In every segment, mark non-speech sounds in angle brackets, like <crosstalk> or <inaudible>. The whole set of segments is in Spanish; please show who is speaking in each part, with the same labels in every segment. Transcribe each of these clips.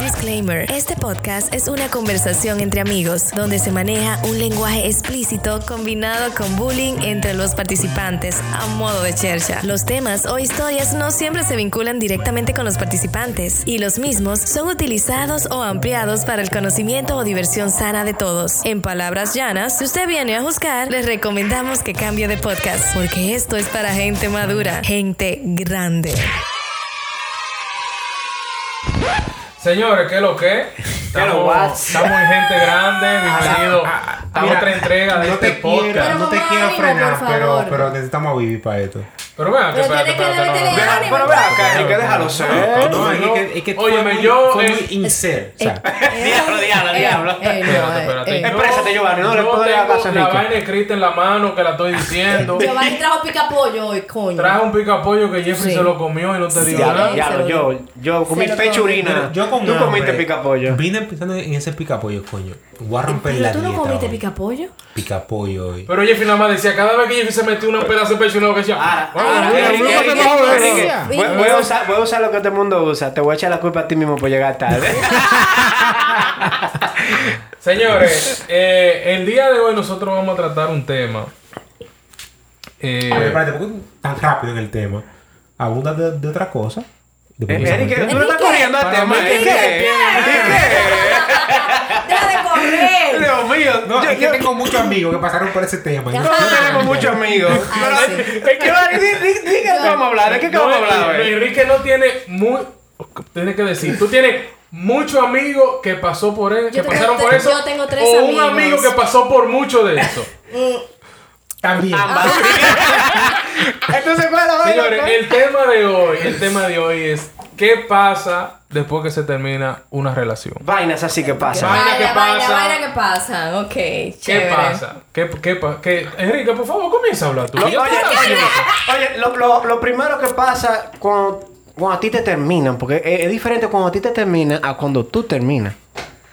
Speaker 1: Disclaimer. Este podcast es una conversación entre amigos donde se maneja un lenguaje explícito combinado con bullying entre los participantes a modo de chercha. Los temas o historias no siempre se vinculan directamente con los participantes y los mismos son utilizados o ampliados para el conocimiento o diversión sana de todos. En palabras llanas, si usted viene a juzgar, les recomendamos que cambie de podcast porque esto es para gente madura, gente grande.
Speaker 2: Señores, ¿qué es lo que?
Speaker 3: what?
Speaker 2: Estamos, estamos en gente grande, bienvenido
Speaker 4: Ah,
Speaker 2: a
Speaker 3: Mira,
Speaker 2: otra entrega de
Speaker 3: no
Speaker 2: este
Speaker 3: te quiero,
Speaker 2: podcast.
Speaker 3: no te
Speaker 5: Pero vamos a
Speaker 3: quiero
Speaker 5: ánimo,
Speaker 3: frenar,
Speaker 5: por
Speaker 3: pero,
Speaker 5: favor.
Speaker 3: pero necesitamos a Vivi para esto.
Speaker 2: Pero vean, que
Speaker 5: Pero
Speaker 2: espérate,
Speaker 5: tiene que
Speaker 2: espérate,
Speaker 5: darle
Speaker 2: no, no,
Speaker 5: tele-
Speaker 2: no.
Speaker 5: Dale,
Speaker 4: Pero ve acá, hay que déjalo ser.
Speaker 2: No,
Speaker 4: No, es
Speaker 2: no.
Speaker 4: que, es que fue
Speaker 2: Óyeme,
Speaker 4: muy-
Speaker 2: yo-
Speaker 4: Fue
Speaker 2: eh,
Speaker 4: muy incel.
Speaker 3: O sea,
Speaker 4: <laughs> Diablo, diablo,
Speaker 5: Eh,
Speaker 4: diablo.
Speaker 5: eh, no, eh,
Speaker 2: Espérate, espérate.
Speaker 5: eh.
Speaker 2: Yo-
Speaker 4: Exprésate, Giovanni, no le
Speaker 2: yo
Speaker 4: puedo dar
Speaker 2: tengo
Speaker 4: paso a
Speaker 2: La
Speaker 4: Enrique.
Speaker 2: vaina escrita en la mano que la estoy diciendo.
Speaker 5: <laughs> Giovanni trajo pica pollo hoy, coño.
Speaker 2: Traje un pica pollo que Jeffrey
Speaker 5: Sí.
Speaker 2: se lo comió y no te dio
Speaker 5: Ya,
Speaker 2: nada.
Speaker 4: Diablo,
Speaker 5: se
Speaker 4: diablo,
Speaker 5: lo-
Speaker 4: yo, yo comí
Speaker 5: se lo
Speaker 4: pechurina.
Speaker 5: comí.
Speaker 3: yo con
Speaker 4: Tú
Speaker 3: hambre
Speaker 4: comiste picapollo.
Speaker 3: Vine pensando en ese picapollo, coño. Voy a romper
Speaker 5: Pero
Speaker 3: la
Speaker 5: tú no
Speaker 3: dieta
Speaker 5: comiste
Speaker 3: hoy.
Speaker 5: pica pollo.
Speaker 3: Picapollo hoy.
Speaker 2: Pero Jeffrey nada más decía, cada vez que Jeffrey se metió una pedazo de pecho, no que decía,
Speaker 4: Ahora,
Speaker 2: "Bueno,
Speaker 4: ahora,
Speaker 2: bueno,
Speaker 4: Enrique,
Speaker 2: bueno,
Speaker 4: Enrique,
Speaker 2: bueno, bueno".
Speaker 4: Enrique,
Speaker 5: bueno.
Speaker 4: voy- voy a usar- Voy a usar lo que todo el mundo usa. Te voy a echar la culpa a ti mismo por llegar tarde.
Speaker 2: Señores, eh, el día de hoy nosotros vamos a tratar un tema. Eh,
Speaker 3: A ver, espérate, ¿por qué tan rápido en el tema? Abunda de, de otra cosa.
Speaker 4: Eh,
Speaker 3: Después empezamos
Speaker 4: Enrique,
Speaker 3: el
Speaker 4: tú no estás
Speaker 5: Enrique.
Speaker 4: corriendo al
Speaker 2: Para
Speaker 4: tema.
Speaker 2: mí que
Speaker 4: Enrique.
Speaker 5: Deja de correr.
Speaker 4: Dios mío.
Speaker 3: tema. No,
Speaker 4: yo-
Speaker 3: es que
Speaker 4: yo-
Speaker 3: tengo muchos amigos que pasaron por ese
Speaker 5: <laughs>
Speaker 3: tema.
Speaker 5: Ya.
Speaker 3: No,
Speaker 4: No tenemos muchos amigos.
Speaker 5: Ah,
Speaker 4: Pero, es que, vale, di- di- di que no vamos a hablar. ¿De qué que
Speaker 2: no,
Speaker 4: vamos a
Speaker 2: eh,
Speaker 4: hablar hoy?
Speaker 2: Enrique no tiene muy. Tiene que decir, tú tienes muchos amigos que pasó por él, que
Speaker 5: tengo
Speaker 2: pasaron por
Speaker 5: tres-
Speaker 2: eso.
Speaker 5: yo tengo tres
Speaker 2: o un
Speaker 5: amigos.
Speaker 2: amigo que pasó por mucho de eso.
Speaker 4: <laughs>
Speaker 3: También.
Speaker 4: Entonces, ¿cuál es la vaina?
Speaker 2: Señores, el tema de hoy, el tema de hoy es ¿qué pasa después que se termina una relación?
Speaker 4: Vainas así que pasan.
Speaker 2: Vaina
Speaker 5: Vaya,
Speaker 2: que
Speaker 5: vaya,
Speaker 2: pasa.
Speaker 5: vaya que pasa. Ok, chévere.
Speaker 2: ¿Qué pasa? ¿Qué, qué, pa- qué- Enrique, por favor, comienza a hablar tú.
Speaker 4: Lo-
Speaker 2: Yo
Speaker 4: oye,
Speaker 2: estaba
Speaker 4: oye,
Speaker 2: haciendo-
Speaker 4: oye, lo, lo- lo primero que pasa cuando, cuando a ti te terminan, porque es, es diferente cuando a ti te terminan a cuando tú terminas.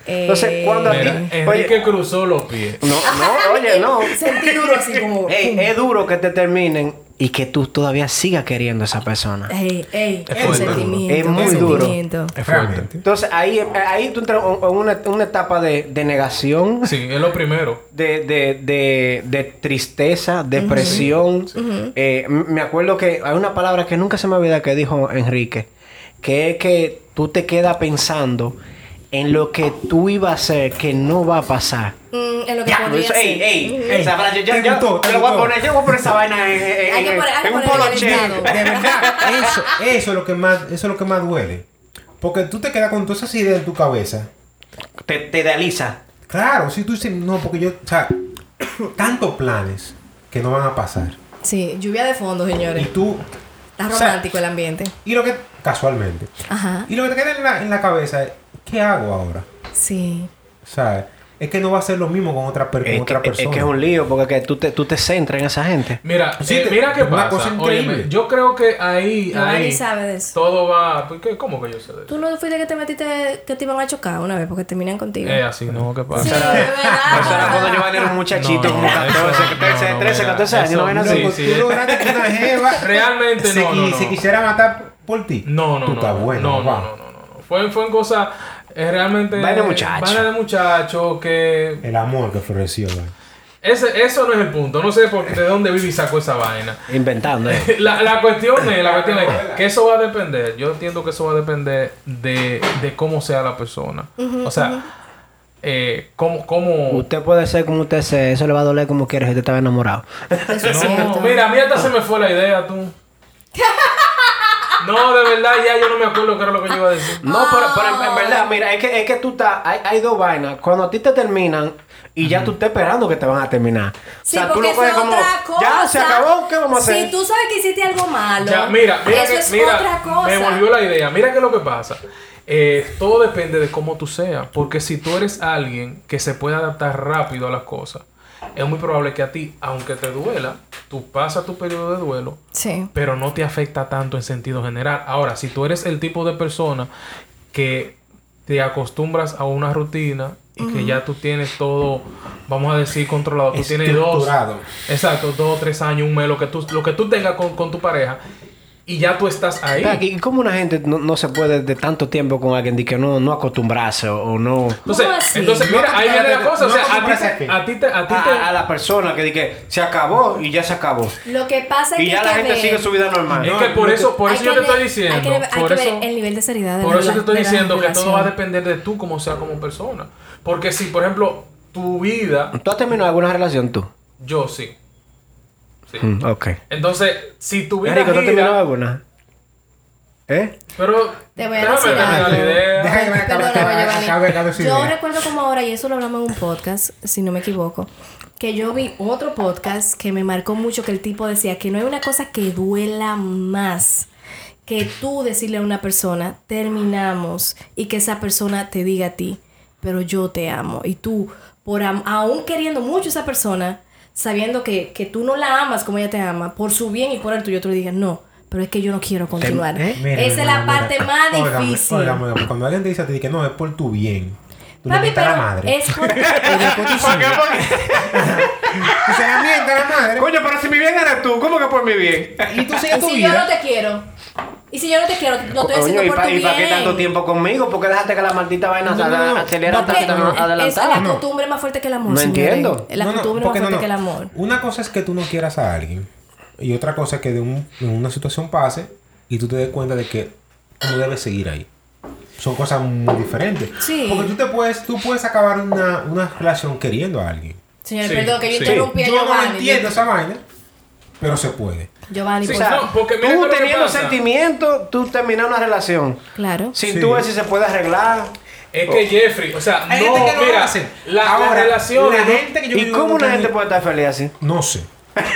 Speaker 5: Eh,
Speaker 4: Entonces, cuando a ti.
Speaker 2: Mira, Enrique cruzó los pies.
Speaker 4: no, no, oye, no.
Speaker 5: Sentí duro así como.
Speaker 4: <laughs> Ey, es duro que te terminen y que tú todavía sigas queriendo a esa persona.
Speaker 5: Ey, ey,
Speaker 2: Es
Speaker 5: un
Speaker 2: fuerte.
Speaker 5: sentimiento.
Speaker 4: Es
Speaker 5: un
Speaker 4: muy duro.
Speaker 5: sentimiento.
Speaker 3: Realmente.
Speaker 4: Entonces, ahí, ahí tú entras en una, una etapa de, de negación.
Speaker 2: Sí, es lo primero.
Speaker 4: de, de, de, de tristeza, depresión. Eh, m- me acuerdo que hay una palabra que nunca se me olvida que dijo Enrique, que es que tú te quedas pensando en lo que tú ibas a hacer que no va a pasar.
Speaker 5: Mm, es lo que
Speaker 4: Ya,
Speaker 5: podría
Speaker 4: eso-
Speaker 5: ser.
Speaker 4: ey,
Speaker 5: Mm,
Speaker 4: ey,
Speaker 5: Ujú.
Speaker 4: esa frase, yo,
Speaker 3: Te
Speaker 4: yo-
Speaker 3: gustó, te
Speaker 4: yo lo voy a
Speaker 3: gustó.
Speaker 4: poner, yo voy a poner esa vaina en, en-
Speaker 5: Hay que
Speaker 4: en-
Speaker 5: poner- hay que
Speaker 4: en un
Speaker 5: poner
Speaker 4: polo
Speaker 5: el
Speaker 4: che.
Speaker 5: estado.
Speaker 3: De verdad, eso, eso es lo que más, eso es lo que más duele. Porque tú te quedas con todas esas ideas en tu cabeza.
Speaker 4: Te, te idealiza.
Speaker 3: Claro, si tú dices, no, porque yo, o sea, <coughs> tantos planes que no van a pasar.
Speaker 5: Sí, lluvia de fondo,
Speaker 3: Y
Speaker 5: señores.
Speaker 3: tú,
Speaker 5: Está
Speaker 3: o sea,
Speaker 5: romántico el ambiente.
Speaker 3: y lo que, casualmente,
Speaker 5: Ajá.
Speaker 3: y lo que te queda en la, en la cabeza es, ¿qué hago ahora?
Speaker 5: Sí.
Speaker 3: O sea, es que no va a ser lo mismo con otra, per- con
Speaker 4: Es que,
Speaker 3: otra
Speaker 4: es-
Speaker 3: persona.
Speaker 4: es que es un lío porque que tú, te, tú te centras en esa gente.
Speaker 2: Mira,
Speaker 3: Sí,
Speaker 2: eh,
Speaker 3: te-
Speaker 2: mira qué
Speaker 3: una
Speaker 2: pasa.
Speaker 3: cosa increíble.
Speaker 2: Óyeme, yo creo que ahí,
Speaker 5: Giovanni
Speaker 2: ahí
Speaker 5: sabe de eso.
Speaker 2: todo va. ¿Por qué? ¿Cómo que yo sé de eso?
Speaker 5: Tú no fuiste que te metiste que te iban a chocar una vez porque terminan contigo.
Speaker 2: Es así, ¿no? ¿Qué pasa?
Speaker 5: <laughs> Sí, Ah,
Speaker 4: será-
Speaker 5: es verdad.
Speaker 4: Eso era cuando Giovanni era un muchachito
Speaker 2: No,
Speaker 4: como 14,
Speaker 2: eso-
Speaker 4: 13,
Speaker 2: no, no,
Speaker 4: 13, 14 años,
Speaker 2: eso-
Speaker 4: no ven
Speaker 3: Loco,
Speaker 2: sí,
Speaker 4: así.
Speaker 3: tú
Speaker 2: sí. eh,
Speaker 3: lograste que una jeva
Speaker 2: <laughs> Realmente
Speaker 3: se,
Speaker 2: no,
Speaker 3: qui-
Speaker 2: no, no.
Speaker 3: se quisiera matar por ti.
Speaker 2: No, no,
Speaker 3: Tú
Speaker 2: no.
Speaker 3: estás
Speaker 2: no,
Speaker 3: bueno,
Speaker 2: no, no,
Speaker 3: papá.
Speaker 2: no, no, no, no. Fue, fue en cosas eh, realmente.
Speaker 4: Vaina de muchacho.
Speaker 2: vaina de muchacho que.
Speaker 3: El amor que floreció. ¿verdad?
Speaker 2: Ese, eso no es el punto. No sé por, de dónde Vivi sacó esa vaina.
Speaker 4: Inventando,
Speaker 3: <laughs>
Speaker 4: eh.
Speaker 2: <laughs> La, la cuestión es, la cuestión es que eso va a depender. Yo entiendo que eso va a depender de, de cómo sea la persona. o sea, eh, cómo, cómo.
Speaker 4: Usted puede ser como usted sea, eso le va a doler como quiera si usted estaba enamorado.
Speaker 5: Eso es
Speaker 2: No,
Speaker 5: cierto.
Speaker 2: mira, a mí hasta se me fue la idea, tú. No, de verdad, ya yo no me acuerdo qué era lo que yo iba a decir.
Speaker 4: No, pero, pero en,
Speaker 5: Ah.
Speaker 4: en verdad, mira, es que, es que tú estás, hay, hay dos vainas. Cuando a ti te terminan y ya tú estás esperando que te van a terminar.
Speaker 5: Sí, porque
Speaker 4: lo
Speaker 5: eso es
Speaker 4: coges como,
Speaker 5: otra cosa.
Speaker 4: Ya, se acabó, ¿qué vamos a hacer?
Speaker 5: Si tú sabes que hiciste algo malo,
Speaker 2: Ya, mira, mira,
Speaker 5: eso
Speaker 2: que-
Speaker 5: es
Speaker 2: mira,
Speaker 5: otra cosa.
Speaker 2: me volvió la idea. Mira qué es lo que pasa. Eh, todo depende de cómo tú seas, porque si tú eres alguien que se puede adaptar rápido a las cosas, es muy probable que a ti, aunque te duela, tú pasas tu periodo de duelo,
Speaker 5: Sí.
Speaker 2: pero no te afecta tanto en sentido general. Ahora, si tú eres el tipo de persona que te acostumbras a una rutina y que ya tú tienes todo, vamos a decir, controlado, tú tienes dos,
Speaker 3: Estructurado.
Speaker 2: exacto, dos o tres años, un mes, lo que tú, lo que tú tengas con, con tu pareja, Y ya tú estás ahí.
Speaker 4: Espera, ¿Y cómo una gente no, no se puede de tanto tiempo con alguien de que no, no acostumbrarse o, o no...
Speaker 2: Entonces,
Speaker 5: ¿Cómo así?
Speaker 2: entonces
Speaker 3: No
Speaker 2: mira, ahí viene la
Speaker 3: acostumbrarte-
Speaker 2: cosa. O
Speaker 3: no
Speaker 2: sea, a ti
Speaker 3: acostumbrarte
Speaker 2: te-
Speaker 3: a qué.
Speaker 2: a ti te. A
Speaker 5: Ah,
Speaker 2: ti te
Speaker 4: A, a la persona que dije, se acabó y ya se acabó.
Speaker 5: Lo que pasa es que.
Speaker 4: Y ya la
Speaker 5: hay que
Speaker 4: gente
Speaker 5: ver-
Speaker 4: sigue su vida normal.
Speaker 2: es que por eso, por
Speaker 5: hay
Speaker 2: eso yo
Speaker 5: que
Speaker 2: te
Speaker 5: ver-
Speaker 2: estoy
Speaker 5: hay que
Speaker 2: diciendo.
Speaker 5: ver- hay
Speaker 2: Por
Speaker 5: que ver
Speaker 2: eso.
Speaker 5: el nivel de seriedad de
Speaker 2: Por
Speaker 5: la-
Speaker 2: eso te estoy
Speaker 5: de la
Speaker 2: diciendo que todo va a
Speaker 5: relación.
Speaker 2: depender de tú como sea como persona. Porque si, por ejemplo, tu vida,
Speaker 4: ¿Tú has terminado alguna relación tú?
Speaker 2: yo sí. Sí.
Speaker 4: Mm, ok.
Speaker 2: Entonces, si tu vida
Speaker 4: Enrico, ¿tú has terminado
Speaker 2: gira,
Speaker 4: alguna? ¿Eh?
Speaker 2: pero
Speaker 5: Te voy a
Speaker 2: déjame
Speaker 5: decir
Speaker 2: terminar
Speaker 5: algo.
Speaker 2: la idea.
Speaker 3: Deja que me acabe-
Speaker 5: Perdóname,
Speaker 3: acabe-
Speaker 5: Giovanni.
Speaker 3: acabe- acabe esa
Speaker 5: Yo
Speaker 3: idea.
Speaker 5: recuerdo como ahora, y eso lo hablamos en un podcast, si no me equivoco, que yo vi otro podcast que me marcó mucho que el tipo decía que no hay una cosa que duela más que tú decirle a una persona, terminamos, y que esa persona te diga a ti, pero yo te amo. Y tú, por am- aún queriendo mucho a esa persona, sabiendo que, que tú no la amas como ella te ama, por su bien y por el tuyo, tú le digas, no, pero es que yo no quiero continuar.
Speaker 4: ¿eh?
Speaker 3: Mira,
Speaker 5: Esa es
Speaker 3: mira,
Speaker 5: la
Speaker 3: mira.
Speaker 5: parte más
Speaker 3: Óigame,
Speaker 5: difícil.
Speaker 3: óigame, óigame. cuando alguien te dice a ti que no, es por tu bien. Tú le
Speaker 5: Papi,
Speaker 3: mientas a
Speaker 5: pero
Speaker 3: la madre. Pues
Speaker 5: es
Speaker 3: <laughs>
Speaker 5: por...
Speaker 2: <laughs> ¿Para qué? ¿Para qué?
Speaker 3: Tú se la mientas a la madre.
Speaker 4: Coño, pero si mi bien eres tú, ¿cómo que por mi bien?
Speaker 3: Y tú sigues
Speaker 5: y
Speaker 3: tu
Speaker 5: si yo no
Speaker 3: vida.
Speaker 5: te quiero. Y si yo no te quiero, lo estoy haciendo
Speaker 4: ¿y
Speaker 5: por
Speaker 4: para
Speaker 5: tu bien.
Speaker 4: qué tanto tiempo conmigo? ¿Por qué dejaste que la maldita vaina
Speaker 3: No, no,
Speaker 4: se
Speaker 3: no.
Speaker 4: acelera
Speaker 5: Porque
Speaker 4: tanto
Speaker 5: es la
Speaker 4: adelantada?
Speaker 3: Ah, No.
Speaker 5: costumbre más fuerte que el amor.
Speaker 4: No
Speaker 5: señores.
Speaker 4: entiendo.
Speaker 5: La
Speaker 3: No, no,
Speaker 5: costumbre más
Speaker 3: porque
Speaker 5: fuerte
Speaker 3: no, no.
Speaker 5: que el amor.
Speaker 3: Una cosa es que tú no quieras a alguien. Y otra cosa es que de, un- de una situación pase y tú te des cuenta de que tú no debes seguir ahí. Son cosas muy diferentes.
Speaker 5: Sí.
Speaker 3: Porque tú te puedes, tú puedes acabar una, una relación queriendo a alguien.
Speaker 5: Señor,
Speaker 2: Sí,
Speaker 5: perdón, que yo
Speaker 2: sí.
Speaker 5: interrumpí a
Speaker 3: Yo no
Speaker 5: Giovanni.
Speaker 3: entiendo esa vaina, pero se puede.
Speaker 5: Giovanni,
Speaker 2: Sí,
Speaker 5: por
Speaker 2: o sea,
Speaker 5: favor.
Speaker 2: No, porque mira
Speaker 4: tú
Speaker 2: lo que
Speaker 4: teniendo
Speaker 2: pasa.
Speaker 4: sentimientos, tú terminas una relación.
Speaker 5: Claro.
Speaker 4: Sin
Speaker 3: Sí.
Speaker 4: tú ver si se puede arreglar.
Speaker 2: Es que Jeffrey, o sea,
Speaker 3: Hay
Speaker 2: no,
Speaker 3: gente que no lo
Speaker 2: mira,
Speaker 3: hace.
Speaker 2: las
Speaker 3: Ahora,
Speaker 2: las relaciones.
Speaker 3: la
Speaker 2: ¿no?
Speaker 3: gente que yo
Speaker 4: ¿Y
Speaker 3: digo,
Speaker 4: cómo
Speaker 3: no
Speaker 4: una
Speaker 3: tengo-
Speaker 4: gente puede estar feliz así?
Speaker 3: No sé.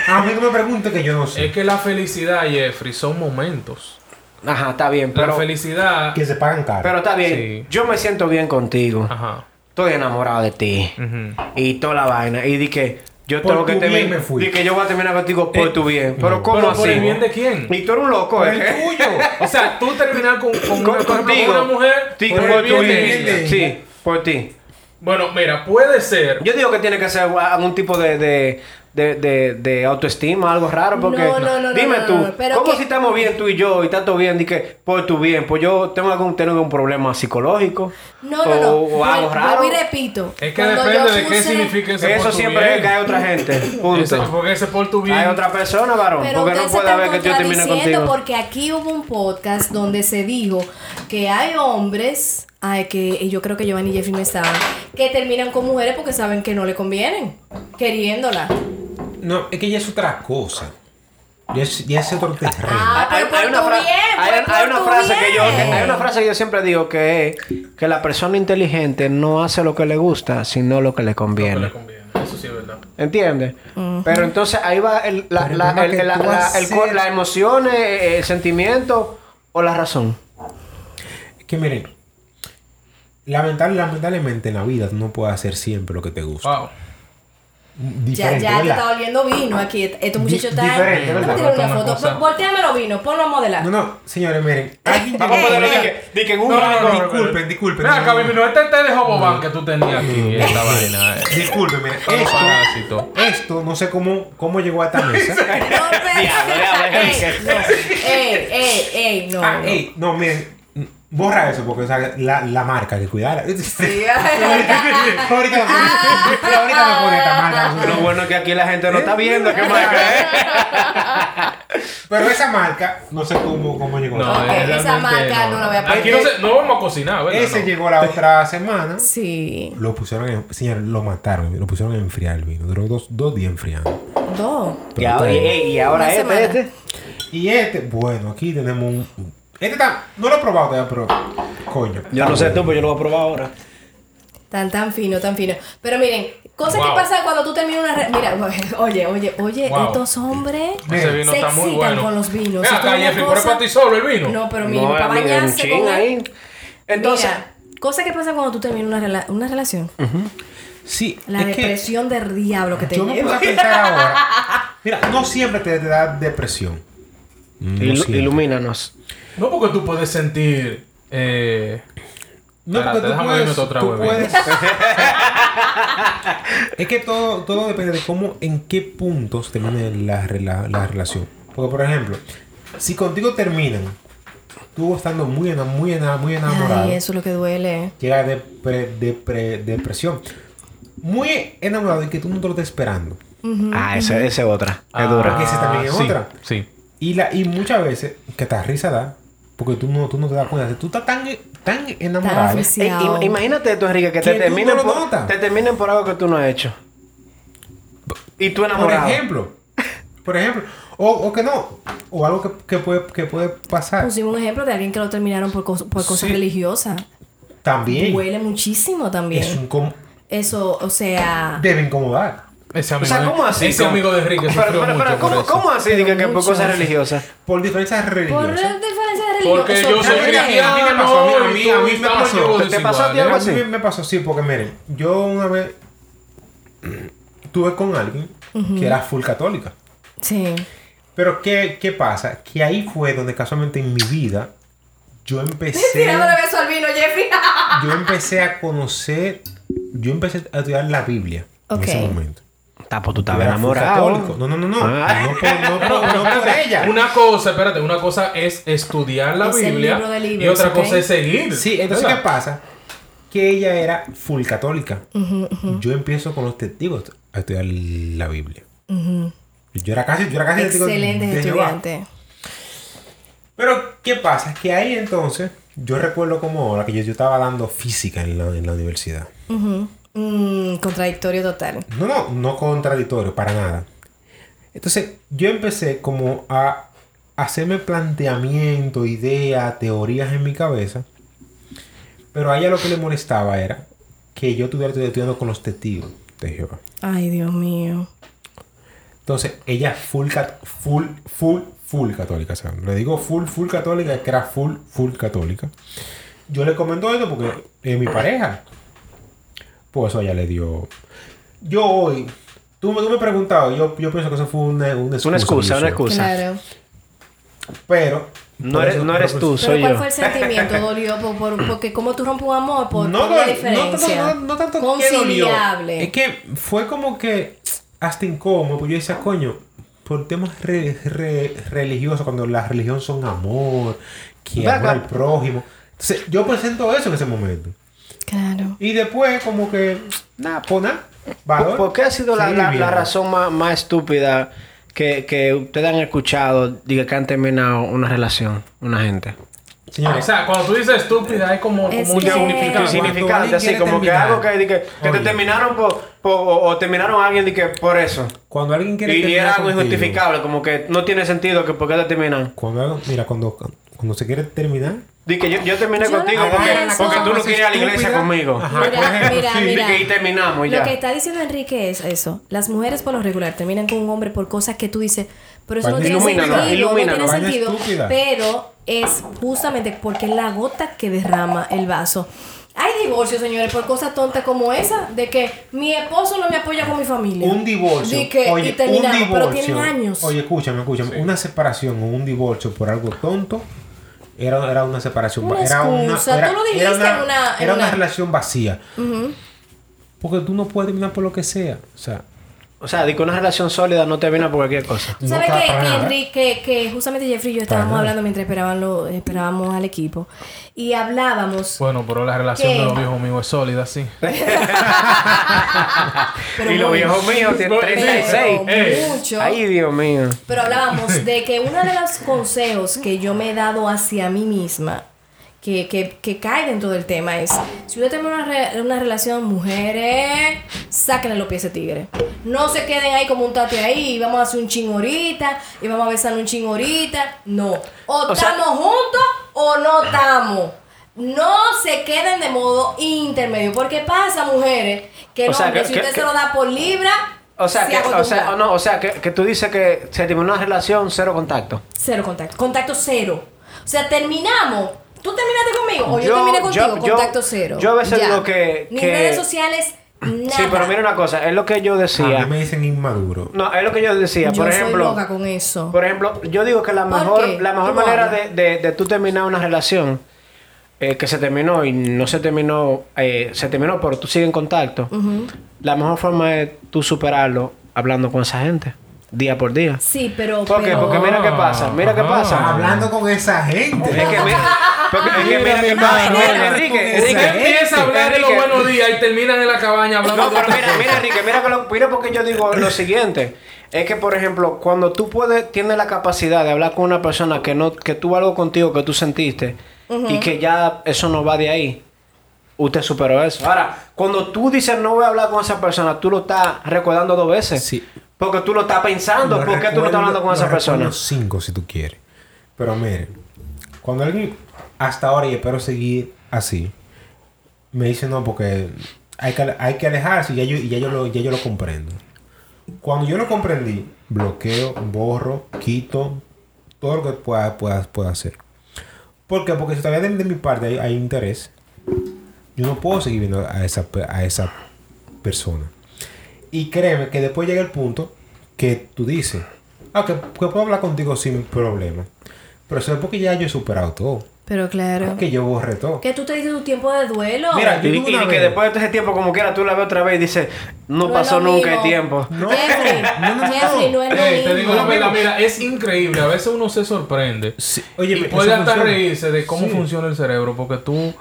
Speaker 3: A mí no me pregunte que yo no sé.
Speaker 2: Es que la felicidad, Jeffrey, son momentos.
Speaker 4: Ajá, está bien,
Speaker 2: La
Speaker 4: pero,
Speaker 2: felicidad.
Speaker 3: Que se pagan caro.
Speaker 4: pero está bien.
Speaker 2: Sí.
Speaker 4: Yo me siento bien contigo.
Speaker 2: Ajá. Mm.
Speaker 4: Estoy enamorado de ti.
Speaker 2: Ujú.
Speaker 4: Y toda la vaina. Y di que yo
Speaker 3: Por
Speaker 4: tengo que
Speaker 3: tu bien
Speaker 4: terminar.
Speaker 3: me fui.
Speaker 4: Di que yo voy a terminar contigo por
Speaker 2: Eh,
Speaker 4: tu bien. Pero ¿cómo
Speaker 2: ¿Pero
Speaker 4: así?
Speaker 2: por el bien de quién?
Speaker 4: Y tú eres un loco,
Speaker 3: Por
Speaker 4: ¿eh?
Speaker 3: el tuyo.
Speaker 2: O sea, tú terminar con, con,
Speaker 4: Con-
Speaker 2: por ejemplo, con
Speaker 4: contigo.
Speaker 2: una mujer
Speaker 4: Ti-
Speaker 2: por el
Speaker 4: por tu
Speaker 2: bien de
Speaker 4: bien.
Speaker 2: ella.
Speaker 3: ella.
Speaker 4: Sí, por ti.
Speaker 2: Bueno, mira, puede ser.
Speaker 4: Yo digo que tiene que ser algún tipo de, de, de, de, de autoestima, algo raro, porque
Speaker 5: No, no, no, no,
Speaker 4: dime
Speaker 5: no,
Speaker 4: tú,
Speaker 5: no, pero
Speaker 4: ¿cómo
Speaker 5: que-
Speaker 4: si estamos bien tú y yo y está todo bien? Dije, por tu bien, pues yo tengo algún, tengo un problema psicológico
Speaker 5: No,
Speaker 4: o,
Speaker 5: no, no.
Speaker 4: o algo
Speaker 5: Vuel-
Speaker 4: raro.
Speaker 5: Vuelvo y repito.
Speaker 2: Es que
Speaker 5: Cuando
Speaker 2: depende
Speaker 5: yo
Speaker 2: de qué
Speaker 5: puse-
Speaker 2: significa ese por
Speaker 4: Eso
Speaker 2: tu
Speaker 4: siempre
Speaker 2: bien.
Speaker 4: es que hay otra gente,
Speaker 2: Eso,
Speaker 4: punto.
Speaker 2: porque ese por tu bien.
Speaker 4: Hay otra persona, varón,
Speaker 5: Pero
Speaker 4: porque no
Speaker 5: ustedes se
Speaker 4: puede
Speaker 5: están
Speaker 4: haber que yo termine
Speaker 5: contradiciendo
Speaker 4: contigo.
Speaker 5: Porque aquí hubo un podcast donde se dijo que hay hombres, ay, que y yo creo que Giovanni y Jeffrey no estaban, que terminan con mujeres porque saben que no le convienen, queriéndola.
Speaker 3: No, es que ya es otra cosa. Ya es, ya es otro terreno.
Speaker 5: Ah, pero por tu
Speaker 4: fra-
Speaker 5: bien,
Speaker 4: hay-
Speaker 5: pues,
Speaker 4: hay
Speaker 5: por
Speaker 4: una
Speaker 5: tu
Speaker 4: frase que yo
Speaker 5: bien.
Speaker 4: que- hay una frase que yo siempre digo que es que la persona inteligente no hace lo que le gusta, sino lo que le
Speaker 2: No
Speaker 4: conviene.
Speaker 2: le conviene. Eso sí es verdad.
Speaker 4: ¿Entiendes? Pero entonces ahí va el- la,
Speaker 3: Pero el
Speaker 4: la-
Speaker 3: problema
Speaker 4: el-
Speaker 3: es que
Speaker 4: la-
Speaker 3: tú
Speaker 4: la-
Speaker 3: vas a
Speaker 4: el co-
Speaker 3: ser-
Speaker 4: la emoción, eh, eh, el sentimiento o la razón.
Speaker 3: Es que miren, lamentable, lamentablemente en la vida tú no puedes hacer siempre lo que te gusta.
Speaker 4: Ah.
Speaker 2: Wow.
Speaker 3: Diferente,
Speaker 5: Ya, ya, te
Speaker 3: ¿verdad?
Speaker 5: está oliendo vino aquí. este, Estos muchachos están.
Speaker 3: diferente,
Speaker 5: Vamos a
Speaker 3: ¿verdad?
Speaker 5: tirar una
Speaker 2: Toma
Speaker 5: foto.
Speaker 2: cosa.
Speaker 5: Vol- Volteame los vinos, ponlo a modelar.
Speaker 3: No, no, señores, miren. alguien
Speaker 4: Vamos a
Speaker 3: llegó-
Speaker 4: ponerlo de que- de que en un
Speaker 2: No, no, no,
Speaker 4: rango-
Speaker 3: disculpen, disculpen.
Speaker 2: Mira,
Speaker 3: No, no,
Speaker 2: Cabimino, este té de Jobobán que tú tenías aquí. Esta vaina. eh.
Speaker 3: Disculpen, miren,
Speaker 2: Todo parásito.
Speaker 3: esto, esto, no sé cómo, cómo
Speaker 5: <laughs>
Speaker 3: llegó a esta mesa.
Speaker 5: No,
Speaker 3: <laughs>
Speaker 5: pero-
Speaker 4: Diablo, diablo,
Speaker 5: Ey,
Speaker 4: dice.
Speaker 5: no. <laughs> Ey, ey, ey, no.
Speaker 3: Ah,
Speaker 5: no.
Speaker 3: ey, no, miren, borra eso porque o sea, la, la marca hay que cuidar. <laughs>
Speaker 5: Sí,
Speaker 3: ahorita me pone, pero ahorita me pone esta
Speaker 5: Ah.
Speaker 3: marca.
Speaker 4: Lo bueno es que aquí la gente no está viendo qué
Speaker 5: <laughs>
Speaker 4: marca es.
Speaker 3: Pero esa marca, no sé cómo, cómo llegó.
Speaker 2: No,
Speaker 5: Ok,
Speaker 2: eh,
Speaker 5: esa
Speaker 2: realmente
Speaker 5: marca no la voy a
Speaker 2: Aquí
Speaker 5: poner.
Speaker 2: no, se- no vamos a cocinar, ¿verdad?
Speaker 3: Ese
Speaker 2: No.
Speaker 3: llegó la
Speaker 4: <laughs>
Speaker 3: otra semana.
Speaker 5: Sí.
Speaker 3: Lo pusieron en, señor, lo mataron, lo pusieron a enfriar el vino. Duró dos, dos días enfriando.
Speaker 5: Dos.
Speaker 4: Y ahora, y- y- y ahora
Speaker 5: Una
Speaker 4: este,
Speaker 5: semana.
Speaker 4: este.
Speaker 3: Y este, bueno, aquí tenemos un. un- Este está, no lo he probado todavía, pero. Coño.
Speaker 4: Yo no sé tú, pero yo lo voy a probar ahora.
Speaker 5: Tan, tan fino, tan fino. Pero miren, cosas que
Speaker 2: Wow.
Speaker 5: pasan cuando tú terminas una. re- Mira, <laughs> oye, oye, oye,
Speaker 2: Wow.
Speaker 5: estos hombres.
Speaker 2: Ese vino
Speaker 5: se
Speaker 2: está muy
Speaker 5: excitan
Speaker 2: bueno.
Speaker 5: con los vinos.
Speaker 2: Mira,
Speaker 5: Esto es
Speaker 2: acá,
Speaker 5: una
Speaker 2: Jeffrey,
Speaker 5: cosa-
Speaker 2: ¿por qué para ti solo el vino?
Speaker 5: No, pero mira, para
Speaker 4: amigo, un
Speaker 5: bañarse
Speaker 4: chin
Speaker 5: con
Speaker 4: ahí. Entonces,
Speaker 5: Entonces, cosas que pasan cuando tú terminas una, rela- una
Speaker 3: <laughs>
Speaker 5: relación.
Speaker 3: Sí,
Speaker 5: La
Speaker 3: es que
Speaker 5: depresión del diablo que te
Speaker 3: yo me puse
Speaker 5: lleva.
Speaker 3: a pensar ahora. Mira, no siempre te, te da depresión. No
Speaker 4: ilu-
Speaker 3: siempre.
Speaker 4: ilumínanos.
Speaker 2: No porque tú puedes sentir. Eh,
Speaker 3: No, porque
Speaker 2: Espérate,
Speaker 3: tú
Speaker 2: déjame
Speaker 3: puedes,
Speaker 2: irme otra
Speaker 3: tú
Speaker 2: huevita.
Speaker 3: puedes- <laughs> es que todo, todo depende de cómo, en qué puntos termina la, rela- la relación. Porque, por ejemplo, Si contigo terminan, tú estando muy, ena- muy, ena- muy enamorado,
Speaker 5: Ay, eso es lo que duele.
Speaker 3: llega depre- depre- depresión. Muy enamorado y que tú no te lo estés esperando.
Speaker 4: Ah, esa esa es otra.
Speaker 2: Ah,
Speaker 4: es dura.
Speaker 3: Porque esa también es
Speaker 2: sí,
Speaker 3: otra.
Speaker 2: Sí.
Speaker 3: Y, la, y muchas veces, que te risa da, porque tú no, tú no te das cuenta. Tú estás tan, tan enamorado.
Speaker 5: afici-
Speaker 4: Eh, im- imagínate tú, Enrique, que te
Speaker 3: Que tú
Speaker 4: terminen,
Speaker 3: no lo
Speaker 4: por,
Speaker 3: notas.
Speaker 4: te terminen por algo que tú no has hecho. Y tú
Speaker 3: Por
Speaker 4: enamorado.
Speaker 3: ejemplo. Por ejemplo. O, o que no. O algo que, que puede, que puede pasar.
Speaker 5: Pusimos un ejemplo de alguien que lo terminaron por, cos- por cosas
Speaker 3: Sí.
Speaker 5: religiosas.
Speaker 3: También.
Speaker 5: Duele muchísimo también.
Speaker 3: Es un com-
Speaker 5: Eso, o sea,
Speaker 3: debe incomodar.
Speaker 2: Ese
Speaker 4: O
Speaker 2: amigo,
Speaker 4: sea, ¿cómo
Speaker 2: de-
Speaker 4: así?
Speaker 2: Ese
Speaker 4: ¿Cómo-
Speaker 2: amigo de Enrique
Speaker 4: Pero,
Speaker 2: sufrió
Speaker 4: pero,
Speaker 2: mucho
Speaker 4: pero,
Speaker 2: por
Speaker 4: ¿cómo,
Speaker 2: eso.
Speaker 4: ¿cómo así? Dije que por
Speaker 5: mucho.
Speaker 4: cosas religiosas.
Speaker 3: Por diferencias
Speaker 5: por
Speaker 3: religiosas.
Speaker 5: diferencia de religión.
Speaker 2: Porque
Speaker 5: eso
Speaker 2: yo soy
Speaker 5: también.
Speaker 3: cristiano.
Speaker 2: cristiano.
Speaker 3: A mí me pasó, a mí- a mí me pasó.
Speaker 4: ¿Te- te pasó a ti algo
Speaker 3: Pero
Speaker 4: así?
Speaker 3: a mí me pasó así, porque miren, yo una vez estuve con alguien que era full católica.
Speaker 5: Sí.
Speaker 3: Pero ¿qué, qué pasa? Que ahí fue donde casualmente en mi vida yo empecé,
Speaker 5: Tirándole beso al vino, Jeffrey.
Speaker 3: yo empecé a conocer, yo empecé a estudiar la Biblia
Speaker 5: Ok.
Speaker 3: en ese momento.
Speaker 4: Tapo, tú
Speaker 3: Yo
Speaker 4: estabas
Speaker 3: era full católico.
Speaker 4: enamorado.
Speaker 3: No, no, no, no.
Speaker 4: Ah.
Speaker 3: No por, no por- no por ella.
Speaker 2: ¿eh? Una cosa, espérate, una cosa es estudiar la
Speaker 5: Es el
Speaker 2: Biblia
Speaker 5: libro de libros,
Speaker 2: y otra
Speaker 5: ¿ok?
Speaker 2: cosa es seguir.
Speaker 3: Sí, entonces
Speaker 2: ¿verdad?
Speaker 3: ¿qué pasa? Que ella era full católica. Yo empiezo con los testigos a estudiar la Biblia. Yo era casi, yo era casi testigo
Speaker 5: Excelente
Speaker 3: de Jehová.
Speaker 5: estudiante.
Speaker 3: Pero, ¿qué pasa? Que ahí entonces, yo recuerdo como ahora que yo, yo estaba dando física en la, en la universidad.
Speaker 5: Ujú. Mm, contradictorio total.
Speaker 3: No, no, no contradictorio, para nada. Entonces, yo empecé como a hacerme planteamiento, ideas, teorías en mi cabeza. Pero a ella lo que le molestaba era que yo estuviera estudiando con los testigos de Jehová.
Speaker 5: Ay, Dios mío.
Speaker 3: Entonces, ella full, cat- full, full, full católica. O sea, le digo full, full católica, es que era full, full católica. Yo le comento esto porque es mi pareja. Pues eso ella le dio. Yo hoy, tú, me- tú me has preguntado, yo, yo pienso que eso fue una, una
Speaker 4: Es
Speaker 3: excusa.
Speaker 4: una excusa, una
Speaker 3: Lucio.
Speaker 4: excusa.
Speaker 5: Claro.
Speaker 3: Pero.
Speaker 4: No
Speaker 3: por
Speaker 4: eres,
Speaker 3: eso-
Speaker 4: no eres
Speaker 3: pero
Speaker 4: tú,
Speaker 3: pues-
Speaker 4: soy
Speaker 5: Pero ¿cuál
Speaker 4: yo.
Speaker 5: fue el sentimiento? ¿Dolió? Por, por- porque como tú rompes un amor, por,
Speaker 3: No,
Speaker 5: por
Speaker 3: dol-
Speaker 5: la diferencia.
Speaker 3: no, tanto- no- no tanto que dolió.
Speaker 5: Conciliable.
Speaker 3: Es que fue como que hasta incómodo. Pues yo decía, coño, por temas re- re- religiosos, cuando la religión son amor, que
Speaker 4: Ve
Speaker 3: amor
Speaker 4: acá.
Speaker 3: al prójimo. Entonces, yo presento eso en ese momento.
Speaker 5: Claro.
Speaker 3: Y después, como que, nada, pues nada. valor.
Speaker 4: ¿Por qué ha sido la,
Speaker 3: Seguir
Speaker 4: la- la
Speaker 3: viviendo.
Speaker 4: razón más, más estúpida que, que ustedes han escuchado diga que han terminado una relación, una gente?
Speaker 2: O
Speaker 3: Señores,
Speaker 2: sea, cuando tú dices estúpida, hay como,
Speaker 5: Es
Speaker 2: como un
Speaker 5: que-
Speaker 2: significado.
Speaker 3: Sí, sí.
Speaker 4: Significante,
Speaker 3: alguien
Speaker 4: así
Speaker 3: quiere
Speaker 4: como que
Speaker 3: terminar.
Speaker 4: algo que, di que, que te
Speaker 3: Oye.
Speaker 4: terminaron por, por- o, o terminaron a alguien di que por eso.
Speaker 3: cuando alguien
Speaker 4: Y,
Speaker 3: quiere
Speaker 4: y
Speaker 3: terminar
Speaker 4: era algo
Speaker 3: contigo,
Speaker 4: injustificable, como que no tiene sentido que por qué te terminan.
Speaker 3: Cuando, algo- mira, cuando, cuando se quiere terminar,
Speaker 4: Di que yo, yo terminé
Speaker 5: Yo no
Speaker 4: contigo
Speaker 5: creo
Speaker 4: porque,
Speaker 5: eso.
Speaker 4: porque tú no querías ir a la iglesia
Speaker 3: Estúpida.
Speaker 4: conmigo.
Speaker 3: Ajá.
Speaker 5: Mira,
Speaker 3: por ejemplo,
Speaker 5: mira,
Speaker 3: sí.
Speaker 4: Y
Speaker 5: mira.
Speaker 4: que ahí terminamos y ya.
Speaker 5: Lo que está diciendo Enrique es eso. Las mujeres por lo regular terminan con un hombre por cosas que tú dices, pero eso no
Speaker 3: Vaina
Speaker 5: tiene
Speaker 4: Ilumínalo,
Speaker 5: sentido, no
Speaker 4: ilumínalo.
Speaker 5: tiene
Speaker 3: Vaina
Speaker 5: sentido.
Speaker 3: estúpida.
Speaker 5: Pero es justamente porque es la gota que derrama el vaso. Hay divorcios, señores, por cosas tontas como esa, de que mi esposo no me apoya con mi familia.
Speaker 3: Un divorcio.
Speaker 5: Di que-
Speaker 3: oye,
Speaker 5: y terminamos,
Speaker 3: un
Speaker 5: pero
Speaker 3: divorcio.
Speaker 5: tienen años.
Speaker 3: Oye, escúchame, escúchame. Una separación o un divorcio por algo tonto era, era una separación.
Speaker 5: Una
Speaker 3: era
Speaker 5: excusa. Tú lo dijiste
Speaker 3: era
Speaker 5: en una- en
Speaker 3: era una
Speaker 5: una-
Speaker 3: relación vacía. Porque tú no puedes terminar por lo que sea. O sea,
Speaker 4: O sea, di que una relación sólida no termina por cualquier cosa.
Speaker 5: Tú
Speaker 3: No
Speaker 5: sabes
Speaker 3: para-
Speaker 5: que,
Speaker 3: para
Speaker 5: que
Speaker 3: nada.
Speaker 5: Enrique, que justamente Jeffrey y yo
Speaker 3: Para
Speaker 5: estábamos
Speaker 3: nada.
Speaker 5: hablando mientras esperaban lo- esperábamos al equipo y hablábamos,
Speaker 2: Bueno, pero la relación
Speaker 5: ¿Qué?
Speaker 2: de los viejos míos es sólida, sí.
Speaker 5: pero,
Speaker 4: y los
Speaker 5: muy-
Speaker 4: viejos míos
Speaker 2: Pero-
Speaker 4: tienen 36.
Speaker 5: pero mucho,
Speaker 4: Ay, Dios mío.
Speaker 5: pero hablábamos de que uno de los consejos que yo me he dado hacia mí misma, que, que, que cae dentro del tema, es, si usted tiene una, re- una relación, mujeres, sáquenle los pies a ese tigre. No se queden ahí como un tate ahí, y vamos a hacer un ching ahorita, y vamos a besar un ching ahorita. No. O
Speaker 4: O sea-
Speaker 5: estamos juntos o no estamos. No se queden de modo intermedio. Porque pasa, mujeres, que el
Speaker 4: O sea,
Speaker 5: hombre,
Speaker 4: que-
Speaker 5: si
Speaker 4: que-
Speaker 5: usted
Speaker 4: que-
Speaker 5: se lo da por libra,
Speaker 4: O sea,
Speaker 5: se
Speaker 4: que, o sea,
Speaker 5: acostumbra.
Speaker 4: no, o sea que, que tú dices que se terminó una relación, cero contacto.
Speaker 5: Cero contacto. Contacto cero. O sea, terminamos. Tú terminaste conmigo o yo, terminé contigo.
Speaker 4: yo-
Speaker 5: contacto cero.
Speaker 4: Yo a veces
Speaker 5: Ya.
Speaker 4: digo que.
Speaker 5: Ni
Speaker 4: que-
Speaker 5: redes sociales, nada.
Speaker 4: Sí, pero mira una cosa, es lo que yo
Speaker 3: a
Speaker 4: decía.
Speaker 3: mí me dicen inmaduro.
Speaker 4: No, es lo que yo decía.
Speaker 5: yo
Speaker 4: por
Speaker 5: soy
Speaker 4: ejemplo,
Speaker 5: loca con eso.
Speaker 4: por ejemplo, yo digo que la
Speaker 5: ¿Por
Speaker 4: mejor,
Speaker 5: qué?
Speaker 4: la mejor
Speaker 5: ¿Cómo
Speaker 4: manera de,
Speaker 5: hablas?
Speaker 4: de, de tú terminar una relación eh, que se terminó y no se terminó, eh, se terminó, pero tú sigues en contacto. La mejor forma es tú superarlo hablando con esa gente. día por día.
Speaker 5: Sí, pero.
Speaker 4: ¿Por qué?
Speaker 5: pero-
Speaker 4: Porque mira qué pasa, mira qué
Speaker 2: Ajá.
Speaker 4: pasa.
Speaker 3: Hablando con esa
Speaker 4: Es
Speaker 3: gente.
Speaker 4: que mira, porque es que mira
Speaker 2: Mira, mi
Speaker 4: qué pasa.
Speaker 2: hermano,
Speaker 4: Mira,
Speaker 2: mira,
Speaker 4: Enrique,
Speaker 3: tú-
Speaker 2: Usted
Speaker 4: Enrique,
Speaker 2: empieza a hablar de los
Speaker 4: Enrique.
Speaker 2: buenos días y terminan en la cabaña hablando
Speaker 4: No,
Speaker 2: de
Speaker 4: pero
Speaker 2: otra
Speaker 4: mira,
Speaker 2: cosa.
Speaker 4: mira, Enrique, mira, que lo- mira porque yo digo lo siguiente. Es que, por ejemplo, cuando tú puedes, tienes la capacidad de hablar con una persona que no, que tuvo algo contigo que tú sentiste y que ya eso no va de ahí, usted superó eso. Ahora, cuando tú dices no voy a hablar con esa persona, tú lo estás recordando dos veces.
Speaker 3: Sí.
Speaker 4: Porque tú lo estás pensando,
Speaker 3: Lo
Speaker 4: ¿por qué tú no
Speaker 3: recuerdo-
Speaker 4: estás hablando con
Speaker 3: lo
Speaker 4: esa
Speaker 3: recuerdo
Speaker 4: persona?
Speaker 3: cinco si tú quieres. Pero miren, cuando alguien hasta ahora y espero seguir así, me dice no porque hay que, hay que alejarse y ya yo, y ya yo, lo, ya yo lo comprendo. Cuando yo lo comprendí, bloqueo, borro, quito, todo lo que pueda, pueda, pueda hacer. ¿Por qué? Porque si todavía de, de mi parte hay, hay interés, yo no puedo seguir viendo a esa, pe- a esa persona. Y créeme que después llega el punto que tú dices, ah, que, que puedo hablar contigo sin problema. Pero eso es porque ya yo he superado todo.
Speaker 5: Pero claro.
Speaker 3: Que yo borré todo.
Speaker 5: Que tú te dices tu tiempo de duelo.
Speaker 3: Mira,
Speaker 4: Y,
Speaker 3: yo tuve
Speaker 4: y
Speaker 3: una
Speaker 4: que
Speaker 3: vez-
Speaker 4: después de ese tiempo, como quiera, tú la ves otra vez y dices, no,
Speaker 5: No es
Speaker 4: pasó
Speaker 5: lo
Speaker 4: nunca el
Speaker 5: mismo.
Speaker 4: tiempo.
Speaker 3: No,
Speaker 5: Jeffrey,
Speaker 3: no, no, no.
Speaker 5: Jeffrey, no es lo
Speaker 2: Ey, Eh, te digo la
Speaker 5: mismo.
Speaker 2: verdad, mira, es increíble. A veces uno se sorprende.
Speaker 3: Sí. Oye,
Speaker 2: y
Speaker 3: eso
Speaker 2: puede hasta
Speaker 3: funciona.
Speaker 2: reírse de cómo
Speaker 3: Sí.
Speaker 2: funciona el cerebro, porque tú.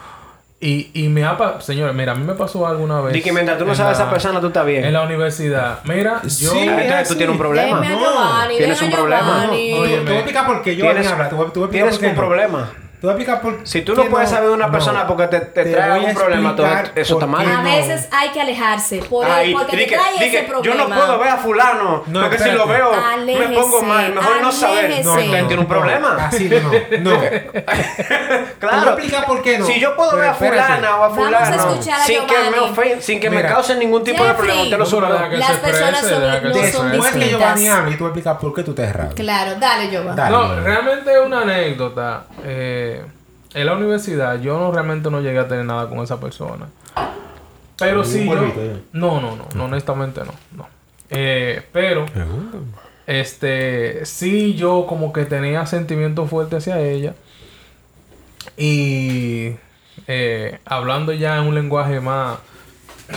Speaker 2: Y, y me ha pasado. Señores, mira, a mí me pasó alguna vez.
Speaker 4: Y que mientras tú no
Speaker 2: en
Speaker 4: sabes a
Speaker 2: la-
Speaker 4: esa persona, tú estás bien.
Speaker 2: En la universidad. Mira, yo.
Speaker 3: Sí.
Speaker 4: Ah, Entonces tú
Speaker 3: sí.
Speaker 4: tienes un problema.
Speaker 5: Déjame a
Speaker 3: No,
Speaker 5: Giovanni,
Speaker 4: tienes
Speaker 5: déjame
Speaker 4: un
Speaker 5: a
Speaker 4: problema.
Speaker 5: Giovanni.
Speaker 3: No, no, te voy a explicar por qué yo
Speaker 4: Tienes-
Speaker 3: voy a hablar. Te voy a, te voy a explicar
Speaker 4: Tienes
Speaker 3: por qué
Speaker 4: un
Speaker 3: no.
Speaker 4: problema.
Speaker 3: Te voy a explicar por
Speaker 4: Si tú no
Speaker 3: qué
Speaker 4: puedes saber de una persona porque te- te trae
Speaker 3: voy a
Speaker 4: algún problema, todo
Speaker 3: explicar
Speaker 4: esto- eso
Speaker 3: por
Speaker 4: está mal.
Speaker 3: qué
Speaker 5: A
Speaker 3: no.
Speaker 5: veces hay que alejarse. Ah, Por
Speaker 4: Ay,
Speaker 5: porque
Speaker 4: di
Speaker 5: te
Speaker 4: que-
Speaker 5: trae
Speaker 4: di
Speaker 5: ese
Speaker 4: que yo
Speaker 5: problema.
Speaker 4: no puedo ver a fulano,
Speaker 3: No,
Speaker 4: porque si
Speaker 3: espérate.
Speaker 4: lo veo
Speaker 5: Aléjese,
Speaker 4: me pongo mal, mejor no saber.
Speaker 5: aléjese. No,
Speaker 4: Usted tiene un <laughs> problema.
Speaker 3: Así no, no. Te voy a
Speaker 4: Claro.
Speaker 3: explicar por qué no.
Speaker 4: Si yo puedo
Speaker 3: Pero
Speaker 4: ver a
Speaker 3: espérate.
Speaker 4: fulana o a
Speaker 5: Vamos a
Speaker 4: fulano
Speaker 5: escuchar a
Speaker 4: sin que me
Speaker 5: Giovanni.
Speaker 4: ofen- sin que me
Speaker 3: Mira.
Speaker 4: cause ningún tipo de problema, usted lo
Speaker 2: Jeffrey.
Speaker 4: superó.
Speaker 2: que
Speaker 5: Las
Speaker 2: se
Speaker 5: personas
Speaker 2: exprese,
Speaker 5: son-
Speaker 2: deja que
Speaker 5: no
Speaker 2: se
Speaker 5: son
Speaker 2: exprese.
Speaker 3: Después que yo
Speaker 5: distintas.
Speaker 3: banearme, y te voy a explicar por qué tú te erras.
Speaker 5: Claro, dale, Giovanni.
Speaker 3: Dale.
Speaker 2: No, realmente es una anécdota. Eh, en la universidad yo no realmente no llegué a tener nada con esa persona. Pero
Speaker 3: Ningún
Speaker 2: sí yo...
Speaker 3: polvito, ¿eh?
Speaker 2: No, no, no, no, honestamente no. no. Eh, pero, este, sí yo como que tenía sentimientos fuertes hacia ella. Y eh, hablando ya en un lenguaje más <clears throat>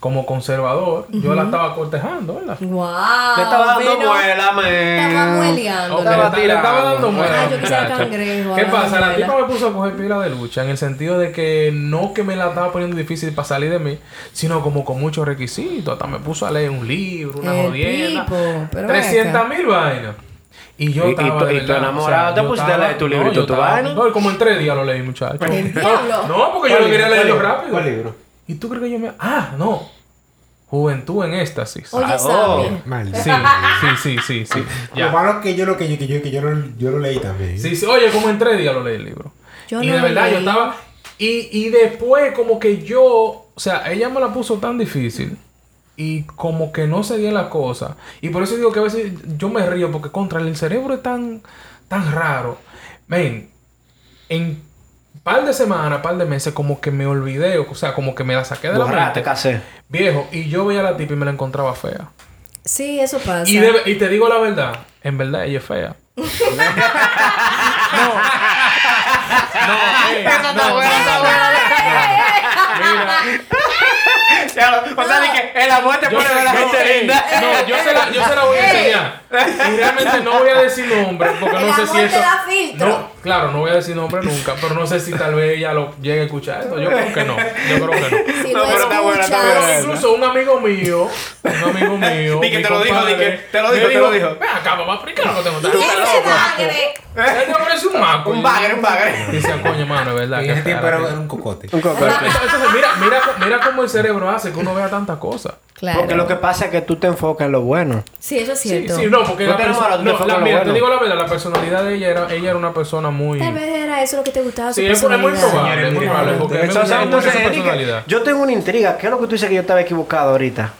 Speaker 2: como conservador, yo la estaba cortejando, ¿verdad?
Speaker 5: Wow.
Speaker 4: Le estaba dando
Speaker 5: pero-
Speaker 4: vuela, me.
Speaker 5: Estaba mueleando.
Speaker 4: Ok,
Speaker 2: Le
Speaker 4: Estaba
Speaker 2: ta- le estaba dando
Speaker 4: tirando.
Speaker 2: muela,
Speaker 5: Ah, yo que sea
Speaker 2: muchacha.
Speaker 5: cangrejo,
Speaker 2: ¿Qué pasa?
Speaker 5: hablando
Speaker 2: La
Speaker 5: de
Speaker 2: tipa
Speaker 5: la-
Speaker 2: me puso a coger pila de lucha en el sentido de que no que me la estaba poniendo difícil para salir de mí, sino como con muchos requisitos. Hasta me puso a leer un libro, una
Speaker 5: El
Speaker 2: jodienda.
Speaker 5: tipo, pero ven acá.
Speaker 2: 300 mil vainas. Y yo
Speaker 4: Y- y
Speaker 2: estaba.
Speaker 4: tú-
Speaker 2: de
Speaker 4: y tú
Speaker 2: verdad,
Speaker 4: enamorado, te
Speaker 2: yo
Speaker 4: pusiste a
Speaker 2: estaba-
Speaker 4: leer tu
Speaker 2: no,
Speaker 4: librito,
Speaker 2: yo
Speaker 4: tu
Speaker 2: estaba-
Speaker 4: vaina.
Speaker 2: No, como en tres días lo leí, muchacho.
Speaker 5: El diablo.
Speaker 2: No, porque yo
Speaker 3: ¿Cuál
Speaker 2: lo quería
Speaker 3: libro? ¿Cuál
Speaker 2: leerlo
Speaker 3: libro?
Speaker 2: rápido.
Speaker 3: ¿Cuál libro?
Speaker 2: ¿Y tú crees que yo me.? Ah, no. Juventud en éxtasis.
Speaker 5: Oye,
Speaker 4: Ah,
Speaker 5: sabio.
Speaker 3: Maldito.
Speaker 2: Sí, sí, sí, sí, sí.
Speaker 3: Lo
Speaker 2: Ya.
Speaker 3: malo es que yo lo que yo, que yo, que yo, lo, yo lo leí también.
Speaker 2: Sí, sí. Oye, como en tres días lo leí el libro.
Speaker 5: Yo
Speaker 2: y
Speaker 5: no
Speaker 2: de
Speaker 5: lo
Speaker 2: verdad, yo
Speaker 5: leí.
Speaker 2: estaba. Y, y después, como que yo. O sea, ella me la puso tan difícil. Y como que no se dio la cosa. Y por eso digo que a veces yo me río, porque contra el cerebro es tan, tan raro. Men, en par de semanas, par de meses, como que me olvidé, o sea, como que me la saqué de
Speaker 4: Borraste,
Speaker 2: la mente.
Speaker 4: casé.
Speaker 2: Viejo, y yo veía a la tipa y me la encontraba fea.
Speaker 5: Sí, eso pasa.
Speaker 2: Y, de- y te digo la verdad, en verdad ella es fea.
Speaker 5: <laughs>
Speaker 2: no. No, eh, no, no, no, Mira,
Speaker 4: O sea, de
Speaker 5: Ah.
Speaker 4: que el amor te
Speaker 2: yo
Speaker 4: pone
Speaker 2: se,
Speaker 4: a la
Speaker 2: no,
Speaker 4: gente
Speaker 2: ey,
Speaker 4: linda.
Speaker 5: Eh,
Speaker 2: no, yo se la, yo se la voy a enseñar. Y realmente no voy a decir nombre porque
Speaker 5: El
Speaker 2: no sé
Speaker 5: amor
Speaker 2: si
Speaker 5: te
Speaker 2: eso.
Speaker 5: da filtro.
Speaker 2: No, claro, no voy a decir nombre nunca, pero no sé si tal vez ella lo llegue a escuchar esto. Yo creo que no. Yo creo que no.
Speaker 5: Si
Speaker 4: No,
Speaker 5: lo
Speaker 4: pero está buena, está
Speaker 5: escuchas-
Speaker 4: buena.
Speaker 2: Incluso un amigo mío, un amigo mío.
Speaker 4: Di que
Speaker 2: mi
Speaker 4: te lo dijo, di
Speaker 2: compadre,
Speaker 4: que te lo
Speaker 2: me
Speaker 4: dijo, te lo dijo.
Speaker 2: Ven acá, papá, explícame lo que tengo.
Speaker 5: ¡Qué vinagre!
Speaker 2: Él me parece un maco.
Speaker 4: Un bagre, un bagre.
Speaker 2: Dice, coño, mano, es verdad.
Speaker 3: En
Speaker 2: que
Speaker 3: ese
Speaker 2: fea
Speaker 3: tiempo
Speaker 2: la
Speaker 3: era,
Speaker 2: tipa".
Speaker 3: era un cocote.
Speaker 5: Ah.
Speaker 2: Entonces, entonces, mira, mira, mira cómo el cerebro hace que uno vea tantas cosas.
Speaker 5: Claro.
Speaker 4: Porque lo que pasa es que tú te enfocas en lo bueno.
Speaker 5: Sí, eso es
Speaker 2: Sí,
Speaker 5: cierto.
Speaker 2: sí, no, porque
Speaker 4: No
Speaker 2: la
Speaker 4: te
Speaker 2: perso-
Speaker 4: enamoras, tú te
Speaker 2: no,
Speaker 4: enfocas
Speaker 2: la-
Speaker 4: en lo
Speaker 2: mira, te
Speaker 4: bueno.
Speaker 2: digo la verdad, la personalidad de ella era, ella era una persona muy.
Speaker 5: Tal vez era eso lo que te gustaba. de su
Speaker 2: Sí, es muy
Speaker 5: personalidad.
Speaker 2: probable, es muy probable, porque me
Speaker 4: Entonces,
Speaker 2: gustaba mucho
Speaker 4: entonces,
Speaker 2: su
Speaker 4: Enrique,
Speaker 2: personalidad.
Speaker 4: yo tengo una intriga. ¿Qué es lo que tú dices que yo estaba equivocado ahorita?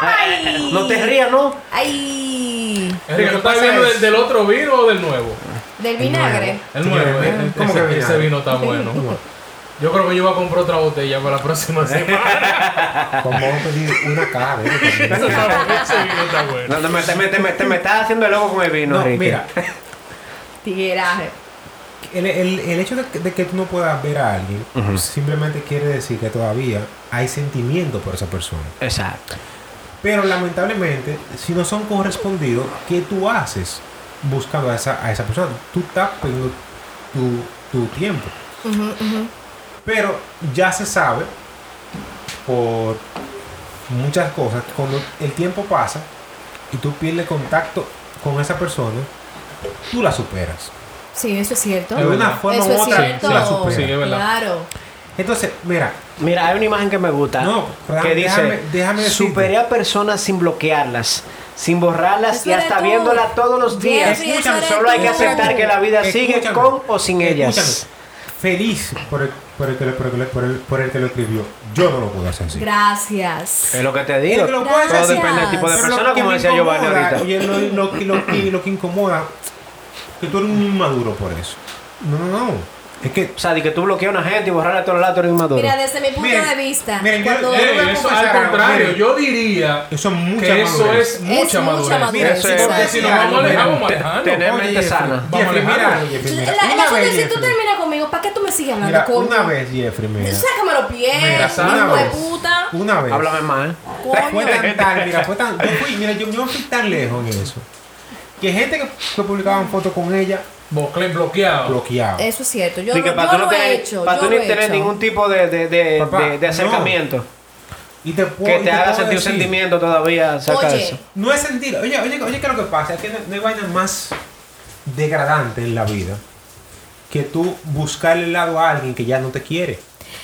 Speaker 5: Ay.
Speaker 4: No te rías, ¿no?
Speaker 5: Ay.
Speaker 2: Enrique, ¿tú
Speaker 4: Lo que
Speaker 2: estás
Speaker 4: pasa
Speaker 2: viendo
Speaker 4: es-
Speaker 2: del, del otro vino o del nuevo?
Speaker 5: Del vinagre.
Speaker 2: El nuevo,
Speaker 3: Sí,
Speaker 2: eh,
Speaker 3: ¿cómo
Speaker 2: ese,
Speaker 3: que
Speaker 2: ese
Speaker 3: vinagre?
Speaker 2: vino está bueno. Yo creo que yo voy a comprar otra botella para la próxima semana.
Speaker 3: Vamos a pedir una caja de <laughs> eso también.
Speaker 2: Eso está bueno, ese vino está bueno.
Speaker 4: No, no, me, te- me, te- me, te- me estás haciendo el loco con el vino,
Speaker 3: No,
Speaker 4: Enrique.
Speaker 3: mira,
Speaker 5: Tigueraje.
Speaker 3: el, el- el hecho de que, de que tú no puedas ver a alguien simplemente quiere decir que todavía hay sentimiento por esa persona.
Speaker 4: Exacto.
Speaker 3: Pero lamentablemente, si no son correspondidos, ¿qué tú haces buscando a esa, a esa persona? Tú estás perdiendo tu, tu tiempo. Pero ya se sabe por muchas cosas, cuando el tiempo pasa y tú pierdes contacto con esa persona, tú la superas.
Speaker 5: Sí, eso es cierto.
Speaker 3: De una forma
Speaker 5: Eso
Speaker 3: u
Speaker 5: es
Speaker 3: otra,
Speaker 5: cierto.
Speaker 3: tú la superas.
Speaker 2: Sí, es verdad.
Speaker 5: Claro.
Speaker 3: Entonces, mira,
Speaker 4: Mira, hay una imagen que me gusta.
Speaker 3: No,
Speaker 4: que Ah, dice,
Speaker 3: déjame- déjame decirte.
Speaker 4: superé a personas sin bloquearlas, sin borrarlas
Speaker 5: Eso
Speaker 4: y
Speaker 5: eres
Speaker 4: hasta
Speaker 5: tú.
Speaker 4: viéndolas todos los días.
Speaker 5: Jeffrey, eso
Speaker 3: Escúchame,
Speaker 5: eres
Speaker 4: Solo hay
Speaker 5: tú.
Speaker 4: que aceptar que la vida sigue
Speaker 3: Escúchame,
Speaker 4: con o sin ellas.
Speaker 3: escúchame. Feliz por el, por, el que lo, por, el, que lo- por, el, por el que lo escribió. Yo no lo puedo hacer así.
Speaker 5: Gracias.
Speaker 4: Es lo que te digo.
Speaker 3: Es que lo
Speaker 4: Todo
Speaker 3: puedes hacer.
Speaker 4: depende del tipo de
Speaker 3: Pero lo
Speaker 4: Pues persona,
Speaker 3: que
Speaker 4: como
Speaker 3: me
Speaker 4: decía
Speaker 3: incomoda,
Speaker 4: Giovanni ahorita.
Speaker 3: Oye, lo, lo, que- lo que- lo que incomoda, que tú eres un inmaduro por eso. No, no, no. Es que.
Speaker 4: O sea, de que tú bloqueas a una gente y borrarla a todos lados, tú eres inmaduro.
Speaker 5: Mira, desde mi punto
Speaker 3: Miren,
Speaker 5: de vista,
Speaker 3: miren, yo-
Speaker 5: cuando uno
Speaker 3: yo-
Speaker 2: Eh,
Speaker 5: va a
Speaker 2: eso,
Speaker 5: conversar
Speaker 2: al
Speaker 3: comenzar,
Speaker 2: contrario,
Speaker 3: miren.
Speaker 2: yo diría
Speaker 3: Eso es mucha
Speaker 2: que eso
Speaker 3: madurez.
Speaker 2: es mucha
Speaker 5: mucha
Speaker 2: madurez.
Speaker 5: madurez,
Speaker 2: Eso es- Porque
Speaker 4: exacto.
Speaker 2: si nos vamos
Speaker 3: Mira,
Speaker 2: alejando,
Speaker 3: mira,
Speaker 2: vamos alejando.
Speaker 4: tener
Speaker 2: Oye,
Speaker 4: mente sana.
Speaker 2: Jeffrey,
Speaker 3: Jeffrey,
Speaker 2: Vamos
Speaker 3: mira,
Speaker 2: alejando.
Speaker 3: Jeffrey,
Speaker 5: La,
Speaker 3: pues mira.
Speaker 5: la- el
Speaker 3: Una
Speaker 5: asunto
Speaker 3: vez,
Speaker 5: es si tú
Speaker 3: Jeffrey.
Speaker 5: terminas conmigo, ¿para qué tú me sigues hablando?
Speaker 3: Mira,
Speaker 5: coño?
Speaker 3: una vez, Jeffrey, mira.
Speaker 5: Sácame los pies,
Speaker 3: Mira, una
Speaker 5: hijo de
Speaker 3: vez.
Speaker 5: puta.
Speaker 3: Una vez.
Speaker 4: Háblame más.
Speaker 3: Fue tan
Speaker 5: Coño.
Speaker 3: tal, mira, fue tan. Yo fui, mira, yo, yo fui tan lejos en eso. Que gente que, que publicaban fotos con ella
Speaker 2: Boclen bloqueado.
Speaker 3: bloqueada.
Speaker 5: Eso es cierto. Yo,
Speaker 4: Así que
Speaker 5: no-
Speaker 4: para
Speaker 5: yo
Speaker 4: tú
Speaker 5: lo
Speaker 4: no
Speaker 5: he
Speaker 4: tener,
Speaker 5: hecho.
Speaker 4: para
Speaker 5: yo
Speaker 4: tú
Speaker 5: lo
Speaker 4: no
Speaker 5: he
Speaker 4: tener
Speaker 5: hecho.
Speaker 4: ningún tipo de, de, de,
Speaker 3: Papá,
Speaker 4: de- de
Speaker 3: no.
Speaker 4: acercamiento
Speaker 3: Y te puedo,
Speaker 4: que
Speaker 3: y
Speaker 4: te haga
Speaker 3: puedo
Speaker 4: sentir un
Speaker 3: decir,
Speaker 4: sentimiento todavía acerca de
Speaker 5: Oye,
Speaker 4: eso.
Speaker 3: No es sentir. Oye, oye, oye, ¿qué es lo que pasa? Es que no, no hay vaina más degradante en la vida que tú buscarle el lado a alguien que ya no te quiere.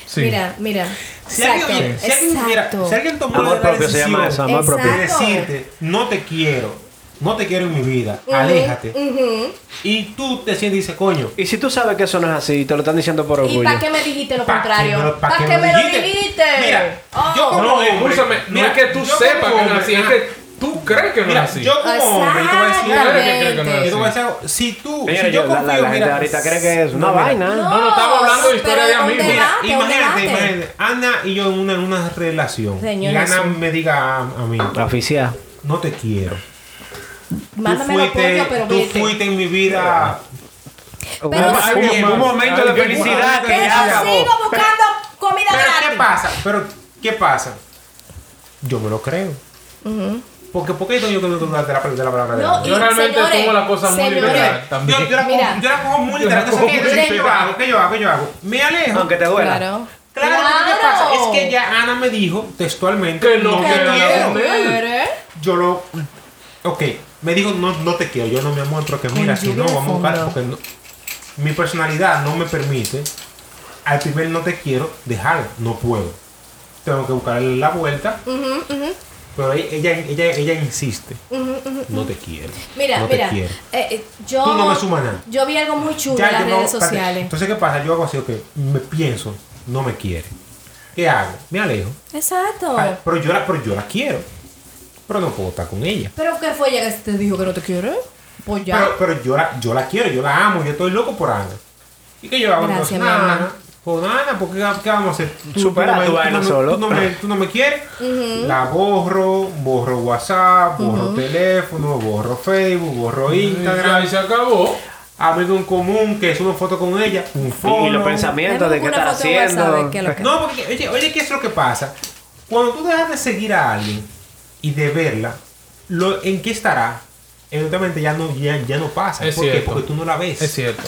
Speaker 2: Sí.
Speaker 5: Mira, mira.
Speaker 3: Si
Speaker 5: exacto,
Speaker 3: alguien, si alguien, mira,
Speaker 5: exacto.
Speaker 3: si alguien tomó
Speaker 4: Amor
Speaker 3: la
Speaker 4: propio se
Speaker 3: decisión
Speaker 4: llama eso, amor
Speaker 5: Exacto.
Speaker 4: propio.
Speaker 3: de decirte, no te quiero, no te quiero en mi vida,
Speaker 5: Ujú,
Speaker 3: aléjate.
Speaker 5: ujú.
Speaker 3: Y tú te sientes y dices, coño,
Speaker 4: Y si tú sabes que eso no es así y te lo están diciendo por
Speaker 5: ¿Y
Speaker 4: orgullo.
Speaker 5: para qué me dijiste lo
Speaker 3: ¿Pa' qué me
Speaker 5: contrario?
Speaker 3: lo- pa'
Speaker 5: ¿Para
Speaker 3: qué
Speaker 5: qué
Speaker 3: me
Speaker 5: me lo
Speaker 3: dijiste?
Speaker 5: dijiste?
Speaker 3: Mira,
Speaker 5: Oh.
Speaker 3: yo como-
Speaker 2: No,
Speaker 3: Hombre,
Speaker 2: escúchame, no
Speaker 3: mira,
Speaker 2: es que tú
Speaker 3: yo
Speaker 2: sepas que
Speaker 3: como
Speaker 2: no es así, es
Speaker 3: hombre,
Speaker 2: que tú crees que no es
Speaker 3: mira,
Speaker 2: así.
Speaker 3: yo como hombre, yo te voy a decir
Speaker 2: que creo que
Speaker 3: algo.
Speaker 2: no
Speaker 5: Exactamente.
Speaker 3: Yo te voy a decir algo. Si tú,
Speaker 4: Señores,
Speaker 3: si
Speaker 4: yo-
Speaker 3: yo
Speaker 4: la,
Speaker 3: confío,
Speaker 4: la- la gente
Speaker 3: mira,
Speaker 4: ahorita cree que es una
Speaker 3: no, mira,
Speaker 4: vaina.
Speaker 2: No, no, estamos hablando de historia
Speaker 5: pero
Speaker 2: de amigos.
Speaker 5: un
Speaker 2: Mira,
Speaker 5: debate, un
Speaker 3: imagínate,
Speaker 5: debate.
Speaker 3: imagínate, Ana y yo en una, en una relación.
Speaker 5: Señor
Speaker 3: y Ana
Speaker 5: Jesús.
Speaker 3: me diga a, a mí,
Speaker 4: Aficiada.
Speaker 3: no te quiero. Tú
Speaker 5: Mándame los
Speaker 3: fuiste,
Speaker 5: pollos, pero
Speaker 3: tú
Speaker 5: vete.
Speaker 3: fuiste en mi vida.
Speaker 5: Pero
Speaker 4: Hubo-
Speaker 5: sí.
Speaker 4: hubo un momento de
Speaker 2: Alguien-
Speaker 4: felicidad que
Speaker 5: Pero
Speaker 4: ya acabó.
Speaker 5: sigo buscando comida
Speaker 3: Pero ¿qué
Speaker 5: gratis.
Speaker 3: pasa? Pero ¿qué pasa? Yo me lo creo. Porque ¿por qué tengo yo que dudar de la, de la palabra de
Speaker 5: No,
Speaker 3: Ana?
Speaker 5: y
Speaker 2: Yo realmente
Speaker 5: señores,
Speaker 2: tomo la cosa muy
Speaker 5: señores,
Speaker 2: literal también.
Speaker 3: Yo, yo la
Speaker 5: Mira.
Speaker 3: cojo, yo la cojo muy
Speaker 2: Yo la
Speaker 3: literal. Entonces,
Speaker 2: cojo
Speaker 3: ¿qué,
Speaker 5: muy
Speaker 3: entonces, ¿qué yo
Speaker 5: literal.
Speaker 3: hago? ¿Qué yo hago? ¿Qué yo hago? Me alejo.
Speaker 4: Aunque te duela.
Speaker 5: Claro.
Speaker 3: Claro, ¿qué pasa? Es que ya Ana me dijo textualmente
Speaker 2: Que no,
Speaker 3: te
Speaker 2: que no,
Speaker 3: quiero.
Speaker 2: no, no.
Speaker 3: Yo lo. Ok, me dijo no, no te quiero. Yo no, mi amor, porque mira, si no,
Speaker 5: lluvia de
Speaker 3: vamos a buscar.
Speaker 5: fondo.
Speaker 3: Porque no- mi personalidad no me permite al primer no te quiero dejar. No puedo. Tengo que buscarle la vuelta. Pero e- ella, ella, ella insiste. No te quiero.
Speaker 5: Mira,
Speaker 3: no te
Speaker 5: mira.
Speaker 3: quiero.
Speaker 5: eh, eh, yo,
Speaker 3: Tú no me sumas nada.
Speaker 5: Yo vi algo muy chulo
Speaker 3: Ya,
Speaker 5: en las
Speaker 3: yo no-
Speaker 5: redes
Speaker 3: espérate.
Speaker 5: sociales.
Speaker 3: Entonces, ¿qué pasa? Yo hago así, ok, me pienso, no me quiere. ¿Qué hago? Me alejo.
Speaker 5: Exacto.
Speaker 3: Ah, Pero yo, la, pero yo la quiero. Pero no puedo estar con ella.
Speaker 5: ¿Pero qué fue ella que te dijo que no te quiere? Pues ya.
Speaker 3: Pero, pero yo, la, yo la quiero, yo la amo, yo estoy loco por Ana. ¿Y qué yo hago?
Speaker 5: Gracias,
Speaker 3: Entonces,
Speaker 5: mi
Speaker 3: nada,
Speaker 5: amor.
Speaker 3: con Ana, porque ¿qué vamos a hacer?
Speaker 4: Supera tu
Speaker 3: tú
Speaker 4: vaina
Speaker 3: no me-
Speaker 4: solo.
Speaker 3: Tú no, me, tú no me quieres. La borro, borro WhatsApp, borro teléfono, borro Facebook, borro
Speaker 2: Y
Speaker 3: Instagram.
Speaker 2: se acabó.
Speaker 3: Amigo en común que sube foto con ella, un
Speaker 4: Y,
Speaker 3: follow.
Speaker 4: y los pensamientos de qué
Speaker 5: Dame una
Speaker 4: estar
Speaker 5: foto en WhatsApp,
Speaker 4: haciendo.
Speaker 5: que lo que-
Speaker 3: No, porque, oye, oye, ¿qué es lo que pasa? Cuando tú dejas de seguir a alguien y de verla, lo, ¿en qué estará? Evidentemente ya no, ya, ya no pasa.
Speaker 2: Es
Speaker 3: ¿Por qué?
Speaker 2: cierto.
Speaker 3: Porque tú no la ves.
Speaker 2: Es cierto.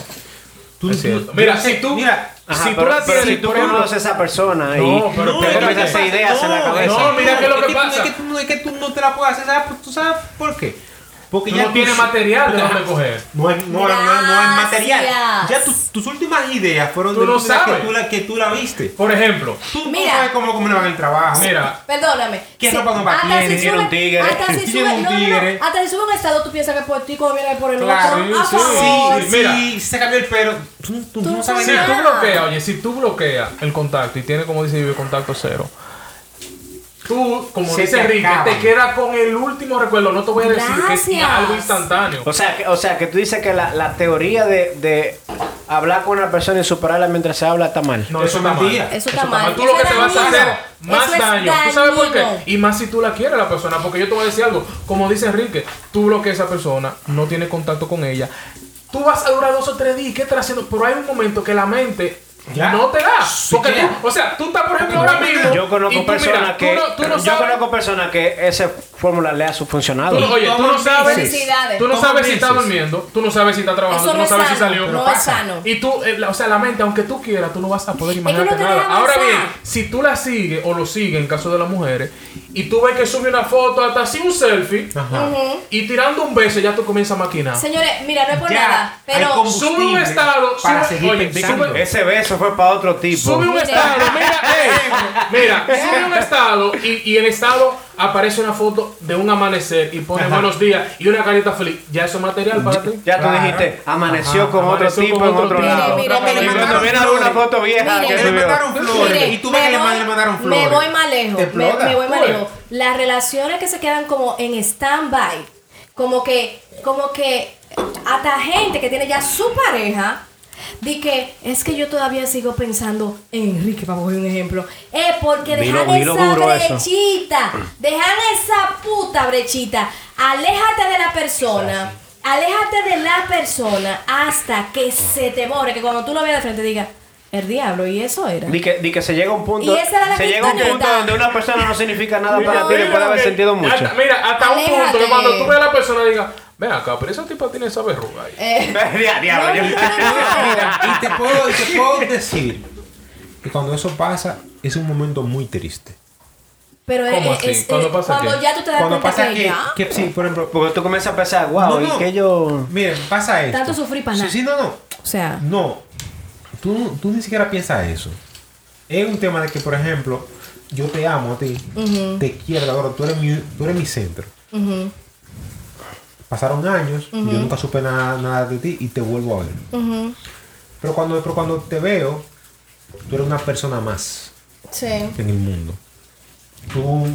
Speaker 3: Tú-
Speaker 2: es
Speaker 3: tú-
Speaker 2: cierto.
Speaker 3: tú-
Speaker 2: Eh, Mira,
Speaker 3: yo
Speaker 2: si
Speaker 3: sé-
Speaker 2: tú,
Speaker 3: Mira,
Speaker 4: Ajá,
Speaker 2: si tú
Speaker 4: pero,
Speaker 2: la
Speaker 4: pero
Speaker 2: tienes,
Speaker 4: si tú
Speaker 2: por ejemplo-
Speaker 4: conoces a esa persona
Speaker 2: No,
Speaker 4: y
Speaker 2: pero
Speaker 4: te
Speaker 2: espérate.
Speaker 4: comienzas esas ideas en la
Speaker 3: no,
Speaker 4: cabeza.
Speaker 2: no, mira qué es lo que
Speaker 3: tú-
Speaker 2: pasa.
Speaker 3: Es que, tú, no- es que tú no te la puedes hacer. ¿sabes? Pues, ¿Tú sabes por qué? Porque
Speaker 2: Tú no tienes material de dónde coger.
Speaker 3: No hay, no, no, no, no hay material.
Speaker 5: Gracias.
Speaker 3: Ya tus- tus últimas ideas fueron
Speaker 2: Tú
Speaker 3: de
Speaker 2: no
Speaker 3: las que
Speaker 2: sabes.
Speaker 3: tú, la, que tú la viste.
Speaker 2: Por ejemplo,
Speaker 3: Tú
Speaker 5: Mira.
Speaker 3: no sabes cómo combinaban el trabajo.
Speaker 2: mira,
Speaker 5: Perdóname.
Speaker 3: ¿Qué
Speaker 5: Sí,
Speaker 3: ropa compartida?
Speaker 5: hasta si
Speaker 4: Tiene
Speaker 5: sube-
Speaker 4: un tigre.
Speaker 5: Hasta si
Speaker 3: Tiene
Speaker 5: sube,
Speaker 3: un
Speaker 5: no, no, no,
Speaker 3: tigre.
Speaker 5: hasta si sube un estado, tú piensas que por ti como viene por el
Speaker 3: Claro,
Speaker 5: otro. A
Speaker 2: sí,
Speaker 5: favor.
Speaker 3: Sí,
Speaker 2: sí. Mira.
Speaker 3: sí, se cambió el pelo. Tú, tú
Speaker 5: Tú
Speaker 3: no sabes
Speaker 2: si
Speaker 5: sabes
Speaker 3: nada.
Speaker 2: tú
Speaker 5: Ah.
Speaker 2: bloqueas, oye, si tú bloqueas el contacto y tienes, como dice Vive, contacto cero, tú, como
Speaker 3: Se
Speaker 2: dice
Speaker 3: te
Speaker 2: Enrique,
Speaker 3: acaba.
Speaker 2: te quedas con el último recuerdo. No te voy a decir que es
Speaker 5: Gracias.
Speaker 2: algo instantáneo.
Speaker 4: O sea, que, o sea, que tú dices que la, la teoría de, de hablar con una persona y superarla mientras se habla está mal.
Speaker 2: No, eso,
Speaker 3: Eso es
Speaker 2: está mal.
Speaker 3: mentira.
Speaker 5: Eso está mal.
Speaker 2: Tú lo
Speaker 5: Eso
Speaker 2: que
Speaker 5: es
Speaker 2: te vas a
Speaker 5: dañino.
Speaker 2: hacer más
Speaker 5: Eso es
Speaker 2: daño. ¿Tú sabes por qué?
Speaker 5: dañino.
Speaker 2: Y más si tú la quieres a la persona. Porque yo te voy a decir algo. Como dice Enrique, tú bloqueas a esa persona, no tienes contacto con ella. Tú vas a durar dos o tres días. ¿y ¿Qué estás haciendo? Pero hay un momento que la mente
Speaker 3: Ya.
Speaker 2: No te da.
Speaker 3: Sí,
Speaker 2: porque
Speaker 3: ya.
Speaker 2: tú- o sea, tú estás, por ejemplo, ahora mismo.
Speaker 4: Yo
Speaker 2: y tú,
Speaker 4: conozco
Speaker 2: mira,
Speaker 4: personas que.
Speaker 2: Tú no, tú no
Speaker 4: Yo
Speaker 2: sabes.
Speaker 4: conozco personas que esa fórmula le ha su- funcionado.
Speaker 2: tú no- oye, tú no
Speaker 3: Toman
Speaker 2: sabes.
Speaker 3: meses.
Speaker 5: Felicidades.
Speaker 2: Tú no
Speaker 3: Toman
Speaker 2: sabes si está
Speaker 3: meses.
Speaker 2: durmiendo, tú no sabes si está trabajando,
Speaker 5: Eso no
Speaker 2: tú no
Speaker 5: es
Speaker 2: sabes si
Speaker 5: sano,
Speaker 2: salió.
Speaker 5: no
Speaker 2: pasa.
Speaker 5: es sano.
Speaker 2: Y tú, eh, la- o sea, la mente, aunque tú quieras, tú no vas a poder
Speaker 5: que no te
Speaker 2: imaginarte nada.
Speaker 5: deja
Speaker 2: Ahora
Speaker 5: avanzar.
Speaker 2: bien, si tú la sigues o lo sigues en caso de las mujeres, y tú ves que sube una foto, hasta así un selfie,
Speaker 4: Ah.
Speaker 3: Ajá.
Speaker 2: y tirando un beso ya tú comienzas a maquinar.
Speaker 5: Señores, mira, no es por
Speaker 3: Ya,
Speaker 5: nada,
Speaker 3: hay
Speaker 5: pero
Speaker 3: combustible
Speaker 2: Sube un estado,
Speaker 3: para
Speaker 2: sube-
Speaker 3: seguir
Speaker 2: oye,
Speaker 3: pensando.
Speaker 2: sube-
Speaker 4: Ese beso fue para otro tipo.
Speaker 2: Sube un
Speaker 5: Mira.
Speaker 2: estado,
Speaker 5: <laughs>
Speaker 2: mira, ey, mira, sube un estado y, y en estado aparece una foto de un amanecer y pone
Speaker 3: Ajá.
Speaker 2: buenos días y una carita feliz. ¿Ya eso es material para ti?
Speaker 4: Ya tú
Speaker 3: Claro.
Speaker 4: dijiste, amaneció
Speaker 2: Ajá,
Speaker 4: con
Speaker 2: amaneció
Speaker 4: otro tipo
Speaker 2: con
Speaker 4: en
Speaker 2: otro
Speaker 4: otro
Speaker 2: tipo.
Speaker 4: lado.
Speaker 5: Mire, mire,
Speaker 4: y
Speaker 5: me
Speaker 4: cuando
Speaker 5: mandaron
Speaker 4: viene a ver una foto vieja
Speaker 5: Mire,
Speaker 4: que
Speaker 5: me
Speaker 3: Le
Speaker 4: subió.
Speaker 3: mandaron flores.
Speaker 5: Mire,
Speaker 3: y tú ves
Speaker 5: me
Speaker 3: que le
Speaker 5: voy-
Speaker 3: mand- le mandaron flores.
Speaker 5: Me voy más lejos.
Speaker 3: Te
Speaker 5: Me,
Speaker 3: explota.
Speaker 5: me voy más
Speaker 2: Oye.
Speaker 5: lejos. Las relaciones que se quedan como en stand-by, como que, como que hasta gente que tiene ya su pareja. Di que es que yo todavía sigo pensando en Enrique, para coger un ejemplo. Es porque
Speaker 4: Dilo-
Speaker 5: dejan
Speaker 4: dilo
Speaker 5: esa
Speaker 4: duro eso.
Speaker 5: brechita, dejan esa puta brechita. Aléjate de la persona, aléjate de la persona hasta que se te borre, que cuando tú lo veas de frente digas, el diablo, y eso era.
Speaker 4: Di que, di que se llega a un punto,
Speaker 5: Y esa era la
Speaker 4: se llega a un punto
Speaker 5: criptonita.
Speaker 4: donde una persona no significa nada
Speaker 2: Mira,
Speaker 4: para ti
Speaker 2: mira
Speaker 4: y puede haber
Speaker 2: que-
Speaker 4: sentido mucho.
Speaker 2: Hasta, mira, hasta un punto que
Speaker 5: Aléjate.
Speaker 2: cuando tú ves a la persona diga, ven acá, pero esa tipa tiene esa verruga ahí.
Speaker 5: Eh,
Speaker 4: Ya, diablo,
Speaker 5: No,
Speaker 4: yo-
Speaker 5: no, no, no.
Speaker 3: Mira, y te puedo, y te puedo decir que cuando eso pasa es un momento muy triste.
Speaker 5: Pero
Speaker 2: ¿Cómo
Speaker 5: es,
Speaker 2: así?
Speaker 5: es-
Speaker 2: ¿Cuándo pasa
Speaker 5: cuando
Speaker 2: qué?
Speaker 5: ya tú te das
Speaker 3: Cuando
Speaker 5: cuenta
Speaker 3: pasa
Speaker 5: que,
Speaker 3: que,
Speaker 5: ya,
Speaker 3: que sí, por ejemplo,
Speaker 4: <laughs> Porque tú comienzas a pensar, wow,
Speaker 3: No, no.
Speaker 4: y que yo.
Speaker 3: miren, pasa esto.
Speaker 5: Tanto sufrí pa'
Speaker 3: Sí,
Speaker 5: nada.
Speaker 3: sí, no, no.
Speaker 5: o sea,
Speaker 3: No, tú, tú ni siquiera piensas eso. Es un tema de que, por ejemplo, yo te amo a ti, te quiero, ahora tú eres mi, tú eres mi centro.
Speaker 5: ujú,
Speaker 3: Pasaron años, yo nunca supe nada, nada de ti y te vuelvo a ver.
Speaker 5: ujú,
Speaker 3: Pero cuando, pero cuando te veo, tú eres una persona más
Speaker 5: sí.
Speaker 3: en el mundo. Tú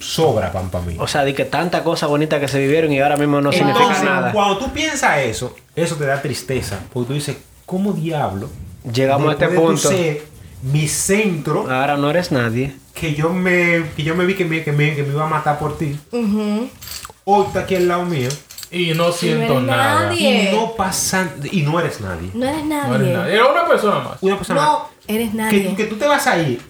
Speaker 3: sobra pan para mí.
Speaker 4: O sea, di que tantas cosas bonitas que se vivieron y ahora mismo no significa
Speaker 3: Entonces,
Speaker 4: nada.
Speaker 3: cuando tú piensas eso, eso te da tristeza. Porque tú dices, ¿cómo diablo?
Speaker 4: Llegamos a este
Speaker 3: después
Speaker 4: punto.
Speaker 3: de tú
Speaker 4: Ah.
Speaker 3: ser mi centro.
Speaker 4: Ahora no eres nadie.
Speaker 3: que yo me que yo me vi que me, que me, que me iba a matar por ti. Hoy está aquí al lado mío
Speaker 2: Y no siento
Speaker 5: eres
Speaker 2: nada.
Speaker 5: nadie.
Speaker 3: y
Speaker 5: Bien.
Speaker 3: no pasa y no eres nadie.
Speaker 5: No eres nadie.
Speaker 2: No eres nadie. Era una persona más.
Speaker 3: Una persona
Speaker 5: No, eres
Speaker 3: que,
Speaker 5: nadie.
Speaker 3: que tú te vas a ir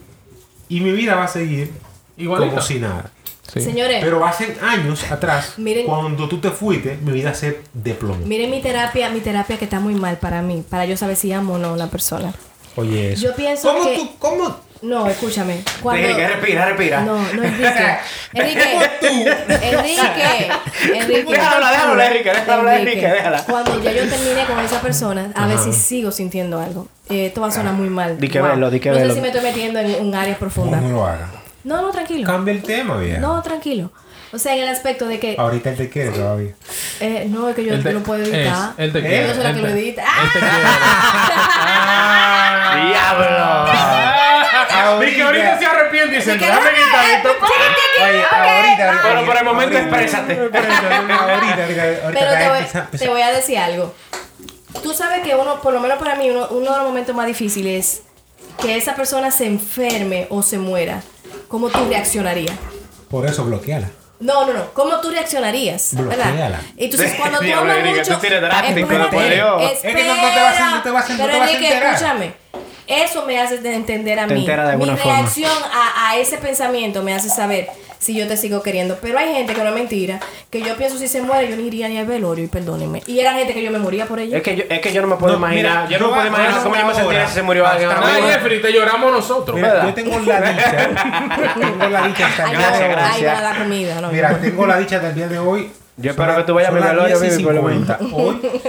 Speaker 3: y mi vida va a seguir
Speaker 2: Igualita.
Speaker 3: como si nada.
Speaker 5: Señores,
Speaker 3: Pero hace años atrás,
Speaker 5: Miren.
Speaker 3: cuando tú te fuiste, mi vida se desplomó.
Speaker 5: miren mi terapia, mi terapia que está muy mal para mí, para yo saber si amo o no a una persona.
Speaker 3: Oye, eso.
Speaker 5: Yo pienso
Speaker 3: ¿Cómo
Speaker 5: que-
Speaker 3: tú cómo
Speaker 5: No, escúchame. Cuando...
Speaker 4: Dije que respira, respira.
Speaker 5: No, no,
Speaker 4: <laughs>
Speaker 5: Enrique. Enrique. Enrique. Enrique.
Speaker 4: Déjala, déjala, Enrique, déjala, Enrique, déjala.
Speaker 5: Cuando ya yo termine con esa persona, a ver si sigo sintiendo algo. Eh, esto va a sonar muy mal.
Speaker 4: Di que
Speaker 5: Wow.
Speaker 4: velo, di que
Speaker 5: no
Speaker 4: velo.
Speaker 5: sé si me estoy metiendo en un área profunda.
Speaker 3: no lo hagas?
Speaker 5: No, no, tranquilo.
Speaker 3: Cambia el tema, vieja.
Speaker 5: No, tranquilo. O sea, en el aspecto de que.
Speaker 3: Ahorita él te quiere todavía.
Speaker 5: eh, no, es que yo
Speaker 2: Ah. Él te-
Speaker 5: lo puedo
Speaker 2: es,
Speaker 5: editar.
Speaker 2: él te
Speaker 5: Yo
Speaker 2: quiere,
Speaker 5: soy la
Speaker 2: él
Speaker 5: que lo
Speaker 2: te-
Speaker 5: edita.
Speaker 2: él
Speaker 5: <laughs>
Speaker 2: te Ah,
Speaker 5: ¡Ah!
Speaker 4: ¡Diablo!
Speaker 2: Y que Ah, ahorita se arrepiente y dice,
Speaker 5: Di que,
Speaker 2: déjame
Speaker 5: "Ah,
Speaker 2: quitar esto.
Speaker 3: Oye, ahorita, ahorita.
Speaker 4: Pero por el momento, exprésate.
Speaker 3: Ahorita, ahorita, ahorita,
Speaker 5: Pero
Speaker 3: ahorita,
Speaker 5: te voy,
Speaker 3: esa-
Speaker 5: te voy a decir algo. Tú sabes que uno, por lo menos para mí, uno, uno de los momentos más difíciles es que esa persona se enferme o se muera. ¿Cómo tú reaccionarías?
Speaker 3: Por eso bloqueala.
Speaker 5: No, no, no. ¿Cómo tú reaccionarías? ¿Verdad?
Speaker 3: Bloquéala.
Speaker 5: Entonces,
Speaker 3: <laughs>
Speaker 5: cuando tú
Speaker 4: Diablo,
Speaker 5: hablas
Speaker 4: Enrique,
Speaker 5: mucho...
Speaker 4: tú tienes drástico,
Speaker 5: Espérate,
Speaker 4: por Dios.
Speaker 3: Es que no- no te vas a- no te vas a- no
Speaker 5: Pero
Speaker 3: te vas a
Speaker 5: Enrique,
Speaker 3: enterar.
Speaker 5: escúchame. Eso me hace de entender a
Speaker 4: Te
Speaker 5: mí.
Speaker 4: entera de alguna
Speaker 5: Mi
Speaker 4: forma.
Speaker 5: reacción a, a ese pensamiento me hace saber si yo te sigo queriendo. Pero hay gente que no es mentira, que yo pienso si se muere, yo no iría ni al velorio, y perdónenme. Y era gente que yo me moría por ella.
Speaker 4: Es que, yo, es que yo no me puedo
Speaker 3: No,
Speaker 4: imaginar.
Speaker 3: mira,
Speaker 4: yo no
Speaker 3: yo
Speaker 4: me puedo
Speaker 3: a-
Speaker 4: imaginar cómo yo me
Speaker 3: hasta
Speaker 4: sentiría
Speaker 3: ahora,
Speaker 4: si se murió alguien.
Speaker 3: hasta
Speaker 4: ahora
Speaker 2: Ay,
Speaker 4: mismo.
Speaker 3: ahora.
Speaker 2: Jeffrey, te lloramos nosotros.
Speaker 3: Mira,
Speaker 4: ¿Verdad?
Speaker 3: yo tengo la
Speaker 4: <laughs>
Speaker 3: dicha. tengo la dicha hasta el
Speaker 5: Ay,
Speaker 4: Gracias,
Speaker 3: día
Speaker 5: no,
Speaker 3: de hoy.
Speaker 4: gracias.
Speaker 5: Ay, va a dar comida. No,
Speaker 3: Mira, tengo la dicha del día de hoy.
Speaker 4: Yo
Speaker 3: Son
Speaker 4: espero
Speaker 3: la-
Speaker 4: que tú vayas
Speaker 3: son
Speaker 4: a mi
Speaker 3: las
Speaker 4: velorio,
Speaker 3: 10 y
Speaker 4: baby, por lo menos.
Speaker 3: 50. Hoy,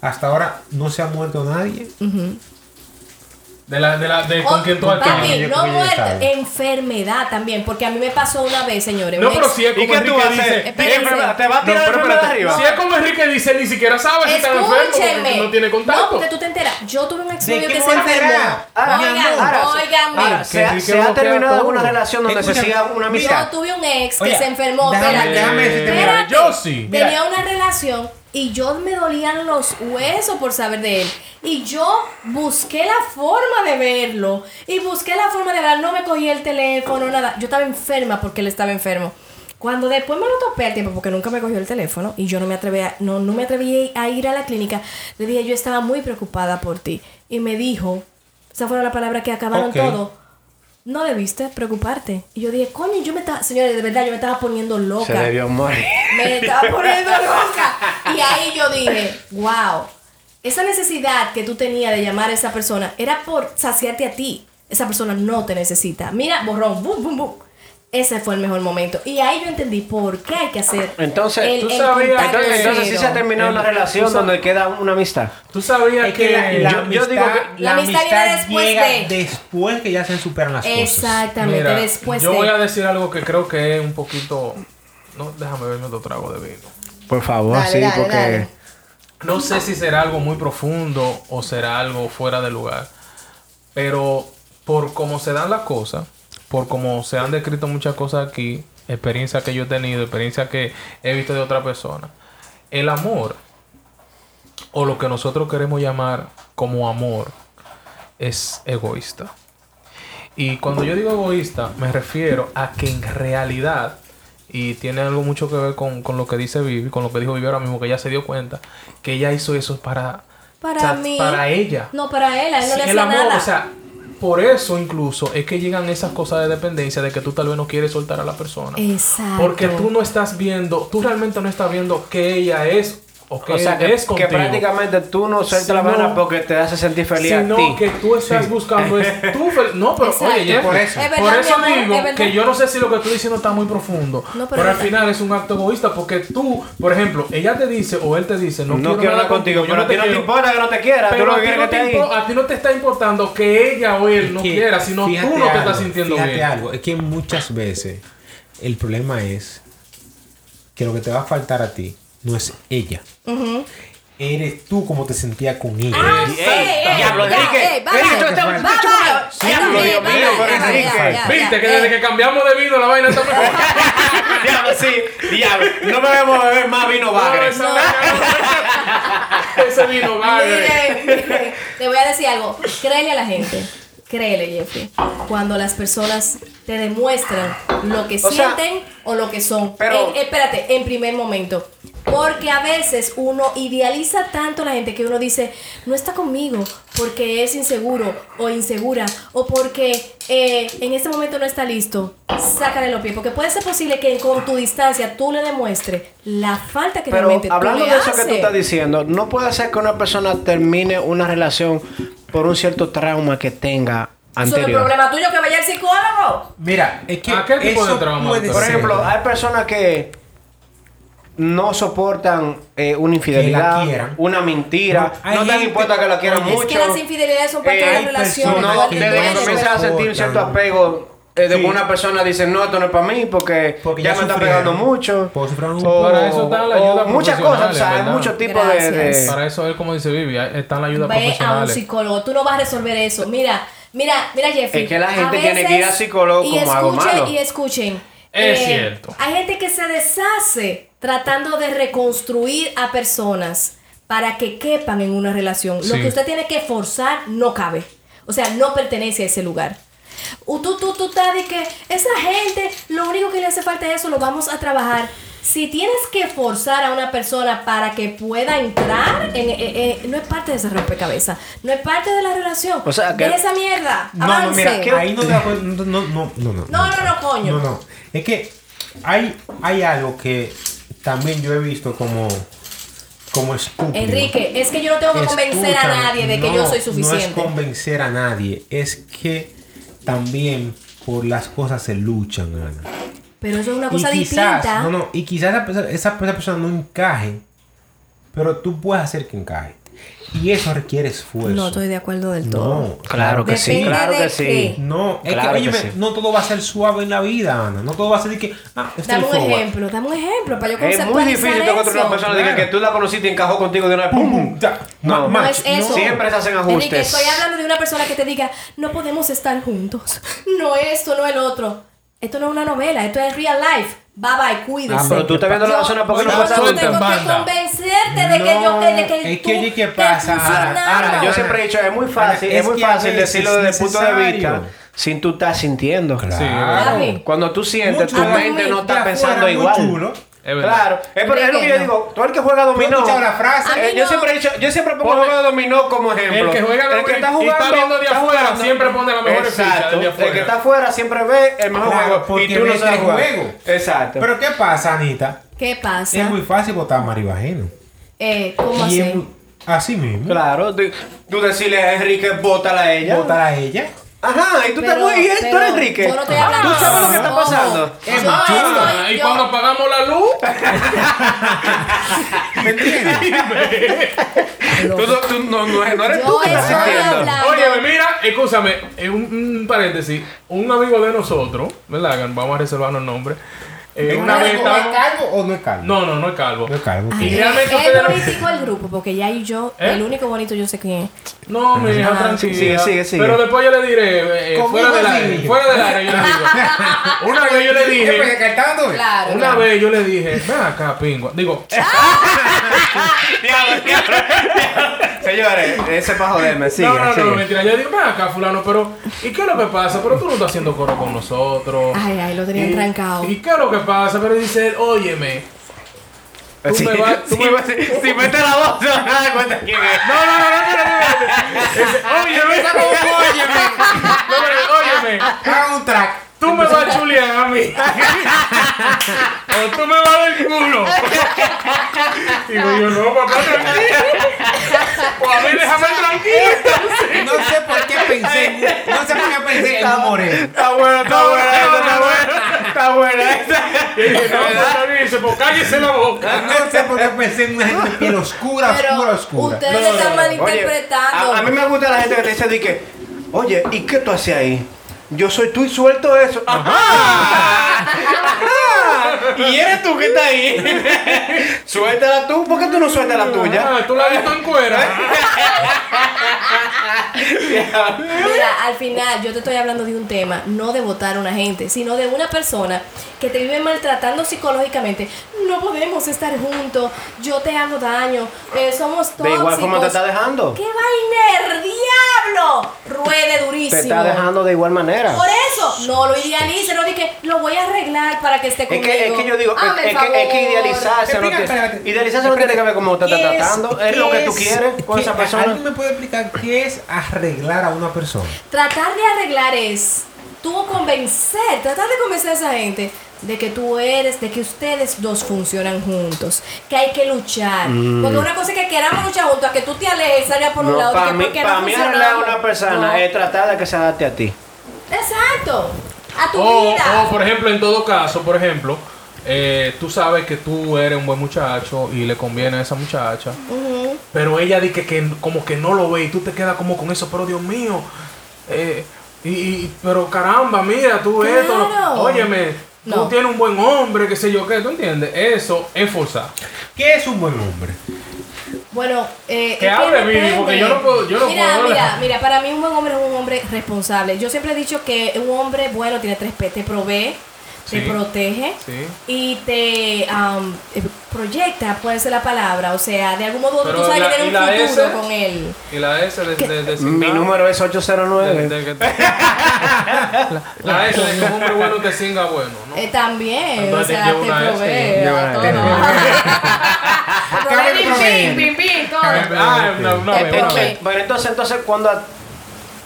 Speaker 3: hasta ahora, no se ha muerto nadie.
Speaker 2: De la, de la, de
Speaker 5: Oh,
Speaker 2: con quien tú
Speaker 5: papi,
Speaker 3: yo
Speaker 2: alquilas.
Speaker 3: creo
Speaker 5: no
Speaker 3: que ya
Speaker 5: muerte,
Speaker 3: sabe.
Speaker 5: enfermedad también, porque a mí me pasó una vez, señores.
Speaker 2: No,
Speaker 5: un
Speaker 2: pero
Speaker 5: ex-
Speaker 2: si es
Speaker 4: ¿Y
Speaker 2: como
Speaker 4: qué tú vas a
Speaker 2: Enrique
Speaker 4: hacer?
Speaker 2: dice.
Speaker 5: Espérense.
Speaker 4: Eh, enfermedad, ¿Te va a
Speaker 2: No,
Speaker 4: tirar
Speaker 2: pero
Speaker 4: enfermedad
Speaker 2: espérate.
Speaker 4: arriba?
Speaker 2: Si es como Enrique dice, ni siquiera sabe si está enfermo porque
Speaker 5: Escúchenme.
Speaker 2: no tiene contacto.
Speaker 5: No, porque tú te enteras. Yo tuve un
Speaker 3: ¿De
Speaker 5: exnovio
Speaker 3: qué
Speaker 5: que se
Speaker 3: manera?
Speaker 5: enfermó.
Speaker 3: Ah,
Speaker 4: Ahora,
Speaker 5: Oigan,
Speaker 4: ahora,
Speaker 5: oigan,
Speaker 4: ahora,
Speaker 5: oigan.
Speaker 4: ¿Se, ha-
Speaker 2: sí,
Speaker 4: se
Speaker 2: que
Speaker 4: ha
Speaker 2: bloquea
Speaker 4: terminado
Speaker 2: todo.
Speaker 4: alguna relación donde se
Speaker 3: Escúchame,
Speaker 4: siga una amistad?
Speaker 5: Yo tuve un ex que
Speaker 3: Oye,
Speaker 5: se enfermó.
Speaker 3: déjame-
Speaker 5: espérate.
Speaker 3: déjame decirte, mira,
Speaker 5: Espérate.
Speaker 2: yo sí.
Speaker 3: Mira.
Speaker 5: Tenía una relación y yo me dolían los huesos por saber de él. Y yo busqué la forma de verlo. Y busqué la forma de hablar. No me cogí el teléfono, nada. Yo estaba enferma porque él estaba enfermo. Cuando después me lo topé al tiempo, porque nunca me cogió el teléfono y yo no me atreví a, no, no me atreví a ir a la clínica, le dije, yo estaba muy preocupada por ti. Y me dijo, Esa fue la palabra que acabaron
Speaker 3: Ok.
Speaker 5: todo. No debiste preocuparte. Y yo dije, coño, yo me estaba, señores, de verdad, yo me estaba poniendo loca.
Speaker 4: Se debió morir.
Speaker 5: Me estaba poniendo loca. Y ahí yo dije, wow, esa necesidad que tú tenías de llamar a esa persona era por saciarte a ti. Esa persona no te necesita. Mira, borrón, bum, bum, bum. Ese fue el mejor momento. Y ahí yo entendí por qué hay que hacer.
Speaker 4: Entonces,
Speaker 2: tú sabías-
Speaker 5: contacto
Speaker 4: Entonces, entonces sí
Speaker 5: cero.
Speaker 4: se ha terminado
Speaker 2: El-
Speaker 4: una relación
Speaker 2: tú sabes-
Speaker 4: donde queda una amistad.
Speaker 2: Tú sabías
Speaker 3: Es que la, la
Speaker 2: yo, yo digo
Speaker 3: amistad-
Speaker 2: que.
Speaker 5: la amistad viene después
Speaker 3: llega
Speaker 5: de-
Speaker 3: después que ya se superan las cosas.
Speaker 5: Exactamente.
Speaker 2: Mira,
Speaker 5: Después
Speaker 2: yo
Speaker 5: de-
Speaker 2: voy a decir algo que creo que es un poquito. No, déjame verme otro trago de vino.
Speaker 4: Por favor,
Speaker 5: Dale,
Speaker 4: sí,
Speaker 5: dale,
Speaker 4: porque.
Speaker 5: dale.
Speaker 2: No sé si será algo muy profundo o será algo fuera de lugar. Pero por cómo se dan las cosas, por cómo se han descrito muchas cosas aquí, experiencia que yo he tenido, experiencia que he visto de otra persona, el amor, o lo que nosotros queremos llamar como amor, es egoísta. Y cuando yo digo egoísta, me refiero a que en realidad, y tiene algo mucho que ver con, con lo que dice Vivi, con lo que dijo Vivi ahora mismo, que ella se dio cuenta, que ella hizo eso para,
Speaker 5: Para
Speaker 2: o sea,
Speaker 5: mí.
Speaker 2: para ella.
Speaker 5: No, para él, a él no
Speaker 2: Sí,
Speaker 5: le hacía
Speaker 2: el amor,
Speaker 5: nada.
Speaker 2: o sea, por eso incluso es que llegan esas cosas de dependencia de que tú tal vez no quieres soltar a la persona.
Speaker 5: Exacto.
Speaker 2: Porque tú no estás viendo, tú realmente no estás viendo que ella es o que
Speaker 4: O sea,
Speaker 2: él
Speaker 4: Eh, que,
Speaker 2: es
Speaker 4: que
Speaker 2: contigo.
Speaker 4: prácticamente tú no sueltas
Speaker 2: Si
Speaker 4: la mano
Speaker 2: no-
Speaker 4: porque te hace sentir feliz a ti.
Speaker 2: Sino que tú estás buscando es
Speaker 4: <laughs>
Speaker 2: tú fel- No, pero
Speaker 5: Exacto.
Speaker 2: oye, Jeffrey,
Speaker 3: Por eso.
Speaker 5: Es verdad,
Speaker 2: por eso
Speaker 5: mi amor,
Speaker 2: digo
Speaker 5: es verdad.
Speaker 2: que yo no sé si lo que estoy diciendo está muy profundo.
Speaker 5: No, pero
Speaker 2: pero
Speaker 5: es
Speaker 2: al
Speaker 5: verdad.
Speaker 2: final es un acto egoísta porque tú, por ejemplo, ella te dice o él te dice, no,
Speaker 4: No, quiero hablar contigo,
Speaker 2: yo
Speaker 4: pero a ti no te
Speaker 2: quiero".
Speaker 4: importa que no te quiera.
Speaker 2: Pero
Speaker 4: tú lo
Speaker 2: a
Speaker 4: que
Speaker 2: ti,
Speaker 4: quieres
Speaker 2: no
Speaker 4: es que
Speaker 2: te
Speaker 4: te
Speaker 2: impo- <laughs> a ti no te está importando que ella o él no
Speaker 3: Que,
Speaker 2: quiera, sino tú no
Speaker 3: fíjate
Speaker 2: te
Speaker 3: algo,
Speaker 2: estás sintiendo
Speaker 3: fíjate
Speaker 2: bien.
Speaker 3: algo, es que muchas veces el problema es que lo que te va a faltar a ti no es ella. Eres tú como te sentías con ella.
Speaker 5: Ah,
Speaker 4: Ey,
Speaker 5: sí,
Speaker 4: ey,
Speaker 5: ey,
Speaker 4: diablo,
Speaker 5: ya,
Speaker 4: Enrique.
Speaker 5: ey, bye,
Speaker 4: Enrique,
Speaker 5: bye.
Speaker 4: tú estás-
Speaker 5: Bye,
Speaker 4: tú-
Speaker 5: bye.
Speaker 4: tú- Diablo,
Speaker 5: Enrique,
Speaker 4: Dios
Speaker 5: bye,
Speaker 4: mío,
Speaker 5: bye,
Speaker 4: por
Speaker 5: ya,
Speaker 4: Enrique.
Speaker 5: ya, ya,
Speaker 2: Viste
Speaker 5: ya.
Speaker 2: que desde
Speaker 5: Ey.
Speaker 2: que cambiamos de vino la vaina está
Speaker 4: <laughs>
Speaker 2: mejor.
Speaker 4: Diablo, sí, diablo. No me debemos beber más vino
Speaker 2: <laughs>
Speaker 4: bagre.
Speaker 5: <laughs>
Speaker 2: Esa vaina- Ese vino bagre.
Speaker 5: Mire, mire, Te voy a decir algo. Créele a la gente. Créele, Jeffrey. Cuando las personas te demuestran lo que
Speaker 4: O sea,
Speaker 5: sienten o lo que son.
Speaker 4: pero-
Speaker 5: En- espérate, en primer momento. Porque a veces uno idealiza tanto a la gente que uno dice, no está conmigo porque es inseguro o insegura o porque eh, en este momento no está listo. Sácale los pies. Porque puede ser posible que con tu distancia tú le demuestres la falta que
Speaker 4: Pero
Speaker 5: realmente tú
Speaker 4: hablando
Speaker 5: le
Speaker 4: de eso que
Speaker 5: haces.
Speaker 4: tú estás diciendo, no puede ser que una persona termine una relación por un cierto trauma que tenga
Speaker 5: Eso es el
Speaker 4: anterior.
Speaker 5: problema tuyo que vaya el psicólogo.
Speaker 3: Mira, es que
Speaker 2: ¿A qué tipo de trauma
Speaker 3: puede
Speaker 2: te-
Speaker 4: Por
Speaker 3: ser
Speaker 4: ejemplo, hay personas que no soportan eh, una infidelidad,
Speaker 3: quieran.
Speaker 4: una mentira,
Speaker 3: No, hay
Speaker 4: no están
Speaker 3: gente-
Speaker 4: importa que la quieran
Speaker 3: Oye, es
Speaker 4: mucho.
Speaker 5: Es que las infidelidades son parte de la
Speaker 4: Eh,
Speaker 5: relación.
Speaker 3: personas
Speaker 4: No,
Speaker 5: igual que
Speaker 3: que
Speaker 5: el
Speaker 4: desde que
Speaker 5: duelo.
Speaker 4: comienza a sentir
Speaker 3: soportan.
Speaker 4: cierto apego eh, de
Speaker 3: Sí.
Speaker 4: que una persona dice no, esto no es para mí porque,
Speaker 3: Porque
Speaker 4: ya,
Speaker 3: ya
Speaker 4: me está
Speaker 3: sufrieron.
Speaker 4: pegando mucho.
Speaker 3: Porque sufrieron un-
Speaker 4: O-
Speaker 2: Para eso está la ayuda
Speaker 4: o Muchas
Speaker 2: profesional,
Speaker 4: cosas, o sea,
Speaker 2: en
Speaker 4: hay
Speaker 2: verdad.
Speaker 4: muchos tipos de-
Speaker 5: Gracias.
Speaker 4: de...
Speaker 2: Para eso es como dice Vivi, están la ayuda
Speaker 5: Ve a un
Speaker 2: profesional.
Speaker 5: psicólogo, tú no vas a resolver eso. Mira, mira, mira, Jeffrey.
Speaker 4: Es que la gente
Speaker 5: a
Speaker 4: tiene que ir al psicólogo
Speaker 5: y
Speaker 4: como algo
Speaker 5: escuchen-
Speaker 4: malo.
Speaker 5: Y escuchen. eh,
Speaker 2: Es cierto.
Speaker 5: Hay gente que se deshace tratando de reconstruir a personas para que quepan en una relación. Lo
Speaker 2: Sí.
Speaker 5: que usted tiene que forzar no cabe. O sea, no pertenece a ese lugar. U- Tú, tú, tú estás de que esa gente, lo único que le hace falta es eso, lo vamos a trabajar. Si tienes que forzar a una persona para que pueda entrar, en- eh, eh, no es parte de ese rompecabezas, no es parte de la relación.
Speaker 4: O sea, que-
Speaker 5: Deja esa mierda,
Speaker 3: No,
Speaker 5: avance.
Speaker 3: no, mira, ahí no
Speaker 5: <laughs>
Speaker 3: te acuer- no, no, no, no, no.
Speaker 5: No, no, no, coño.
Speaker 3: No, no. Es que hay, hay algo que también yo he visto como, como estúpido.
Speaker 5: Enrique, es que yo no tengo que convencer a
Speaker 3: Escúchame,
Speaker 5: nadie de que
Speaker 3: no,
Speaker 5: yo soy
Speaker 3: No es
Speaker 5: suficiente.
Speaker 3: convencer a nadie, es que también por las cosas se luchan, Ana.
Speaker 5: Pero eso es una cosa
Speaker 3: y quizás,
Speaker 5: distinta.
Speaker 3: no, no, y quizás esa, persona- esa, esa persona no encaje, pero tú puedes hacer que encaje. Y eso requiere esfuerzo.
Speaker 5: No estoy de acuerdo del todo.
Speaker 3: pues, No,
Speaker 4: Claro que sí,
Speaker 5: Depende
Speaker 4: claro
Speaker 5: de
Speaker 4: que sí.
Speaker 5: qué.
Speaker 3: No, es
Speaker 4: Claro
Speaker 3: que,
Speaker 4: que
Speaker 3: óyeme,
Speaker 4: sí.
Speaker 3: no todo va a ser suave en la vida, Ana. No todo va a ser de que, ah, estoy
Speaker 5: Dame un
Speaker 3: forward.
Speaker 5: ejemplo, dame un ejemplo para yo
Speaker 4: Es muy
Speaker 5: conceptualizar
Speaker 4: difícil tú encontrar
Speaker 5: eso.
Speaker 4: una persona de que,
Speaker 3: Claro.
Speaker 4: que tú la conociste y encajó contigo de una vez.
Speaker 3: Pum,
Speaker 4: ¡pum!
Speaker 3: pum, ya.
Speaker 4: No,
Speaker 3: Ma-
Speaker 5: No
Speaker 3: match.
Speaker 5: es eso.
Speaker 4: Siempre se hacen ajustes.
Speaker 5: Enrique, estoy hablando de una persona que te diga, no podemos estar juntos. No esto, no el otro. Esto no es una novela, esto es real life. Bye bye, cuídese.
Speaker 3: Ah, pero tú
Speaker 4: estás viendo la persona porque
Speaker 5: yo
Speaker 4: no pasa
Speaker 5: tengo
Speaker 2: nada.
Speaker 5: que
Speaker 2: Banda.
Speaker 5: convencerte de que yo de que
Speaker 3: es que
Speaker 5: tú-
Speaker 3: oye, ¿qué
Speaker 5: que
Speaker 3: pasa?
Speaker 5: funcionamos.
Speaker 4: Ahora, ahora, yo siempre he dicho, es muy fácil,
Speaker 3: Ahora,
Speaker 4: es,
Speaker 3: es
Speaker 4: muy
Speaker 3: que a
Speaker 4: fácil
Speaker 3: veces
Speaker 4: decirlo desde el
Speaker 3: es
Speaker 4: punto de vista
Speaker 3: necesario.
Speaker 4: sin tú estar sintiendo.
Speaker 3: Claro.
Speaker 2: Sí,
Speaker 5: Gaby.
Speaker 4: Cuando tú sientes,
Speaker 3: Mucho
Speaker 4: tu
Speaker 5: chulo.
Speaker 4: mente no
Speaker 3: de
Speaker 4: está
Speaker 3: afuera,
Speaker 4: pensando
Speaker 3: muy
Speaker 4: igual.
Speaker 3: chulo,
Speaker 2: Es verdad.
Speaker 4: Claro, es, por- es lo que yo
Speaker 5: Pequeño.
Speaker 4: digo, todo el que juega dominó.
Speaker 3: escuchado la frase?
Speaker 5: A mí
Speaker 4: Eh, yo
Speaker 5: no.
Speaker 4: siempre he dicho, yo siempre pongo
Speaker 2: Ponme-
Speaker 4: el juego de dominó como ejemplo.
Speaker 2: El que juega dominó
Speaker 4: está
Speaker 2: y- y está
Speaker 4: jugando
Speaker 2: viendo de
Speaker 4: está
Speaker 2: afuera,
Speaker 4: jugando.
Speaker 2: siempre pone la mejor ficha
Speaker 4: Exacto.
Speaker 2: del de afuera.
Speaker 4: El que está afuera siempre ve el mejor
Speaker 3: Claro,
Speaker 4: juego
Speaker 3: porque
Speaker 4: y tú no
Speaker 3: ve
Speaker 4: sabes
Speaker 3: este
Speaker 4: jugar.
Speaker 3: juego.
Speaker 4: Exacto.
Speaker 3: Pero ¿qué pasa, Anita?
Speaker 5: ¿Qué pasa?
Speaker 3: Es muy fácil votar a Mario Ajeno.
Speaker 5: Eh, ¿Cómo
Speaker 3: Y
Speaker 5: así?
Speaker 3: es muy- así mismo.
Speaker 4: claro, tú, tú decirle a Enrique, bótala a ella.
Speaker 3: Votar a ella.
Speaker 4: Ajá, y tú te
Speaker 5: Pero-
Speaker 4: muy bien, tú
Speaker 5: pero
Speaker 4: eres Enrique.
Speaker 5: yo no estoy
Speaker 4: tú
Speaker 5: hablando-
Speaker 4: sabes lo que está
Speaker 5: Ojo.
Speaker 4: pasando.
Speaker 5: Yo
Speaker 3: Es muy chulo.
Speaker 5: estoy-
Speaker 2: Ah, y
Speaker 5: yo-
Speaker 2: cuando apagamos la luz,
Speaker 3: ¿Me entiendes?
Speaker 4: Tú, no- tú no, no, no eres
Speaker 5: Yo
Speaker 4: tú que estás
Speaker 5: estoy
Speaker 4: sintiendo.
Speaker 5: hablando.
Speaker 2: oye, mira, escúchame, eh, un, un paréntesis, un amigo de nosotros, ¿verdad? Vamos a reservarnos nombres. Eh,
Speaker 3: ¿Es
Speaker 2: una vez
Speaker 3: calvo, ¿Es
Speaker 2: estábamos-
Speaker 3: calvo o no es calvo?
Speaker 2: No, no, no es calvo.
Speaker 3: No es calvo.
Speaker 5: Ay,
Speaker 2: Y
Speaker 3: ¿qué?
Speaker 5: es-
Speaker 2: realmente
Speaker 5: es
Speaker 2: ustedes-
Speaker 5: político el grupo, porque ya y yo,
Speaker 2: ¿Eh?
Speaker 5: el único bonito yo sé quién es.
Speaker 2: No, mi hija,
Speaker 5: Ajá.
Speaker 2: tranquila.
Speaker 4: Sigue, sigue, sigue.
Speaker 2: Pero después yo le diré, eh,
Speaker 3: Conmigo
Speaker 2: fuera del aire,
Speaker 3: sigue.
Speaker 2: fuera del aire, yo le digo. Una vez yo le
Speaker 3: ¿Qué, pues,
Speaker 2: dije,
Speaker 3: descartando?
Speaker 5: Claro.
Speaker 2: una vez yo le dije, ven acá, pingua. Digo,
Speaker 4: Diablo, diablo, diablo. Señores, ese es para joderme, sigue,
Speaker 2: no, no,
Speaker 4: sigue.
Speaker 2: no, mentira. Yo digo, ven acá, fulano, pero ¿y qué es lo que pasa? Pero tú no estás haciendo coro con nosotros.
Speaker 5: Ay, ay, lo tenían
Speaker 2: ¿Y-
Speaker 5: trancado.
Speaker 2: ¿Y qué es lo que pasa? Pero dice él, óyeme. Tú
Speaker 4: Si,
Speaker 2: me vas- tú
Speaker 4: si-
Speaker 2: me vas-
Speaker 4: si- si mete la voz, se van a dar cuenta quién es.
Speaker 2: No, no, no, no, no, no,
Speaker 4: Ah.
Speaker 2: no. Óyeme, está como óyeme. No, pero, óyeme.
Speaker 4: Ah.
Speaker 3: Hagan un track.
Speaker 2: Tú me vas a chulear
Speaker 4: <laughs>
Speaker 2: a mí. o tú me vas a dar el culo. Digo yo, no, papá, tranquilo. O a mí déjame tranquilo.
Speaker 3: No sé por qué pensé. No sé por qué pensé en un moreno.
Speaker 4: Está bueno, está buena esa, está buena. Está buena
Speaker 2: Y dije, no,
Speaker 4: esa.
Speaker 2: papá, y dice, pues cállese la boca.
Speaker 3: No sé por qué pensé en una gente de piel oscura, oscura, oscura.
Speaker 5: ustedes
Speaker 4: No, no, no,
Speaker 5: están
Speaker 4: no.
Speaker 5: malinterpretando.
Speaker 4: Oye, a, a mí me gusta la gente que te dice de que, oye, ¿y qué tú haces ahí? Yo soy tú y suelto eso. ¡Ajá! Ajá. <laughs> ¿Y eres tú que está ahí? <laughs> Mm. Suéltala tú, ¿por qué tú no sueltas la tuya? Ah.
Speaker 2: Ah, tú la has visto en cuera.
Speaker 5: Mira, al final yo te estoy hablando de un tema, no de votar a una gente, sino de una persona que te vive maltratando psicológicamente. No podemos estar juntos, yo te hago daño, eh, somos tóxicos.
Speaker 4: De igual forma te está dejando.
Speaker 5: ¡Qué vainer, diablo! Ruede durísimo.
Speaker 4: Te está dejando de igual manera.
Speaker 5: Por eso, no lo idealice, no dije, lo voy a arreglar para que esté
Speaker 4: Es
Speaker 5: conmigo.
Speaker 4: que, es que yo digo,
Speaker 5: Hazme
Speaker 4: es, es que, es que
Speaker 5: favor.
Speaker 4: idealizarse no,
Speaker 3: Explícame,
Speaker 4: tiene-
Speaker 3: espérate.
Speaker 4: idealizarse no tiene que ver cómo te está
Speaker 3: ¿Qué es-
Speaker 4: tratando. Es lo
Speaker 3: qué
Speaker 4: que tú
Speaker 3: es-
Speaker 4: quieres con
Speaker 5: Ah,
Speaker 3: qué-
Speaker 4: esa persona.
Speaker 3: ¿Alguien me puede explicar qué es arreglar a una persona?
Speaker 5: Tratar de arreglar es tú convencer, tratar de convencer a esa gente de que tú eres, de que ustedes dos funcionan juntos, que hay que luchar.
Speaker 2: Mm.
Speaker 5: Porque una cosa es que queramos luchar juntos, a que tú te alejes, salgas por un
Speaker 4: No,
Speaker 5: lado, de
Speaker 4: para
Speaker 5: que
Speaker 4: mí,
Speaker 5: porque
Speaker 4: para
Speaker 5: no
Speaker 4: mí
Speaker 5: funcionamos.
Speaker 4: arreglar a una persona
Speaker 5: No.
Speaker 4: es tratar de que se adapte a ti.
Speaker 5: Exacto, a tu
Speaker 2: O,
Speaker 5: vida.
Speaker 2: o, por ejemplo, en todo caso, por ejemplo, eh, tú sabes que tú eres un buen muchacho y le conviene a esa muchacha.
Speaker 5: Ujú.
Speaker 2: Pero ella dice que, que como que no lo ve y tú te quedas como con eso, pero Dios mío. eh, y, y- pero caramba, mira, tú
Speaker 5: Claro.
Speaker 2: esto. no- óyeme,
Speaker 5: No.
Speaker 2: tú tienes un buen hombre, qué sé yo qué, ¿tú entiendes? Eso es forzar.
Speaker 3: ¿Qué es un buen hombre?
Speaker 5: Bueno, eh,
Speaker 2: Que
Speaker 5: es
Speaker 2: hable,
Speaker 5: depende.
Speaker 2: Vivi, porque yo no puedo- yo no
Speaker 5: mira,
Speaker 2: puedo
Speaker 5: mira,
Speaker 2: hablar.
Speaker 5: mira, para mí un buen hombre es un hombre responsable. Yo siempre he dicho que un hombre bueno tiene tres P, te provee,
Speaker 2: Sí.
Speaker 5: te protege
Speaker 2: Sí.
Speaker 5: y te am, eh, proyecta, puede ser la palabra, o sea, de algún modo
Speaker 2: Pero
Speaker 5: tú sabes
Speaker 2: la-
Speaker 5: que
Speaker 2: ¿y la
Speaker 5: tienes un futuro
Speaker 2: S?
Speaker 5: con él.
Speaker 2: Y la S de, de, de-
Speaker 4: Mi
Speaker 2: de-
Speaker 4: número es
Speaker 2: de-
Speaker 4: 809.
Speaker 2: de- de- <laughs> La S de que un hombre bueno te singa bueno, ¿no?
Speaker 5: Eh, también, o
Speaker 2: Entonces,
Speaker 5: sea,
Speaker 2: lleva
Speaker 5: te
Speaker 2: una S,
Speaker 5: provee.
Speaker 4: lleva
Speaker 5: a
Speaker 4: una
Speaker 5: todo. <laughs>
Speaker 4: S.
Speaker 5: Provee,
Speaker 3: Cabe
Speaker 5: pim,
Speaker 3: proveer.
Speaker 5: pim, pim, pim, todo.
Speaker 3: Cabe
Speaker 2: Ah, una, una
Speaker 5: Te
Speaker 2: vez, una
Speaker 4: Pero,
Speaker 5: provee.
Speaker 2: vez.
Speaker 4: pero entonces, entonces cuando a-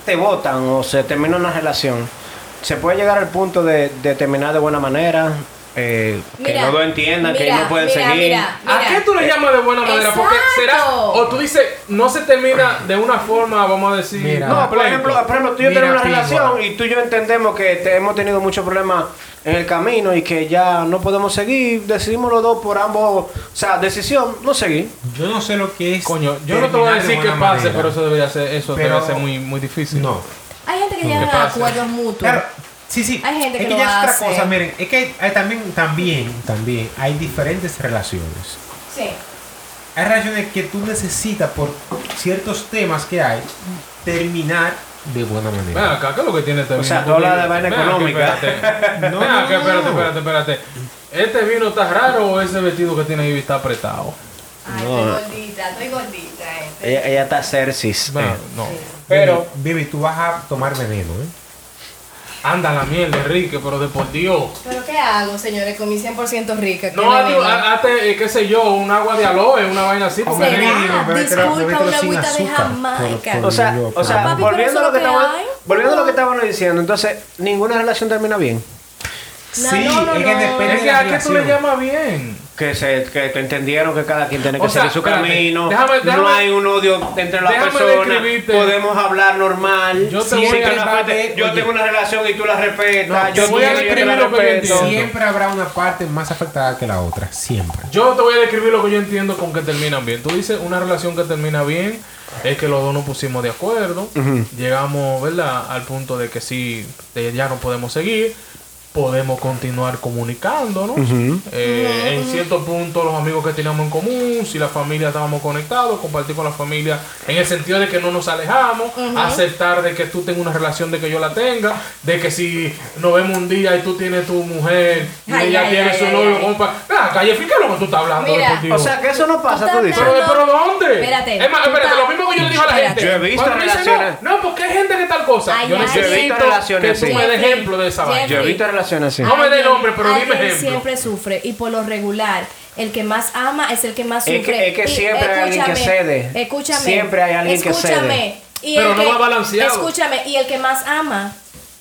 Speaker 4: te votan o se termina una relación, se puede llegar al punto de, de terminar de buena manera, eh, que
Speaker 5: Mira,
Speaker 4: los dos entiendan, que
Speaker 5: mira,
Speaker 4: no pueden
Speaker 5: mira,
Speaker 4: seguir.
Speaker 5: mira.
Speaker 2: ¿A qué tú le llamas de buena manera? Porque será.
Speaker 5: Exacto.
Speaker 2: O tú dices, no se termina de una forma, vamos a decir.
Speaker 3: Mira.
Speaker 4: No, por
Speaker 2: cuento.
Speaker 4: ejemplo, por ejemplo, tú y yo
Speaker 3: Mira,
Speaker 4: tenemos una
Speaker 3: Pingua.
Speaker 4: relación y tú y yo entendemos que te- hemos tenido muchos problemas en el camino y que ya no podemos seguir, decidimos los dos por ambos, o sea, decisión, no seguir.
Speaker 3: Yo no sé lo que es.
Speaker 2: Coño, yo no te voy a
Speaker 3: terminar de
Speaker 2: decir que
Speaker 3: buena
Speaker 2: pase,
Speaker 3: manera.
Speaker 2: pero eso debería ser, eso
Speaker 3: Pero-
Speaker 2: debe ser muy, muy difícil.
Speaker 3: No.
Speaker 5: Hay gente que
Speaker 2: ¿Qué
Speaker 5: llega a
Speaker 2: pasa?
Speaker 5: acuerdos mutuos.
Speaker 3: Claro, sí, sí.
Speaker 5: Hay gente
Speaker 3: es
Speaker 5: que
Speaker 3: que
Speaker 5: lo
Speaker 3: ya es
Speaker 5: hace.
Speaker 3: otra cosa. Miren, es que hay- hay también, también, también hay diferentes relaciones.
Speaker 5: Sí.
Speaker 3: Hay relaciones que tú necesitas por ciertos temas que hay terminar de buena
Speaker 2: Ven
Speaker 3: manera.
Speaker 2: acá, ¿qué es lo que tiene este vino?
Speaker 4: O sea, tú hablas de vaina
Speaker 2: Ven acá, <laughs>
Speaker 4: económica.
Speaker 2: Espérate.
Speaker 3: No,
Speaker 2: Ven
Speaker 3: no,
Speaker 2: acá,
Speaker 3: no.
Speaker 2: espérate, espérate, espérate. ¿Este vino está raro o ese vestido que tiene ahí está apretado?
Speaker 5: Ay, estoy gordita, estoy gordita. eh.
Speaker 4: Ella, ella está cercis.
Speaker 2: Ven, no.
Speaker 3: Baby, baby, tú vas a tomar veneno, ¿eh?
Speaker 2: Anda la mierda, Enrique, pero de por Dios.
Speaker 5: ¿Pero qué hago, señores, con mi 100% rica? ¿Qué
Speaker 2: No,
Speaker 5: le
Speaker 2: haz-
Speaker 5: digo?
Speaker 2: haz- hazte, eh, qué sé yo, un agua de aloe, una vaina así. porque
Speaker 5: ¿Será?
Speaker 2: Enrique-
Speaker 5: Disculpa, una agüita de Jamaica.
Speaker 4: O sea, o sea
Speaker 5: Papi, pero eso
Speaker 4: volviendo, a
Speaker 5: es
Speaker 4: lo
Speaker 5: lo
Speaker 4: que
Speaker 5: que
Speaker 4: estamos,
Speaker 5: hay.
Speaker 4: volviendo a lo que estábamos diciendo, entonces, ninguna relación termina bien.
Speaker 5: No,
Speaker 3: sí,
Speaker 5: no, no,
Speaker 3: es que
Speaker 5: no.
Speaker 2: Es
Speaker 3: depende de
Speaker 2: que
Speaker 3: la
Speaker 2: a qué tú le
Speaker 3: relación.
Speaker 2: llamas bien.
Speaker 4: Que se que, que entendieron que cada quien tiene que
Speaker 2: O sea,
Speaker 4: seguir su
Speaker 2: espérate,
Speaker 4: camino.
Speaker 2: déjame-
Speaker 4: no
Speaker 2: déjame-
Speaker 4: hay un odio entre las
Speaker 2: déjame
Speaker 4: personas.
Speaker 2: describirte.
Speaker 4: Podemos hablar normal.
Speaker 2: Yo te
Speaker 4: Sí,
Speaker 2: voy
Speaker 4: que
Speaker 2: a-
Speaker 4: la parte- yo
Speaker 3: oye.
Speaker 4: tengo una relación y tú la respetas.
Speaker 2: No,
Speaker 4: yo
Speaker 2: te voy a
Speaker 4: quiero y yo te
Speaker 2: describir
Speaker 4: la
Speaker 2: lo que yo
Speaker 4: respeto.
Speaker 2: entiendo.
Speaker 3: Siempre habrá una parte más afectada que la otra. Siempre.
Speaker 2: Yo te voy a describir lo que yo entiendo con que terminan bien. Tú dices una relación que termina bien es que los dos nos pusimos de acuerdo, llegamos, ¿verdad? Al punto de que sí, de- ya no podemos seguir, podemos continuar comunicándonos. Eh, En cierto punto los amigos que teníamos en común, si la familia estábamos conectados, compartir con la familia en el sentido de que no nos alejamos, aceptar de que tú tengas una relación de que yo la tenga, de que si nos vemos un día y tú tienes tu mujer y
Speaker 5: Ay,
Speaker 2: ella
Speaker 5: ay,
Speaker 2: tiene
Speaker 5: ay,
Speaker 2: su
Speaker 5: ay,
Speaker 2: novio,
Speaker 5: ay.
Speaker 2: compa. Mira, calle, fíjate lo que tú estás hablando
Speaker 5: Mira,
Speaker 2: de por Dios.
Speaker 4: O sea, que eso no pasa, tú
Speaker 5: Tú
Speaker 4: dices.
Speaker 5: estás
Speaker 2: pero, pero ¿dónde?
Speaker 5: Espérate,
Speaker 2: Es más,
Speaker 5: tú
Speaker 2: espérate,
Speaker 5: estás-
Speaker 2: lo mismo que yo le digo a la gente.
Speaker 5: Espérate.
Speaker 4: Yo he visto
Speaker 2: Cuando me dicen,
Speaker 4: relaciones-
Speaker 2: no, no, porque hay gente que tal cosa.
Speaker 5: Ay,
Speaker 2: yo
Speaker 5: ay,
Speaker 2: necesito
Speaker 5: Yo he
Speaker 4: visto relaciones
Speaker 2: que tú
Speaker 4: así.
Speaker 2: me des
Speaker 5: Jeffrey,
Speaker 2: ejemplo de esa vaina.
Speaker 4: Yo he visto relaciones
Speaker 5: <laughs>
Speaker 4: así. <laughs>
Speaker 2: No me dé
Speaker 5: Alguien-
Speaker 2: nombre, pero dime
Speaker 5: alguien
Speaker 2: ejemplo.
Speaker 5: siempre sufre y por lo regular, el que más ama es el que más
Speaker 4: Es que-
Speaker 5: sufre.
Speaker 4: es que
Speaker 5: Y
Speaker 4: siempre hay alguien que
Speaker 5: escúchame,
Speaker 4: cede.
Speaker 5: Escúchame.
Speaker 4: Siempre hay alguien que cede.
Speaker 5: escúchame, y
Speaker 2: Pero
Speaker 5: el
Speaker 2: no
Speaker 5: que-
Speaker 2: va balanceado.
Speaker 5: Escúchame, y el que más ama,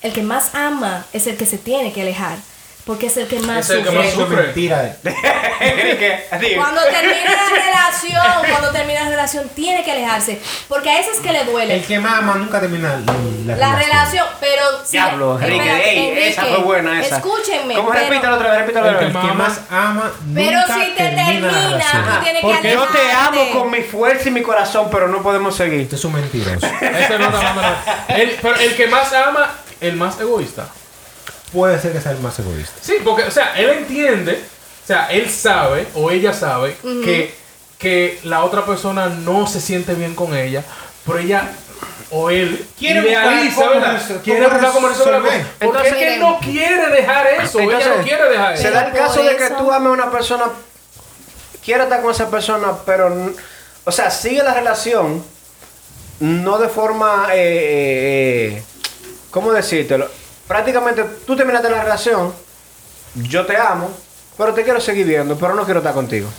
Speaker 5: el que más ama es el que se tiene que alejar, porque es el que más
Speaker 2: Es el que
Speaker 5: sufre.
Speaker 2: más
Speaker 3: Eso es
Speaker 2: sufre.
Speaker 3: mentira.
Speaker 5: Cuando termina la relación, cuando termina la relación, tiene que alejarse. Porque a esas que le duele.
Speaker 3: El que más ama nunca termina la,
Speaker 5: La relación, pero. sí-
Speaker 4: Diablo, Enrique,
Speaker 5: espérate,
Speaker 4: ey,
Speaker 5: Enrique,
Speaker 4: esa fue buena esa.
Speaker 5: Escúchenme.
Speaker 4: ¿Cómo
Speaker 5: pero-
Speaker 4: repítalo otra vez? Repítalo
Speaker 2: El
Speaker 4: otra
Speaker 2: que
Speaker 4: vez.
Speaker 3: El que más ama
Speaker 5: Pero
Speaker 3: nunca
Speaker 5: si te
Speaker 3: termina la
Speaker 5: termina,
Speaker 3: relación. Ah,
Speaker 5: tú tienes que
Speaker 4: Porque yo te
Speaker 5: alejarte.
Speaker 4: amo con mi fuerza y mi corazón, pero no podemos seguir.
Speaker 3: Usted este es un mentiroso.
Speaker 2: Ese no está amando nada. El- Pero el que más ama, el más egoísta.
Speaker 3: Puede ser que sea el más egoísta.
Speaker 2: Sí, porque, o sea, él entiende, o sea, él sabe o ella sabe que, que la otra persona no se siente bien con ella, pero ella o él
Speaker 3: Quiere
Speaker 2: idealiza,
Speaker 3: buscar cómo
Speaker 2: ¿verdad?
Speaker 3: reso-
Speaker 2: Quiere
Speaker 3: cómo
Speaker 2: buscar cómo resolver la
Speaker 3: resolver.
Speaker 2: cosa. Porque es
Speaker 5: Entonces-
Speaker 2: que él no quiere dejar eso, ella no quiere dejar eso.
Speaker 4: se da el
Speaker 5: Pero
Speaker 4: caso
Speaker 5: por
Speaker 4: de que
Speaker 5: eso-
Speaker 4: tú ames a una persona, quieras estar con esa persona, pero, n- o sea, sigue la relación, no de forma, eh, eh, eh, ¿cómo decírtelo? Prácticamente tú terminaste la relación, yo te amo, pero te quiero seguir viendo, pero no quiero estar contigo.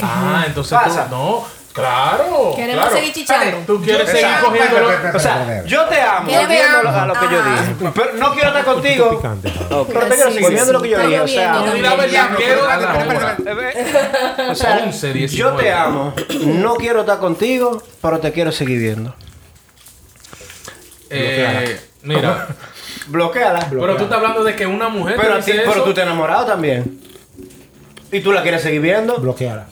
Speaker 2: Ah, entonces tú-
Speaker 4: Pasa.
Speaker 2: no, claro.
Speaker 5: Queremos
Speaker 2: claro.
Speaker 5: seguir chichando.
Speaker 2: Tú quieres
Speaker 4: Yo-
Speaker 2: seguir
Speaker 4: Exacto.
Speaker 2: cogiendo lo-
Speaker 4: O sea, yo te amo,
Speaker 5: Yo te
Speaker 4: volviendo a lo-
Speaker 5: amo.
Speaker 4: a lo que yo
Speaker 5: Ajá.
Speaker 4: dije, pero no quiero estar
Speaker 3: poquito
Speaker 4: contigo,
Speaker 3: picante, Pablo.
Speaker 4: no, pero te quiero
Speaker 5: Sí,
Speaker 4: seguir
Speaker 5: sí,
Speaker 4: viendo lo que yo
Speaker 5: está
Speaker 4: dije, o sea...
Speaker 5: lloviendo
Speaker 2: Mira,
Speaker 5: también.
Speaker 2: ¿verdad? Quiero Eh,
Speaker 3: espérate,
Speaker 2: a la
Speaker 3: espérate,
Speaker 2: hora.
Speaker 4: O sea,
Speaker 2: 11,
Speaker 4: yo
Speaker 2: 19.
Speaker 4: te amo, no quiero estar contigo, pero te quiero seguir viendo.
Speaker 2: Eh, Mira,
Speaker 4: Bloqueala.
Speaker 2: pero tú estás hablando de que una mujer te
Speaker 4: Pero, a ti-
Speaker 2: dice
Speaker 4: pero
Speaker 2: eso.
Speaker 4: tú te has enamorado también. Y tú la quieres seguir viendo.
Speaker 3: Bloqueala.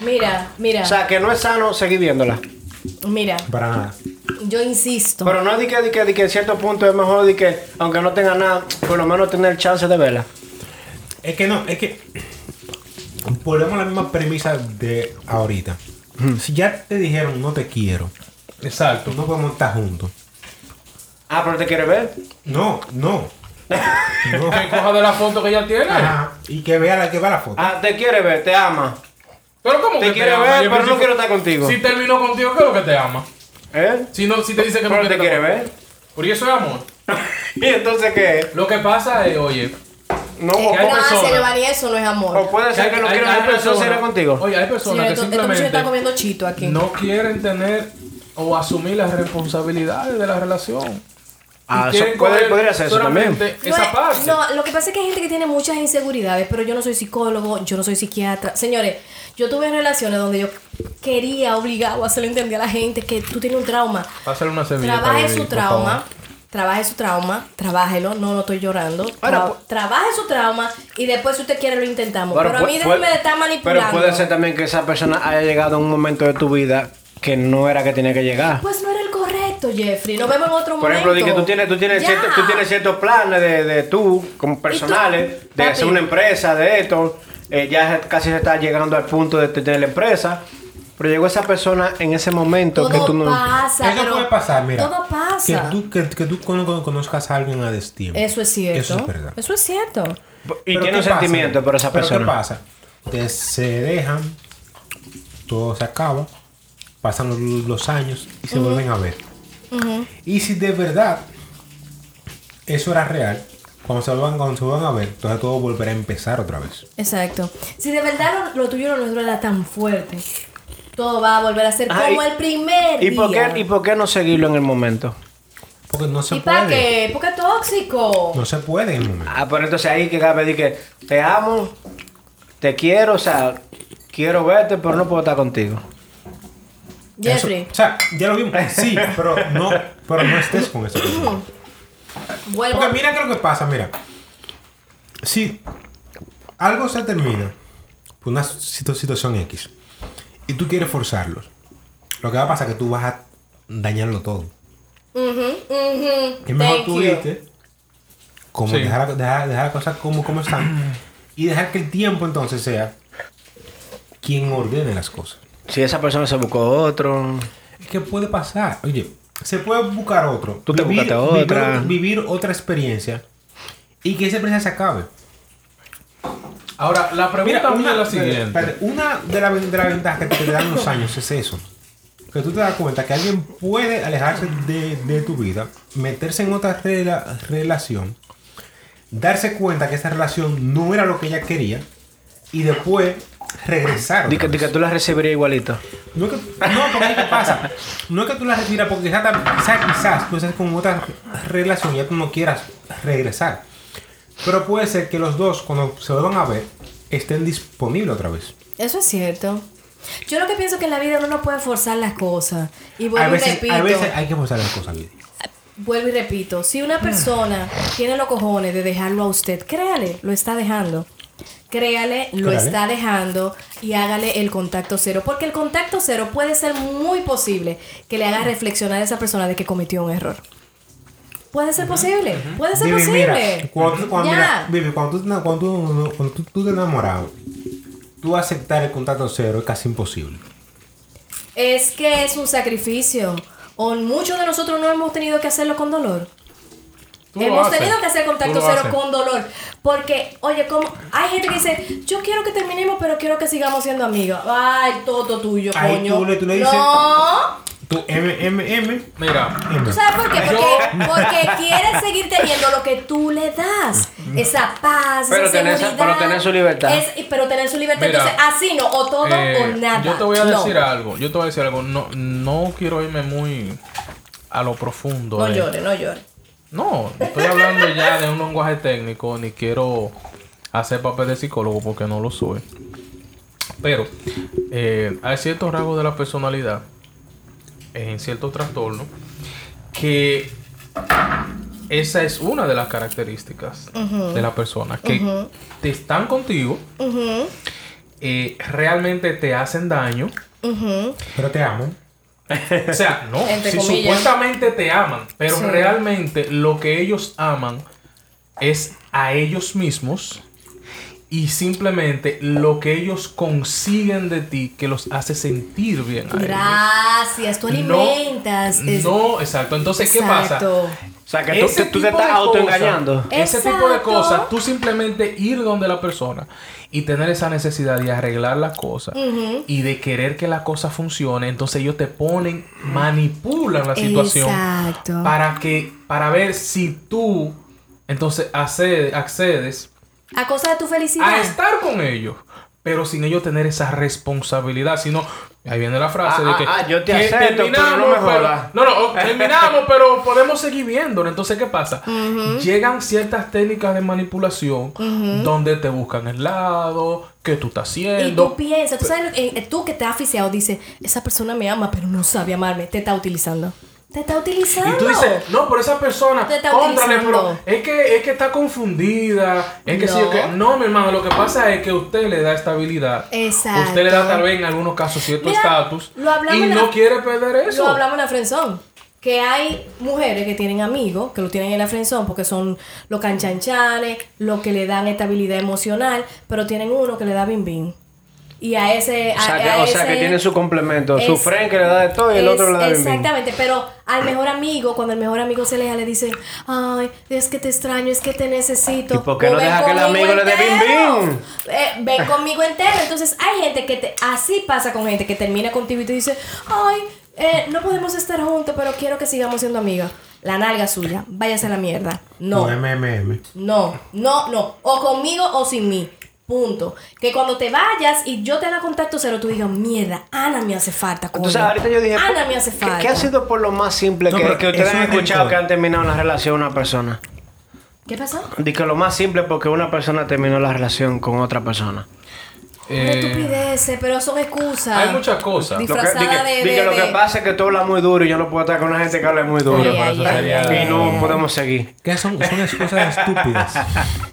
Speaker 5: Mira, mira,
Speaker 4: Ah. O sea, que no es sano seguir viéndola.
Speaker 5: mira,
Speaker 3: Para nada.
Speaker 5: yo insisto.
Speaker 4: Pero no di que, di que, di que en cierto punto es mejor di que, aunque no tenga nada, por lo menos tener el chance de verla.
Speaker 3: Es que no, es que. Volvemos a la misma premisa de ahorita. Si ya te dijeron no te quiero,
Speaker 2: Exacto.
Speaker 3: no podemos estar juntos.
Speaker 4: Ah, pero te quiere ver.
Speaker 3: No, no.
Speaker 5: <laughs>
Speaker 3: no.
Speaker 2: Que coja de la foto que ella tiene.
Speaker 3: Ajá. Y que vea la que va la foto.
Speaker 4: Ah, te quiere ver, te ama.
Speaker 2: Pero ¿cómo
Speaker 4: Te
Speaker 2: que
Speaker 4: quiere
Speaker 2: ama?
Speaker 4: ver,
Speaker 2: Yo
Speaker 4: pero
Speaker 2: pensé
Speaker 4: no quiero estar contigo.
Speaker 2: Si terminó contigo, ¿qué es lo que te ama?
Speaker 4: ¿Eh?
Speaker 2: Si, no, si te dice que no
Speaker 4: Pero te quiere
Speaker 2: estar
Speaker 4: ver.
Speaker 2: contigo. Por eso es amor.
Speaker 4: ¿Y entonces qué?
Speaker 2: Lo que pasa es, oye,
Speaker 4: No,
Speaker 5: Eh,
Speaker 4: o,
Speaker 2: hay
Speaker 5: no,
Speaker 2: personas.
Speaker 5: se le varía eso, no es
Speaker 4: o
Speaker 5: amor.
Speaker 4: puede ser que no quiera
Speaker 2: hay
Speaker 4: ver persona seria contigo.
Speaker 2: Oye, hay
Speaker 5: Señor,
Speaker 2: personas que
Speaker 5: esto- Esta muchacha está
Speaker 2: simplemente
Speaker 5: comiendo chito aquí.
Speaker 2: no quieren tener o asumir las responsabilidades de la relación.
Speaker 4: Ah,
Speaker 2: Y
Speaker 4: eso
Speaker 2: quieren
Speaker 4: puede,
Speaker 2: coger
Speaker 4: podría ser eso también.
Speaker 2: solamente
Speaker 5: No,
Speaker 2: Esa
Speaker 5: es-
Speaker 2: parte.
Speaker 5: no, lo que pasa es que hay gente que tiene muchas inseguridades, pero yo no soy psicólogo, yo no soy psiquiatra. Señores, yo tuve relaciones donde yo quería, obligado a hacerle entender a la gente que tú tienes un trauma.
Speaker 2: Pásale una servilleta.
Speaker 5: Trabaje
Speaker 2: baby,
Speaker 5: su
Speaker 2: por
Speaker 5: trauma.
Speaker 2: favor.
Speaker 5: Trabaje su trauma, trabájelo, no, no estoy llorando.
Speaker 4: Ahora,
Speaker 5: Tra-
Speaker 4: pu-
Speaker 5: trabaje su trauma y después si usted quiere lo intentamos.
Speaker 4: Bueno,
Speaker 5: pero a mí
Speaker 4: pu-
Speaker 5: déjeme
Speaker 4: pu-
Speaker 5: de estar manipulando.
Speaker 4: Pero puede ser también que esa persona haya llegado a un momento de tu vida que no era que tenía que llegar.
Speaker 5: Pues no era el correcto, Jeffrey. Nos vemos en otro
Speaker 4: Por
Speaker 5: momento.
Speaker 4: ejemplo, di que tú tienes, tú tienes,
Speaker 5: Ya.
Speaker 4: ciertos, tú tienes ciertos planes de, de tú, como personales, de
Speaker 5: Papi.
Speaker 4: hacer una empresa, de esto. eh, ya se- casi se está llegando al punto de tener la empresa. Pero llegó esa persona en ese momento
Speaker 5: Todo
Speaker 4: que tú no.
Speaker 5: pasa.
Speaker 3: Eso
Speaker 5: pero-
Speaker 3: puede pasar, mira.
Speaker 5: Todo pasa.
Speaker 3: Que tú, que, que tú cono- cono- conozcas a alguien a destiempo.
Speaker 5: Eso es cierto.
Speaker 3: Eso es verdad.
Speaker 5: Eso es cierto.
Speaker 4: Y
Speaker 3: Pero
Speaker 4: tiene
Speaker 3: ¿qué
Speaker 4: un
Speaker 3: pasa?
Speaker 4: sentimiento por esa
Speaker 3: Pero ¿Qué
Speaker 4: persona.
Speaker 3: pasa? Te- se dejan, todo se acaba, pasan los, los años y se vuelven a ver. Y si de verdad eso era real, cuando se van, cuando se van a ver, entonces todo volverá a empezar otra vez.
Speaker 5: Exacto. Si de verdad lo, lo tuyo no nuestro era tan fuerte, todo va a volver a ser
Speaker 4: Ah,
Speaker 5: como
Speaker 4: y-
Speaker 5: el primer
Speaker 4: ¿Y
Speaker 5: día.
Speaker 4: por, qué, ¿Y por qué no seguirlo en el momento?
Speaker 3: Porque no se
Speaker 5: ¿Y para
Speaker 3: puede.
Speaker 5: qué? Porque es tóxico.
Speaker 3: No se puede en el momento.
Speaker 4: Ah, pero entonces ahí que cabe decir que te amo, te quiero, o sea, quiero verte, pero no puedo estar contigo.
Speaker 5: Jeffrey,
Speaker 3: Eso- o sea, ya lo vimos. Sí, pero no, pero no estés con esa persona.
Speaker 5: vuelvo.
Speaker 3: Porque mira qué lo que pasa, mira. Si algo se termina por una situ- situación X y tú quieres forzarlo, lo que va a pasar es que tú vas a dañarlo todo.
Speaker 5: Ujú, ujú.
Speaker 3: Es mejor
Speaker 5: Thank
Speaker 3: tú
Speaker 5: you.
Speaker 3: irte, como
Speaker 2: Sí.
Speaker 3: dejar, dejar, dejar las cosas como, como están y dejar que el tiempo entonces sea quien ordene las cosas.
Speaker 4: Si esa persona se buscó otro.
Speaker 3: Es que puede pasar. Oye, se puede buscar otro.
Speaker 4: Tú te buscaste
Speaker 3: vivir-
Speaker 4: otra.
Speaker 3: Vivir, otra experiencia. Y que esa experiencia se acabe.
Speaker 2: Ahora, la pregunta mía es la siguiente.
Speaker 3: espérate, una de las de la ventajas que te dan los años es eso. Que tú te das cuenta que alguien puede alejarse de, de tu vida, meterse en otra rela- relación, darse cuenta que esa relación no era lo que ella quería y después regresar.
Speaker 4: Di
Speaker 3: otra
Speaker 4: que, di
Speaker 3: vez.
Speaker 4: que tú la recibirías igualito.
Speaker 3: No es que, no, porque ¿qué pasa? No es que tú la retiras porque quizás, quizás, quizás tú estás con otra relación y ya tú no quieras regresar. Pero puede ser que los dos, cuando se vuelvan a ver, estén disponibles otra vez.
Speaker 5: Eso es cierto. Yo lo que pienso que en la vida uno no puede forzar las cosas. Y
Speaker 3: a,
Speaker 5: vuelvo y
Speaker 3: veces,
Speaker 5: repito.
Speaker 3: a veces hay que forzar las cosas. Lidia.
Speaker 5: Vuelvo y repito, si
Speaker 3: Ah.
Speaker 5: una persona tiene los cojones de dejarlo a usted, créale, lo está dejando. Créale, lo
Speaker 3: Créale.
Speaker 5: está dejando y hágale el contacto cero. Porque el contacto cero puede ser muy posible que le haga reflexionar a esa persona de que cometió un error. Puede ser posible, puede ser
Speaker 3: Vivi,
Speaker 5: posible.
Speaker 3: mira, cuando, tú- cuando,
Speaker 5: Ya.
Speaker 3: mira, Vivi, cuando tú, te- cuando tú- cuando tú- tú te enamoras, tú aceptar el contacto cero es casi imposible.
Speaker 5: Es que es un sacrificio. O muchos de nosotros no hemos tenido que hacerlo con dolor.
Speaker 2: Tú lo
Speaker 5: Hemos
Speaker 2: haces.
Speaker 5: tenido que hacer contacto
Speaker 2: Tú lo
Speaker 5: cero
Speaker 2: haces.
Speaker 5: con dolor. Porque, oye, como hay gente que dice, yo quiero que terminemos, pero quiero que sigamos siendo amigos. Ay, todo tuyo,
Speaker 3: Ahí
Speaker 5: coño.
Speaker 3: tú le- tú le dices-
Speaker 5: no.
Speaker 3: Tú, M, M, M,
Speaker 2: Mira,
Speaker 3: M.
Speaker 5: ¿Tú sabes por qué?
Speaker 2: Yo-
Speaker 5: Porque, porque quieres seguir teniendo lo que tú le das. Esa paz,
Speaker 4: Pero
Speaker 5: esa
Speaker 4: tener-
Speaker 5: seguridad.
Speaker 4: pero tener su libertad.
Speaker 5: Es- pero tener su libertad.
Speaker 2: Mira,
Speaker 5: Entonces, así no, o todo
Speaker 2: Eh,
Speaker 5: o nada.
Speaker 2: Yo te voy a
Speaker 5: No.
Speaker 2: decir algo. Yo te voy a decir algo. No, no quiero irme muy a lo profundo.
Speaker 5: No
Speaker 2: de-
Speaker 5: llores, no llores.
Speaker 2: No, estoy hablando ya de un lenguaje técnico, ni quiero hacer papel de psicólogo porque no lo soy. Pero eh, hay ciertos rasgos de la personalidad, en ciertos trastornos, que esa es una de las características de la persona, que te están contigo, eh, realmente te hacen daño,
Speaker 3: Pero te amo.
Speaker 2: o sea, <laughs> no,
Speaker 5: Entre
Speaker 2: si
Speaker 5: comillas.
Speaker 2: supuestamente te aman, pero
Speaker 5: Sí.
Speaker 2: realmente lo que ellos aman es a ellos mismos y simplemente lo que ellos consiguen de ti que los hace sentir bien a ellos.
Speaker 5: Gracias, tú alimentas. es-
Speaker 2: No, exacto. Entonces, ¿qué pasa?
Speaker 5: Exacto.
Speaker 4: O sea, que tú,
Speaker 2: Ese
Speaker 4: te- tú te
Speaker 2: tipo
Speaker 4: estás
Speaker 2: de cosas-
Speaker 4: autoengañando.
Speaker 2: Ese tipo de
Speaker 5: Exacto.
Speaker 2: cosas, tú simplemente ir donde la persona y tener esa necesidad de arreglar las cosas y de querer que la cosa funcione, entonces ellos te ponen, manipulan la situación
Speaker 5: Exacto.
Speaker 2: para que para ver si tú entonces accede- accedes
Speaker 5: A cosa de tu
Speaker 2: a
Speaker 4: Ah,
Speaker 5: felicidad.
Speaker 2: estar con ellos, pero sin ellos tener esa responsabilidad, sino ahí viene la frase
Speaker 4: Ah,
Speaker 2: de que
Speaker 4: ah, ah, yo te
Speaker 2: que
Speaker 4: acepto, pero no me jodas.
Speaker 2: no, no, oh, terminamos, <laughs> pero podemos seguir viendo. Entonces, ¿qué pasa? Llegan ciertas técnicas de manipulación donde te buscan el lado, que tú estás
Speaker 5: Y
Speaker 2: haciendo.
Speaker 5: tú piensas, tú sabes, eh, eh, tú que te has aficiado, dice, esa persona me ama, pero no sabe amarme. Te está utilizando. Te está utilizando.
Speaker 2: Y tú dices, no, pero esa persona,
Speaker 5: Te está
Speaker 2: cóntrale, pero
Speaker 5: utilizando.
Speaker 2: es que, es que está confundida, es que sí,
Speaker 5: No.
Speaker 2: es que no, mi hermano, lo que pasa es que usted le da estabilidad.
Speaker 5: Exacto.
Speaker 2: Usted le da tal vez en algunos casos cierto
Speaker 5: Mira,
Speaker 2: estatus
Speaker 5: lo hablamos
Speaker 2: y
Speaker 5: en la-
Speaker 2: no quiere perder eso.
Speaker 5: Lo hablamos en la frenzón. Que hay mujeres que tienen amigos, que lo tienen en la frenzón porque son los canchanchanes, los que le dan estabilidad emocional, pero tienen uno que le da bim bim. Y a ese.
Speaker 4: O sea,
Speaker 5: a-
Speaker 4: que,
Speaker 5: a
Speaker 4: o sea, que
Speaker 5: ese-
Speaker 4: tiene su complemento. su
Speaker 5: Es-
Speaker 4: friend que le da de todo y el otro
Speaker 5: Es-
Speaker 4: le da de mí.
Speaker 5: Exactamente, pero al mejor amigo, cuando el mejor amigo se aleja, le dicen, ay, es que te extraño, es que te necesito.
Speaker 4: ¿Y por qué
Speaker 5: O
Speaker 4: no
Speaker 5: ven
Speaker 4: deja que el
Speaker 5: conmigo
Speaker 4: amigo le dé bim
Speaker 5: entero.
Speaker 4: bim?
Speaker 5: Eh, ven conmigo entero. Entonces hay gente que te- así pasa con gente que termina contigo y te dice, ay, eh, no podemos estar juntos, pero quiero que sigamos siendo amigas. la nalga suya, váyase a la mierda. No,
Speaker 3: Con MMM.
Speaker 5: no, no, no. O conmigo o sin mí. Punto. Que cuando te vayas y yo te da contacto cero, tú digas, mierda, Ana me hace falta. Coño.
Speaker 4: Entonces, ahorita yo dije.
Speaker 5: Ana
Speaker 4: ¿qué-
Speaker 5: Ah, me hace
Speaker 4: qué-
Speaker 5: falta.
Speaker 4: ¿Qué ha sido por lo más simple
Speaker 3: No,
Speaker 4: que,
Speaker 3: pero
Speaker 4: que ustedes
Speaker 3: eso
Speaker 4: han
Speaker 3: es
Speaker 4: escuchado
Speaker 3: mentira.
Speaker 4: que han terminado una relación una persona?
Speaker 5: ¿Qué pasó?
Speaker 4: Dice que lo más simple es porque una persona terminó la relación con otra persona.
Speaker 5: No
Speaker 2: Eh,
Speaker 5: estupideces, pero son excusas.
Speaker 2: hay muchas cosas.
Speaker 5: Dif-
Speaker 4: Lo que, di
Speaker 5: Disfrazada
Speaker 4: que-
Speaker 5: de-
Speaker 4: di que
Speaker 5: de-
Speaker 4: lo que
Speaker 5: de-
Speaker 4: pasa es que tú hablas muy duro y yo no puedo estar con una gente que habla muy duro.
Speaker 5: Ay, ay, ay,
Speaker 4: y
Speaker 5: ay,
Speaker 4: no
Speaker 5: ay.
Speaker 4: podemos seguir.
Speaker 3: ¿Qué son? Son excusas <laughs> estúpidas.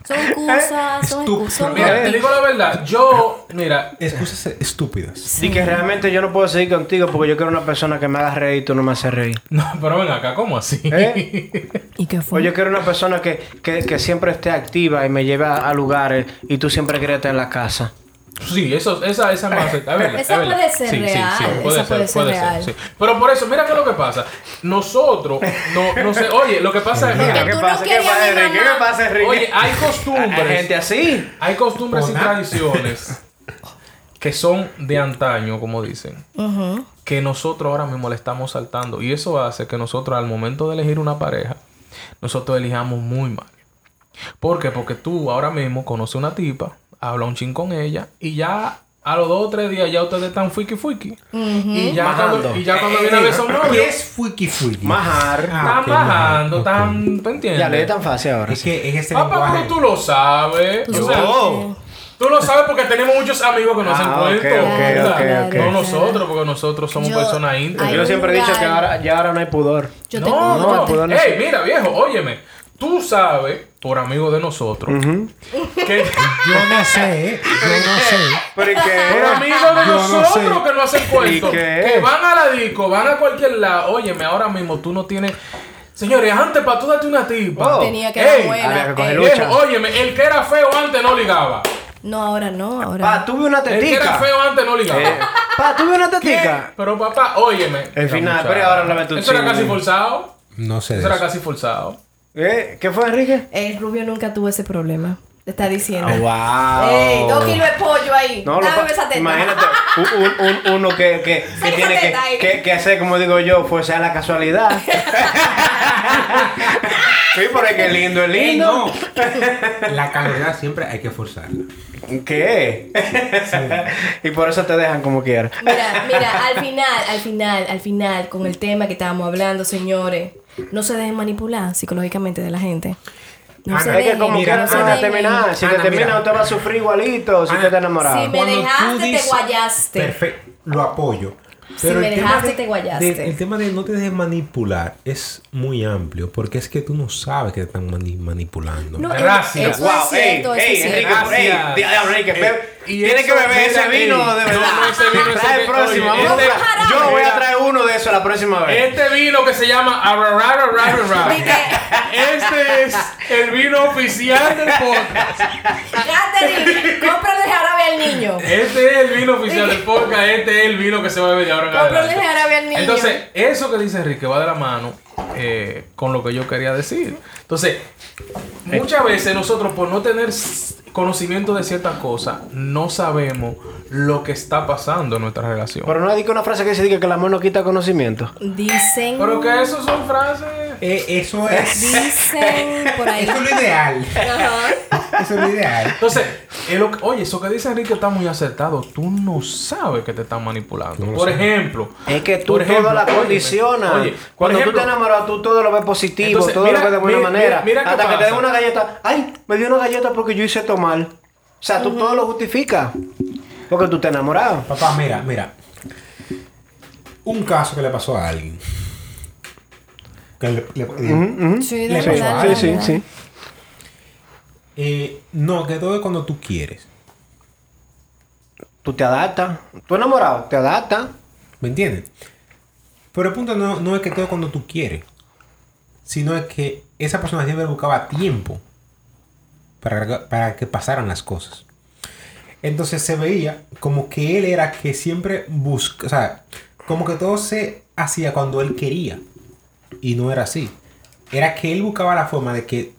Speaker 5: Son excusas, son
Speaker 3: Estúpido.
Speaker 5: excusas. son
Speaker 2: Mira, te
Speaker 5: botis.
Speaker 2: digo la verdad, yo, mira, <laughs>
Speaker 3: Excusas estúpidas.
Speaker 4: Y que realmente yo no puedo seguir contigo porque yo quiero una persona que me haga reír y tú no me haces reír.
Speaker 2: no, pero ven acá, ¿cómo así?
Speaker 5: <laughs>
Speaker 4: ¿Eh?
Speaker 5: ¿Y qué
Speaker 4: O
Speaker 5: fue?
Speaker 4: yo quiero una persona que, que- que siempre esté activa y me lleve a, a lugares y tú siempre quieres estar en la casa.
Speaker 2: Sí, eso, esa, esa es más acepta- es verdad,
Speaker 5: Esa
Speaker 2: es verdad.
Speaker 5: puede ser real, esa puede ser real.
Speaker 2: sí. Pero por eso, mira qué es lo que pasa. Nosotros, no, no sé, oye, lo que pasa es, mira,
Speaker 5: Porque tú no querías a mi
Speaker 4: Enrique?
Speaker 5: mamá.
Speaker 4: pasa, Enrique?
Speaker 2: oye, hay costumbres.
Speaker 4: Hay gente así.
Speaker 2: Hay costumbres y
Speaker 3: Hola.
Speaker 2: tradiciones que son de antaño, como dicen, que nosotros ahora mismo le estamos saltando. Y eso hace que nosotros al momento de elegir una pareja, nosotros elijamos muy mal. ¿Por qué? Porque tú ahora mismo conoces una tipa, habla un chin con ella y ya... A los dos o tres días ya ustedes están fuiki fuiki. y, ya cuando,
Speaker 4: Bajando.
Speaker 2: y ya cuando viene a ver son novios,
Speaker 3: ¿Qué es fuiki fuiki?
Speaker 4: Majar.
Speaker 3: Ah,
Speaker 2: están
Speaker 3: ok,
Speaker 2: bajando,
Speaker 3: ok.
Speaker 2: están, ¿me entiendes?
Speaker 4: Ya le es tan fácil ahora.
Speaker 3: Es que en este
Speaker 2: Papá,
Speaker 3: lenguaje...
Speaker 2: pero tú lo sabes.
Speaker 5: Tú
Speaker 2: O sea,
Speaker 4: Oh.
Speaker 2: Tú lo sabes porque tenemos muchos amigos que nos
Speaker 4: Ah,
Speaker 2: hacen
Speaker 4: ok,
Speaker 2: cuentos.
Speaker 4: ok,
Speaker 2: ¿verdad?
Speaker 4: ok, ok.
Speaker 2: No nosotros, porque nosotros somos
Speaker 5: Yo-
Speaker 2: personas íntimas.
Speaker 5: Ay,
Speaker 4: Yo siempre he dicho que
Speaker 5: lugar.
Speaker 4: ahora, ya ahora no hay pudor.
Speaker 5: Yo tengo
Speaker 2: no,
Speaker 5: un
Speaker 2: no.
Speaker 5: bote.
Speaker 4: perdón,
Speaker 2: Ey, mira, viejo, óyeme. Tú sabes, por amigo de
Speaker 4: Mm.
Speaker 2: nosotros, que
Speaker 3: Yo no sé, yo no sé.
Speaker 4: ¿Pero
Speaker 2: por
Speaker 4: qué?
Speaker 2: <laughs> amigos de
Speaker 3: Yo no
Speaker 2: nosotros
Speaker 3: sé.
Speaker 2: que no hacen cuentos,
Speaker 4: ¿Y qué?
Speaker 2: que van a la disco, van a cualquier lado. Óyeme, ahora mismo tú no tienes. Señores, antes para tú darte una tipa.
Speaker 4: Oh.
Speaker 5: Tenía que
Speaker 2: Ey,
Speaker 5: dar
Speaker 4: había que
Speaker 5: buena.
Speaker 4: coger
Speaker 5: ey.
Speaker 4: lucha.
Speaker 2: Viejo, óyeme, el que era feo antes no ligaba.
Speaker 5: No, ahora no,
Speaker 2: Ah,
Speaker 5: ahora.
Speaker 4: Pa, tuve una
Speaker 2: El que era
Speaker 4: tetica.
Speaker 2: feo antes no ligaba.
Speaker 4: Eh, pa, tuve una
Speaker 2: <laughs> ¿Qué?
Speaker 4: tetica.
Speaker 2: Pero papá, óyeme.
Speaker 4: El final,
Speaker 2: muchacho.
Speaker 4: pero ahora la ve tu
Speaker 2: Eso era
Speaker 4: chin.
Speaker 2: casi forzado.
Speaker 3: No sé. de
Speaker 2: Eso era
Speaker 3: eso.
Speaker 2: casi forzado.
Speaker 4: ¿Eh? ¿Qué fue, Enrique?
Speaker 5: El rubio nunca tuvo ese problema. Te
Speaker 2: Ah,
Speaker 5: está diciendo.
Speaker 2: Oh,
Speaker 4: wow.
Speaker 5: Ey, dos kilos de pollo ahí.
Speaker 4: No, lo
Speaker 5: Dame
Speaker 4: pa-
Speaker 5: esa teta.
Speaker 4: Imagínate, un- un- un- uno que,
Speaker 5: <laughs>
Speaker 4: que, que
Speaker 5: Saca
Speaker 4: tiene
Speaker 5: esa
Speaker 4: que,
Speaker 5: teta eh. ahí.
Speaker 4: que- que hacer, como digo yo, pues sea
Speaker 5: <laughs>
Speaker 4: la casualidad. sí, pero es que lindo es lindo.
Speaker 3: <laughs> La calidad siempre hay que forzarla.
Speaker 4: ¿Qué? <laughs> y por eso te dejan como quieras.
Speaker 5: Mira, mira, al final, al final, al final, con el tema que estábamos hablando, señores, no se dejen manipular psicológicamente de la gente. No
Speaker 3: Ana,
Speaker 5: se
Speaker 4: Es que
Speaker 5: dejen,
Speaker 4: como
Speaker 5: no
Speaker 4: quieras
Speaker 5: se
Speaker 4: no vas a
Speaker 5: dejen.
Speaker 4: terminar.
Speaker 2: Ah,
Speaker 4: Si te
Speaker 3: Ana,
Speaker 4: terminas,
Speaker 3: mira.
Speaker 4: usted va a sufrir igualito si
Speaker 3: Ana,
Speaker 4: te estás enamorado.
Speaker 5: sí, me- dejaste, te guayaste.
Speaker 3: Perfecto, lo apoyo.
Speaker 5: Si me
Speaker 3: el tema
Speaker 5: dejaste, te guayaste.
Speaker 3: de- el tema de no te dejes manipular es muy amplio porque es que tú no sabes que te están mani- manipulando.
Speaker 5: No,
Speaker 2: Gracias.
Speaker 5: Eso es cierto, eso
Speaker 4: ey,
Speaker 5: es
Speaker 4: Enrique,
Speaker 5: cierto.
Speaker 2: Gracias. Eh,
Speaker 4: ey, di- diablo, Enrique, bebe-
Speaker 2: Y
Speaker 4: Tienes que
Speaker 2: eso,
Speaker 4: beber ese
Speaker 2: mira,
Speaker 4: vino
Speaker 2: ey,
Speaker 4: de verdad.
Speaker 2: no, no, ese vino, ese
Speaker 4: Trae el
Speaker 2: que-
Speaker 4: próximo.
Speaker 2: oye,
Speaker 4: vamos
Speaker 2: este-
Speaker 4: a- yo voy a
Speaker 2: mira.
Speaker 4: traer uno de eso la próxima vez.
Speaker 2: Este vino que se llama Arararararara. Este es el vino oficial del podcast.
Speaker 5: Catherine, cómprale jarabe al niño.
Speaker 2: Este es el vino oficial del podcast. Este es el vino que se va a beber de ahora en
Speaker 5: Cómprale
Speaker 2: adelante.
Speaker 5: jarabe al niño.
Speaker 2: Entonces, eso que dice Enrique va de la mano eh, con lo que yo quería decir. Entonces, muchas veces nosotros por no tener s- conocimiento de ciertas cosas, no sabemos lo que está pasando en nuestra relación.
Speaker 4: Pero no diga una frase que dice diga que el amor no quita conocimiento.
Speaker 5: Dicen,
Speaker 2: Pero que eso son frases.
Speaker 3: Eh,
Speaker 5: <laughs>
Speaker 3: eso es.
Speaker 5: dicen por ahí.
Speaker 3: <laughs> Eso es lo ideal.
Speaker 5: Ajá.
Speaker 3: Eso es lo ideal.
Speaker 2: Entonces, es lo que- oye, eso que dice Enrique está muy acertado. Tú no sabes que te están manipulando.
Speaker 3: Tú no
Speaker 2: por
Speaker 3: sabes.
Speaker 2: ejemplo,
Speaker 4: Es que tú
Speaker 2: por ejemplo,
Speaker 4: todo la
Speaker 2: óyeme,
Speaker 4: condicionas.
Speaker 2: Oye, por
Speaker 4: Cuando
Speaker 2: ejemplo,
Speaker 4: tú te enamoras, tú todo lo ves positivo,
Speaker 2: Entonces,
Speaker 4: todo
Speaker 2: mira-
Speaker 4: lo ves de buena
Speaker 2: mira-
Speaker 4: manera.
Speaker 2: mira- mira qué
Speaker 4: hasta que te den
Speaker 2: pasa.
Speaker 4: una galleta. Ay, me dio una galleta porque yo hice esto mal. O sea, tú todo lo justificas. Porque tú te enamorado.
Speaker 3: Papá, mira, mira. Un caso que le pasó a alguien. Que le- le-
Speaker 5: Sí,
Speaker 3: Le
Speaker 5: de
Speaker 3: pasó
Speaker 5: verdad,
Speaker 3: algo.
Speaker 5: de
Speaker 4: sí, sí,
Speaker 5: verdad.
Speaker 4: sí.
Speaker 3: eh, no, que todo es cuando tú quieres.
Speaker 4: Tú te adaptas. Tú enamorado, te adaptas.
Speaker 3: ¿Me entiendes? Pero el punto no, no es que todo cuando tú quieres, sino es que esa persona siempre buscaba tiempo para, para que pasaran las cosas. Entonces se veía como que él era que siempre busca, o sea, como que todo se hacía cuando él quería. Y no era así. Era que él buscaba la forma de que...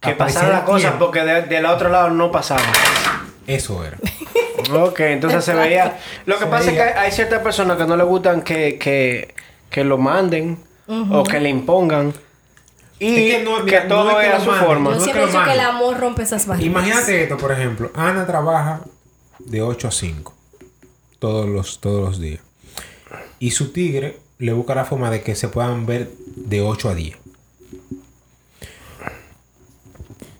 Speaker 4: Que pasaran
Speaker 3: apareciera
Speaker 4: las cosas
Speaker 3: tiempo.
Speaker 4: porque de- del otro lado no pasaba.
Speaker 3: Eso era.
Speaker 4: Ok, entonces se veía. Lo que
Speaker 3: Se
Speaker 4: pasa es
Speaker 3: veía.
Speaker 4: que hay ciertas personas que no les gustan que, que, que lo manden o que le impongan. Y
Speaker 3: Es
Speaker 4: que,
Speaker 3: que no- mira,
Speaker 4: todo
Speaker 3: no es que
Speaker 4: era
Speaker 3: lo
Speaker 4: su
Speaker 3: manden,
Speaker 4: forma.
Speaker 3: no
Speaker 5: Yo
Speaker 3: es
Speaker 5: siempre he
Speaker 3: que lo
Speaker 5: dicho que el
Speaker 3: manden.
Speaker 5: amor rompe esas barreras.
Speaker 3: Imagínate esto, por ejemplo. Ana trabaja de 8 a 5 todos los, todos los días. Y su tigre le busca la forma de que se puedan ver de 8 a 10.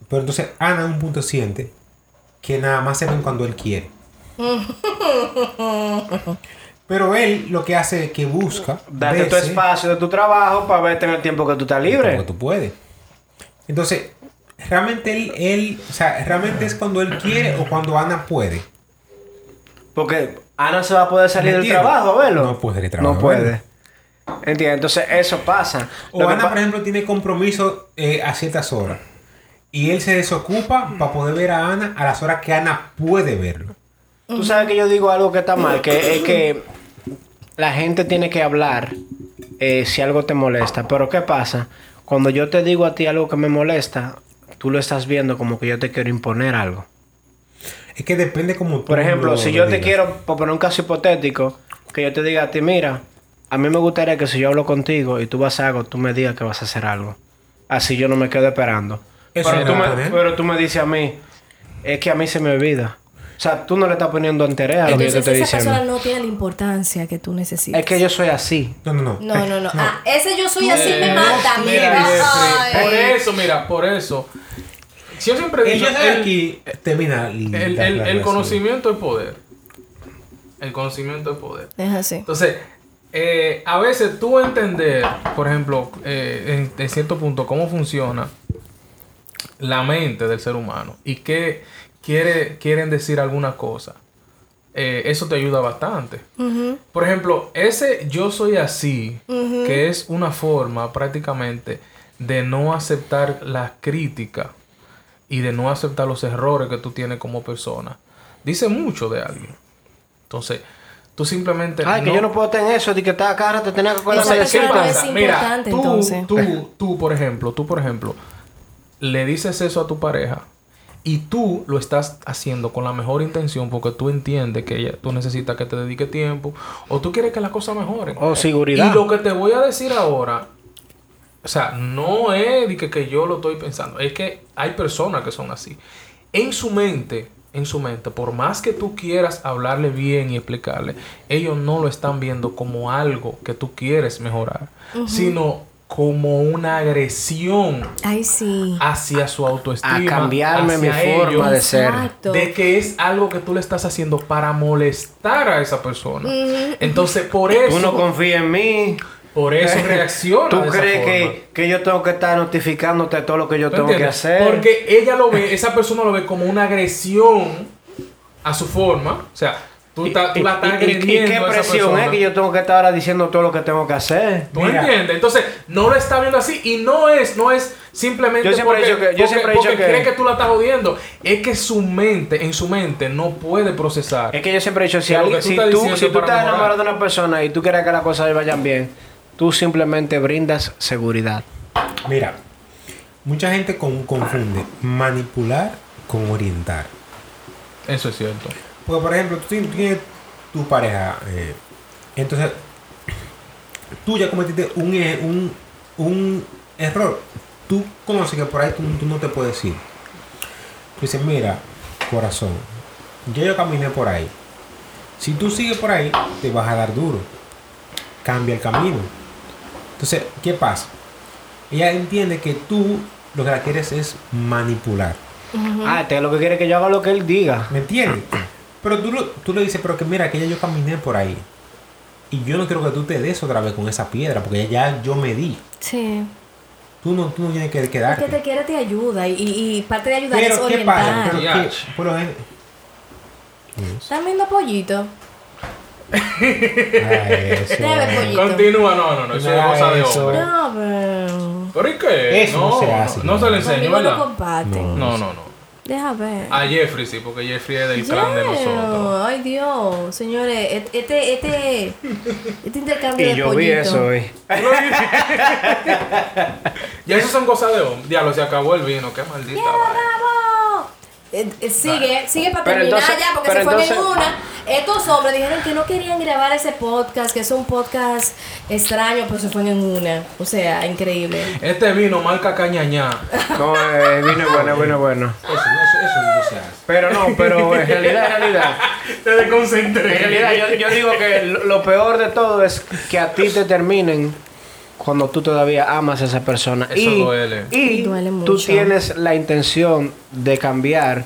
Speaker 3: Pero entonces Ana en un punto siente que nada más se ven cuando él quiere. Pero él lo que hace es que busca.
Speaker 4: Date tu
Speaker 3: verse
Speaker 4: espacio de tu trabajo para verte en el tiempo que tú estás libre.
Speaker 3: como tú puedes. Entonces, realmente él, él, o sea, realmente es cuando él quiere o cuando Ana puede.
Speaker 4: Porque Ana se va a poder salir
Speaker 3: ¿Me
Speaker 4: del
Speaker 3: entiendes?
Speaker 4: trabajo a verlo.
Speaker 3: No puede salir del trabajo
Speaker 4: No
Speaker 3: a
Speaker 4: puede.
Speaker 3: verlo.
Speaker 4: ¿Entiendes? Entonces eso pasa.
Speaker 3: O
Speaker 4: Lo que
Speaker 3: Ana,
Speaker 4: pa-
Speaker 3: por ejemplo, tiene compromiso eh, a ciertas horas. Y él se desocupa para poder ver a Ana a las horas que Ana puede verlo.
Speaker 4: Tú sabes que yo digo algo que está mal, que es que la gente tiene que hablar eh, si algo te molesta. Pero ¿qué pasa? Cuando yo te digo a ti algo que me molesta, tú lo estás viendo como que yo te quiero imponer algo.
Speaker 3: Es que depende como tú.
Speaker 4: Por ejemplo,
Speaker 3: lo-
Speaker 4: si
Speaker 3: lo
Speaker 4: yo te
Speaker 3: digas.
Speaker 4: quiero, por poner un caso hipotético, que yo te diga a ti, mira, a mí me gustaría que si yo hablo contigo y tú vas a algo, tú me digas que vas a hacer algo. Así yo no me quedo esperando.
Speaker 3: Eso
Speaker 4: Pero
Speaker 3: es ¿eh?
Speaker 4: tú, me,
Speaker 3: imponer.
Speaker 4: pero tú me dices a mí, es que a mí se me olvida. O sea, tú no le estás poniendo interés a lo que yo
Speaker 5: Entonces esa
Speaker 4: te estoy diciendo.
Speaker 5: persona no tiene la importancia que tú necesitas.
Speaker 4: Es que yo soy así.
Speaker 3: No, no, no.
Speaker 5: No, no, no.
Speaker 3: Eh,
Speaker 5: Ah, ese yo soy así me
Speaker 2: Eh,
Speaker 5: mata,
Speaker 2: mira,
Speaker 5: mira.
Speaker 2: Jeffrey,
Speaker 5: Ay.
Speaker 2: Por eso, mira, por eso. Si Yo siempre he
Speaker 3: Él
Speaker 2: dicho,
Speaker 3: ya sabe
Speaker 2: el-
Speaker 3: aquí termina.
Speaker 2: el- el- el conocimiento es poder. El conocimiento es poder.
Speaker 5: Es así.
Speaker 2: Entonces, eh, a veces tú entender, por ejemplo, eh, en, en cierto punto, cómo funciona la mente del ser humano y qué quiere, quieren decir alguna cosa, eh, eso te ayuda bastante. Por ejemplo, ese yo soy así, que es una forma prácticamente de no aceptar las críticas y de no aceptar los errores que tú tienes como persona. Dice mucho de alguien. Entonces, tú simplemente...
Speaker 4: Ay, Ah, que yo no puedo tener eso, de que está cara, te tenía que acordar
Speaker 5: Esa
Speaker 4: de
Speaker 5: persona
Speaker 4: decirte.
Speaker 5: no es
Speaker 2: Mira,
Speaker 5: importante,
Speaker 2: tú,
Speaker 5: entonces.
Speaker 2: tú, tú, por ejemplo, tú, por ejemplo, le dices eso a tu pareja y tú lo estás haciendo con la mejor intención porque tú entiendes que ella, tú necesitas que te dedique tiempo o tú quieres que las cosas mejoren.
Speaker 4: O Oh, seguridad.
Speaker 2: Y lo que te voy a decir ahora, o sea, no es de que, que yo lo estoy pensando, es que hay personas que son así. En su mente, en su mente, por más que tú quieras hablarle bien y explicarle, ellos no lo están viendo como algo que tú quieres mejorar, sino como una agresión
Speaker 5: Ay, sí.
Speaker 2: hacia su autoestima.
Speaker 4: A cambiarme mi
Speaker 2: hacia
Speaker 4: forma de
Speaker 2: ellos,
Speaker 4: ser.
Speaker 5: Exacto.
Speaker 2: de que es algo que tú le estás haciendo para molestar a esa persona. Entonces, por eso...
Speaker 4: Tú no confías en mí. Eh,
Speaker 2: Por pues, eso reacciona.
Speaker 4: <laughs> ¿Tú
Speaker 2: de esa
Speaker 4: crees
Speaker 2: forma.
Speaker 4: que, que yo tengo que estar notificándote de todo lo que yo
Speaker 2: ¿Tú
Speaker 4: tengo que
Speaker 2: entiendes?
Speaker 4: hacer?
Speaker 2: Porque ella lo ve, esa persona lo ve como una agresión a su forma. O sea, tú, ta- tú la estás
Speaker 4: y- y- y
Speaker 2: agrediendo.
Speaker 4: qué
Speaker 2: a esa
Speaker 4: presión
Speaker 2: persona.
Speaker 4: es que yo tengo que estar ahora diciendo todo lo que tengo que hacer?
Speaker 2: ¿Tú
Speaker 3: Mira.
Speaker 2: entiendes? Entonces, no lo está viendo así y no es, no es simplemente
Speaker 4: Yo siempre he
Speaker 2: porque,
Speaker 4: dicho que- yo
Speaker 2: porque-
Speaker 4: siempre he dicho
Speaker 2: porque
Speaker 4: que-
Speaker 2: cree que tú la estás jodiendo. Es que su mente, en su mente, no puede procesar.
Speaker 4: Es que yo siempre he dicho, si,
Speaker 2: Que lo
Speaker 4: alguien-
Speaker 2: que tú
Speaker 4: si
Speaker 2: estás
Speaker 4: tú,
Speaker 2: diciendo
Speaker 4: si tú
Speaker 2: para
Speaker 4: estás
Speaker 2: mejorar.
Speaker 4: enamorado de una persona y tú quieres que las cosas vayan bien, tú simplemente brindas seguridad.
Speaker 3: Mira, mucha gente con- confunde manipular con orientar.
Speaker 2: Eso es cierto.
Speaker 3: Porque, por ejemplo, tú tienes, tienes tu pareja. eh, entonces, tú ya cometiste un, e- un, un error. Tú conoces que por ahí tú, tú no te puedes ir. Tú dices, mira, corazón, ya yo caminé por ahí. Si tú sigues por ahí, te vas a dar duro. Cambia el camino. Entonces, ¿qué pasa? Ella entiende que tú lo que la quieres es manipular.
Speaker 4: Ah, este lo que quiere es que yo haga lo que él diga.
Speaker 3: ¿Me entiendes? Pero tú, lo- tú le dices, pero que mira, que ya yo caminé por ahí. Y yo no quiero que tú te des otra vez con esa piedra, porque ya, ya yo me di.
Speaker 5: Sí.
Speaker 3: Tú no, tú no tienes que
Speaker 5: El que
Speaker 3: quedarte.
Speaker 5: te quiere te ayuda y, y- y parte de ayudar es
Speaker 3: pero ¿qué pasa?
Speaker 5: orientar.
Speaker 3: Pero eh,
Speaker 2: Ya.
Speaker 3: que, por lo gen-
Speaker 5: ¿Están viendo pollito?
Speaker 3: Ah, eso.
Speaker 5: <laughs> Debe pollito.
Speaker 2: Continúa, no, no, no. Eso es
Speaker 3: Nada
Speaker 2: cosa de
Speaker 3: eso.
Speaker 2: hombre.
Speaker 5: No, pero...
Speaker 2: ¿Pero y qué?
Speaker 3: Eso
Speaker 2: no,
Speaker 3: no se hace,
Speaker 2: no, no se le enseñó,
Speaker 5: Conmigo no
Speaker 2: ¿verdad?
Speaker 5: comparten.
Speaker 2: No, no, no.
Speaker 5: Deja ver.
Speaker 2: A Jeffrey sí, porque Jeffrey es del
Speaker 5: Yeah.
Speaker 2: clan de <laughs> nosotros.
Speaker 5: Ay, Dios. Señores, et- este, este, este intercambio
Speaker 4: Y
Speaker 5: de
Speaker 4: yo
Speaker 5: pollito.
Speaker 4: vi eso hoy.
Speaker 2: Ya eso son cosas de hombre. Diablo, se acabó el vino, qué maldita. vaina.
Speaker 5: ¡Bravo! Eh, eh, sigue, sigue para
Speaker 4: Pero
Speaker 5: terminar
Speaker 4: entonces-
Speaker 5: ya, porque
Speaker 4: pero
Speaker 5: se fue en
Speaker 4: entonces-
Speaker 5: una. Estos hombres dijeron que no querían grabar ese podcast, que es un podcast extraño, pero se fueron en una. O sea, increíble.
Speaker 2: Este vino marca cañañá.
Speaker 4: No,
Speaker 5: <laughs>
Speaker 4: eh, vino bueno, vino bueno.
Speaker 3: Eso, eso, eso no se hace.
Speaker 4: Pero no, pero en realidad, en realidad.
Speaker 2: Te
Speaker 4: En realidad, yo, yo digo que lo, lo peor de todo es que a ti te terminen cuando tú todavía amas a esa persona.
Speaker 2: Eso
Speaker 4: y
Speaker 2: duele.
Speaker 4: y
Speaker 5: Duele
Speaker 4: tú
Speaker 5: mucho.
Speaker 4: tienes la intención de cambiar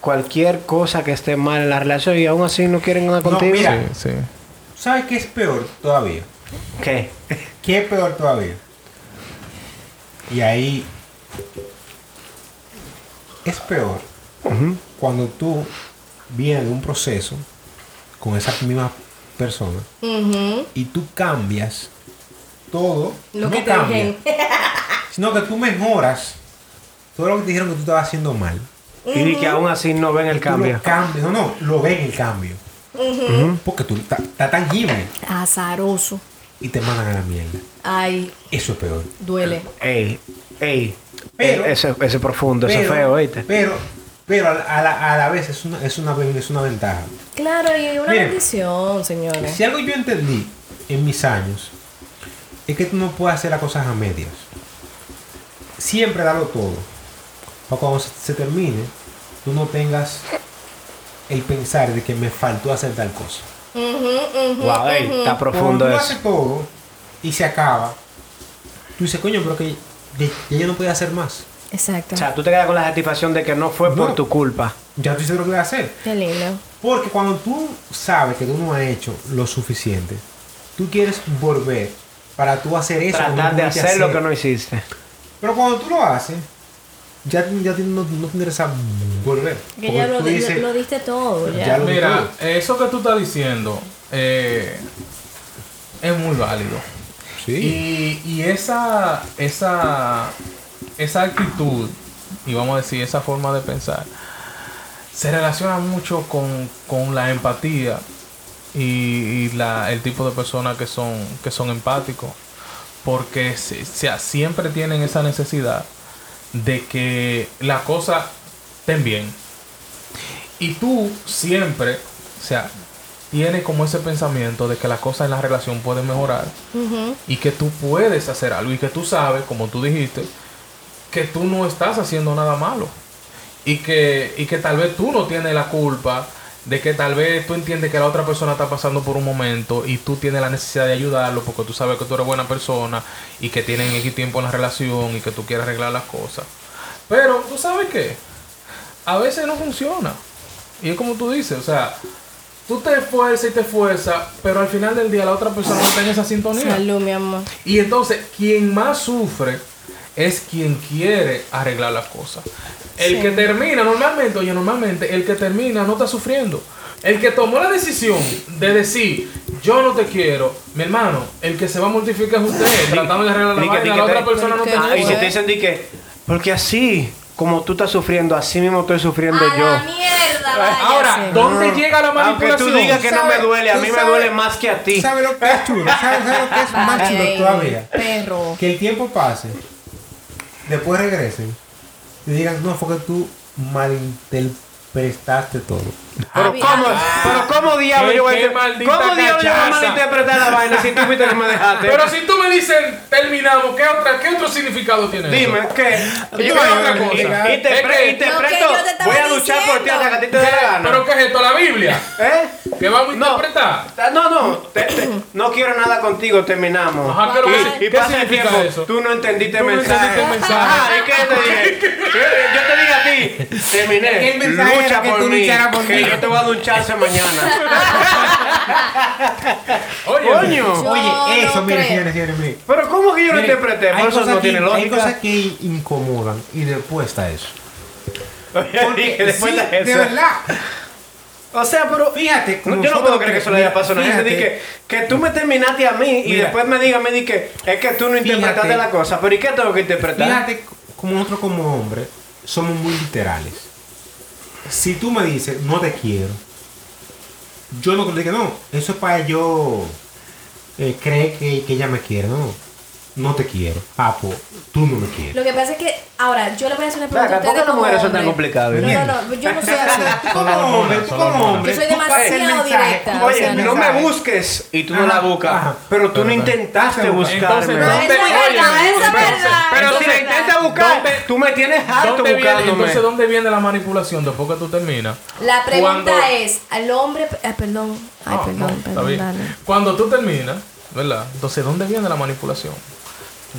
Speaker 4: cualquier cosa que esté mal en la relación y aún así no quieren nada
Speaker 3: No,
Speaker 4: contigo.
Speaker 3: mira.
Speaker 2: Sí, sí.
Speaker 3: ¿Sabes qué es peor todavía?
Speaker 4: ¿Qué?
Speaker 3: ¿Qué es peor todavía? Y ahí es peor cuando tú vienes de un proceso con esa misma persona
Speaker 5: Ujú.
Speaker 3: y tú cambias todo.
Speaker 5: Lo
Speaker 3: no
Speaker 5: que te
Speaker 3: cambias,
Speaker 5: dije.
Speaker 3: sino que tú mejoras todo lo que te dijeron que tú estabas haciendo mal.
Speaker 4: Y di que aún así no ven el
Speaker 3: Tú lo
Speaker 4: cambio.
Speaker 3: cambias. No, no, lo ven el cambio. Porque tú está está tangible
Speaker 5: <laughs> Azaroso.
Speaker 3: y te mandan a la mierda.
Speaker 5: Ay,
Speaker 3: Eso es peor.
Speaker 5: duele.
Speaker 4: Ey, ey.
Speaker 3: Pero-
Speaker 4: Eh, ese, ese profundo, ese
Speaker 3: pero,
Speaker 4: feo, oíste.
Speaker 3: Pero, pero a, la- a la, a la vez es una, es una, es una ventaja.
Speaker 5: Claro, y una
Speaker 3: Miren.
Speaker 5: bendición, señores.
Speaker 3: Si algo yo entendí en mis años es que tú no puedes hacer las cosas a medias. Siempre darlo todo. Para cuando se, se termine, tú no tengas el pensar de que me faltó hacer tal cosa.
Speaker 5: Ujú, ujú.
Speaker 4: Wow, ey, está
Speaker 3: cuando
Speaker 4: profundo
Speaker 3: tú
Speaker 4: eso.
Speaker 3: haces todo y se acaba, tú dices, coño, pero que ya, ya yo no podía hacer más.
Speaker 5: Exacto.
Speaker 4: O sea, tú te quedas con la satisfacción de que no fue por
Speaker 3: No.
Speaker 4: tu culpa.
Speaker 3: Ya tú hice lo que iba a hacer.
Speaker 5: Qué lindo.
Speaker 3: Porque cuando tú sabes que tú no has hecho lo suficiente, tú quieres volver para tú hacer eso. que no
Speaker 4: Tratar de
Speaker 3: pudiste
Speaker 4: hacer, lo que no hiciste.
Speaker 3: Pero cuando tú lo haces, ya, ya tú no, no te interesa volver.
Speaker 5: Que ya
Speaker 3: Porque
Speaker 5: lo,
Speaker 3: tú
Speaker 5: di-
Speaker 3: dices,
Speaker 5: lo diste todo. Ya.
Speaker 3: Ya lo-
Speaker 2: Mira, eso que tú estás diciendo eh, es muy válido.
Speaker 3: Sí.
Speaker 2: Y, y esa, esa, esa actitud, y vamos a decir, esa forma de pensar, se relaciona mucho con, con la empatía y, y la, el tipo de personas que son, que son empáticos. Porque se- se- siempre tienen esa necesidad de que las cosas estén bien. Y tú siempre, o sea, tienes como ese pensamiento de que las cosas en la relación pueden mejorar
Speaker 5: Ujú.
Speaker 2: y que tú puedes hacer algo y que tú sabes, como tú dijiste, que tú no estás haciendo nada malo y que, y que tal vez tú no tienes la culpa de que tal vez tú entiendes que la otra persona está pasando por un momento y tú tienes la necesidad de ayudarlo porque tú sabes que tú eres buena persona y que tienen X tiempo en la relación y que tú quieres arreglar las cosas. Pero tú sabes qué, a veces no funciona. Y es como tú dices, o sea, tú te esfuerzas y te esfuerzas, pero al final del día la otra persona no está en esa sintonía.
Speaker 5: Salud, mi amor.
Speaker 2: Y entonces, quien más sufre es quien quiere arreglar las cosas. El
Speaker 5: Sí.
Speaker 2: que termina, normalmente, oye, normalmente, el que termina no está sufriendo. El que tomó la decisión de decir, yo no te quiero, mi hermano, el que se va a mortificar es
Speaker 4: <laughs>
Speaker 2: usted, tratando de arreglar la
Speaker 4: Di que- di
Speaker 2: vaina, la
Speaker 4: que te-
Speaker 2: otra persona no te
Speaker 5: Porque
Speaker 4: Ah, y si
Speaker 5: duele.
Speaker 4: te dicen di que, porque así como tú estás sufriendo, así mismo estoy sufriendo
Speaker 5: A
Speaker 4: yo. Ah.
Speaker 5: la mierda, váyase.
Speaker 2: Ahora, ¿dónde llega la
Speaker 4: Aunque
Speaker 2: manipulación?
Speaker 4: tú digas que no me
Speaker 3: sabes-
Speaker 4: duele, a
Speaker 3: tú
Speaker 4: mí me
Speaker 3: sabes-
Speaker 4: duele más que a ti.
Speaker 3: ¿Sabes lo que es chulo? ¿Sabes, sabes lo que es más chulo
Speaker 5: Ay,
Speaker 3: todavía?
Speaker 5: Perro.
Speaker 3: Que el tiempo pase, después regresen y digan, no, fue que tú malinterpretaste todo.
Speaker 4: Pero
Speaker 5: Javi,
Speaker 4: cómo,
Speaker 5: Javi.
Speaker 4: pero cómo diablo
Speaker 2: Qué-
Speaker 4: yo voy a
Speaker 2: qué
Speaker 4: inter-
Speaker 2: maldita
Speaker 4: ¿Cómo diablo yo voy a
Speaker 2: cachaza.
Speaker 4: malinterpretar la vaina si tú fuiste que me dejaste?
Speaker 2: Pero si tú me dicen, terminamos, ¿qué, otra, qué otro significado tiene eso?
Speaker 4: Dime, ¿qué?
Speaker 2: Yo-
Speaker 4: otra cosa.
Speaker 2: Mira,
Speaker 4: Y te
Speaker 2: es
Speaker 4: pre-
Speaker 2: que-
Speaker 4: y te
Speaker 5: Lo que
Speaker 4: presto,
Speaker 5: yo te estaba
Speaker 4: voy a luchar por ti
Speaker 5: diciendo.
Speaker 4: hasta que a ti te
Speaker 2: ¿Qué?
Speaker 4: dé la gana.
Speaker 2: ¿Pero qué es esto? ¿La Biblia?
Speaker 4: ¿Eh?
Speaker 2: ¿Que vamos a
Speaker 4: No.
Speaker 2: interpretar?
Speaker 4: Ah, No, no, te- te- no quiero nada contigo, terminamos.
Speaker 2: Ajá, ¿qué lo que-
Speaker 4: y, y
Speaker 2: qué
Speaker 4: pasa el
Speaker 2: significa
Speaker 4: tiempo,
Speaker 2: eso?
Speaker 4: tú no entendiste el
Speaker 2: Tú no
Speaker 4: mensaje.
Speaker 2: entendiste el mensaje.
Speaker 4: Ajá, ¿y qué te dije? Yo, yo te dije a ti, terminé,
Speaker 3: Que el mensaje era
Speaker 4: lucha
Speaker 3: que
Speaker 4: por
Speaker 3: tú
Speaker 4: mí,
Speaker 3: lucharas por
Speaker 4: que
Speaker 3: mí.
Speaker 4: yo te voy a dar un chance
Speaker 3: <laughs>
Speaker 4: mañana.
Speaker 2: Oye,
Speaker 4: ¡Coño!
Speaker 3: Oye,
Speaker 5: no
Speaker 3: eso, mire,
Speaker 5: creo.
Speaker 3: señores, señores, mire.
Speaker 4: Pero ¿cómo que yo no
Speaker 3: Mire,
Speaker 4: interpreté?
Speaker 3: hay
Speaker 4: Por eso
Speaker 3: cosas
Speaker 4: no
Speaker 3: que-
Speaker 4: tiene
Speaker 3: Hay
Speaker 4: <laughs>
Speaker 3: cosas
Speaker 4: lógica.
Speaker 3: que incomodan y después
Speaker 4: <laughs>
Speaker 3: está eso.
Speaker 4: Oye, que después
Speaker 3: Sí,
Speaker 4: de
Speaker 3: de
Speaker 4: eso.
Speaker 3: verdad.
Speaker 4: O sea, pero
Speaker 3: Fíjate,
Speaker 4: No,
Speaker 3: como
Speaker 4: yo no puedo
Speaker 3: nosotros
Speaker 4: creer que
Speaker 3: tres,
Speaker 4: eso le haya
Speaker 3: mira,
Speaker 4: pasado a una gente. Di
Speaker 3: fíjate.
Speaker 4: que, que tú me terminaste a mí y
Speaker 3: Mira.
Speaker 4: después me diga, me di que es que tú no interpretaste
Speaker 3: Fíjate.
Speaker 4: la cosa. Pero ¿y qué tengo que interpretar?
Speaker 3: Fíjate como nosotros como hombres somos muy literales. Si tú me dices no te quiero, yo no creo que no. Eso es para yo eh, creer que, que ella me quiere, no. No te quiero. Papo, tú no me quieres.
Speaker 5: Lo que pasa es que Ahora, yo le voy a hacer una pregunta. a
Speaker 4: Venga, ¿por qué
Speaker 5: ustedes
Speaker 4: las
Speaker 5: como
Speaker 4: mujeres son tan
Speaker 5: hombre.
Speaker 4: complicadas?
Speaker 5: No, no, no, yo no soy
Speaker 2: <laughs>
Speaker 5: así.
Speaker 3: Como hombre,
Speaker 2: hormonas, son
Speaker 3: como
Speaker 2: hormonas.
Speaker 3: hombre.
Speaker 5: Yo soy
Speaker 3: Tú
Speaker 5: demasiado
Speaker 3: caes en el mensaje.
Speaker 5: directa,
Speaker 3: Tú
Speaker 5: o
Speaker 3: oyes
Speaker 5: sea,
Speaker 3: el
Speaker 4: no me
Speaker 3: mensaje.
Speaker 4: busques y tú no
Speaker 3: Ajá,
Speaker 4: la buscas.
Speaker 3: ajá.
Speaker 4: Pero tú no
Speaker 3: Ajá.
Speaker 4: intentaste
Speaker 3: Entonces,
Speaker 4: buscarme.
Speaker 2: Entonces, ¿dónde-
Speaker 5: Eso es verdad,
Speaker 2: oye,
Speaker 5: eso es
Speaker 2: entonces-
Speaker 5: verdad.
Speaker 4: pero si la
Speaker 2: Ah, entonces-
Speaker 4: intentas buscar,
Speaker 2: ¿dónde-
Speaker 4: tú me tienes harto
Speaker 2: ¿Dónde viene,
Speaker 4: buscándome.
Speaker 2: entonces, ¿dónde viene la manipulación después que tú terminas?
Speaker 5: La pregunta
Speaker 2: Cuando-
Speaker 5: es, al hombre... ah, perdón. Ay,
Speaker 2: Ah, no,
Speaker 5: perdón,
Speaker 2: está
Speaker 5: perdón,
Speaker 2: bien.
Speaker 5: dale.
Speaker 2: Cuando tú terminas, ¿verdad? Entonces, ¿dónde viene la manipulación?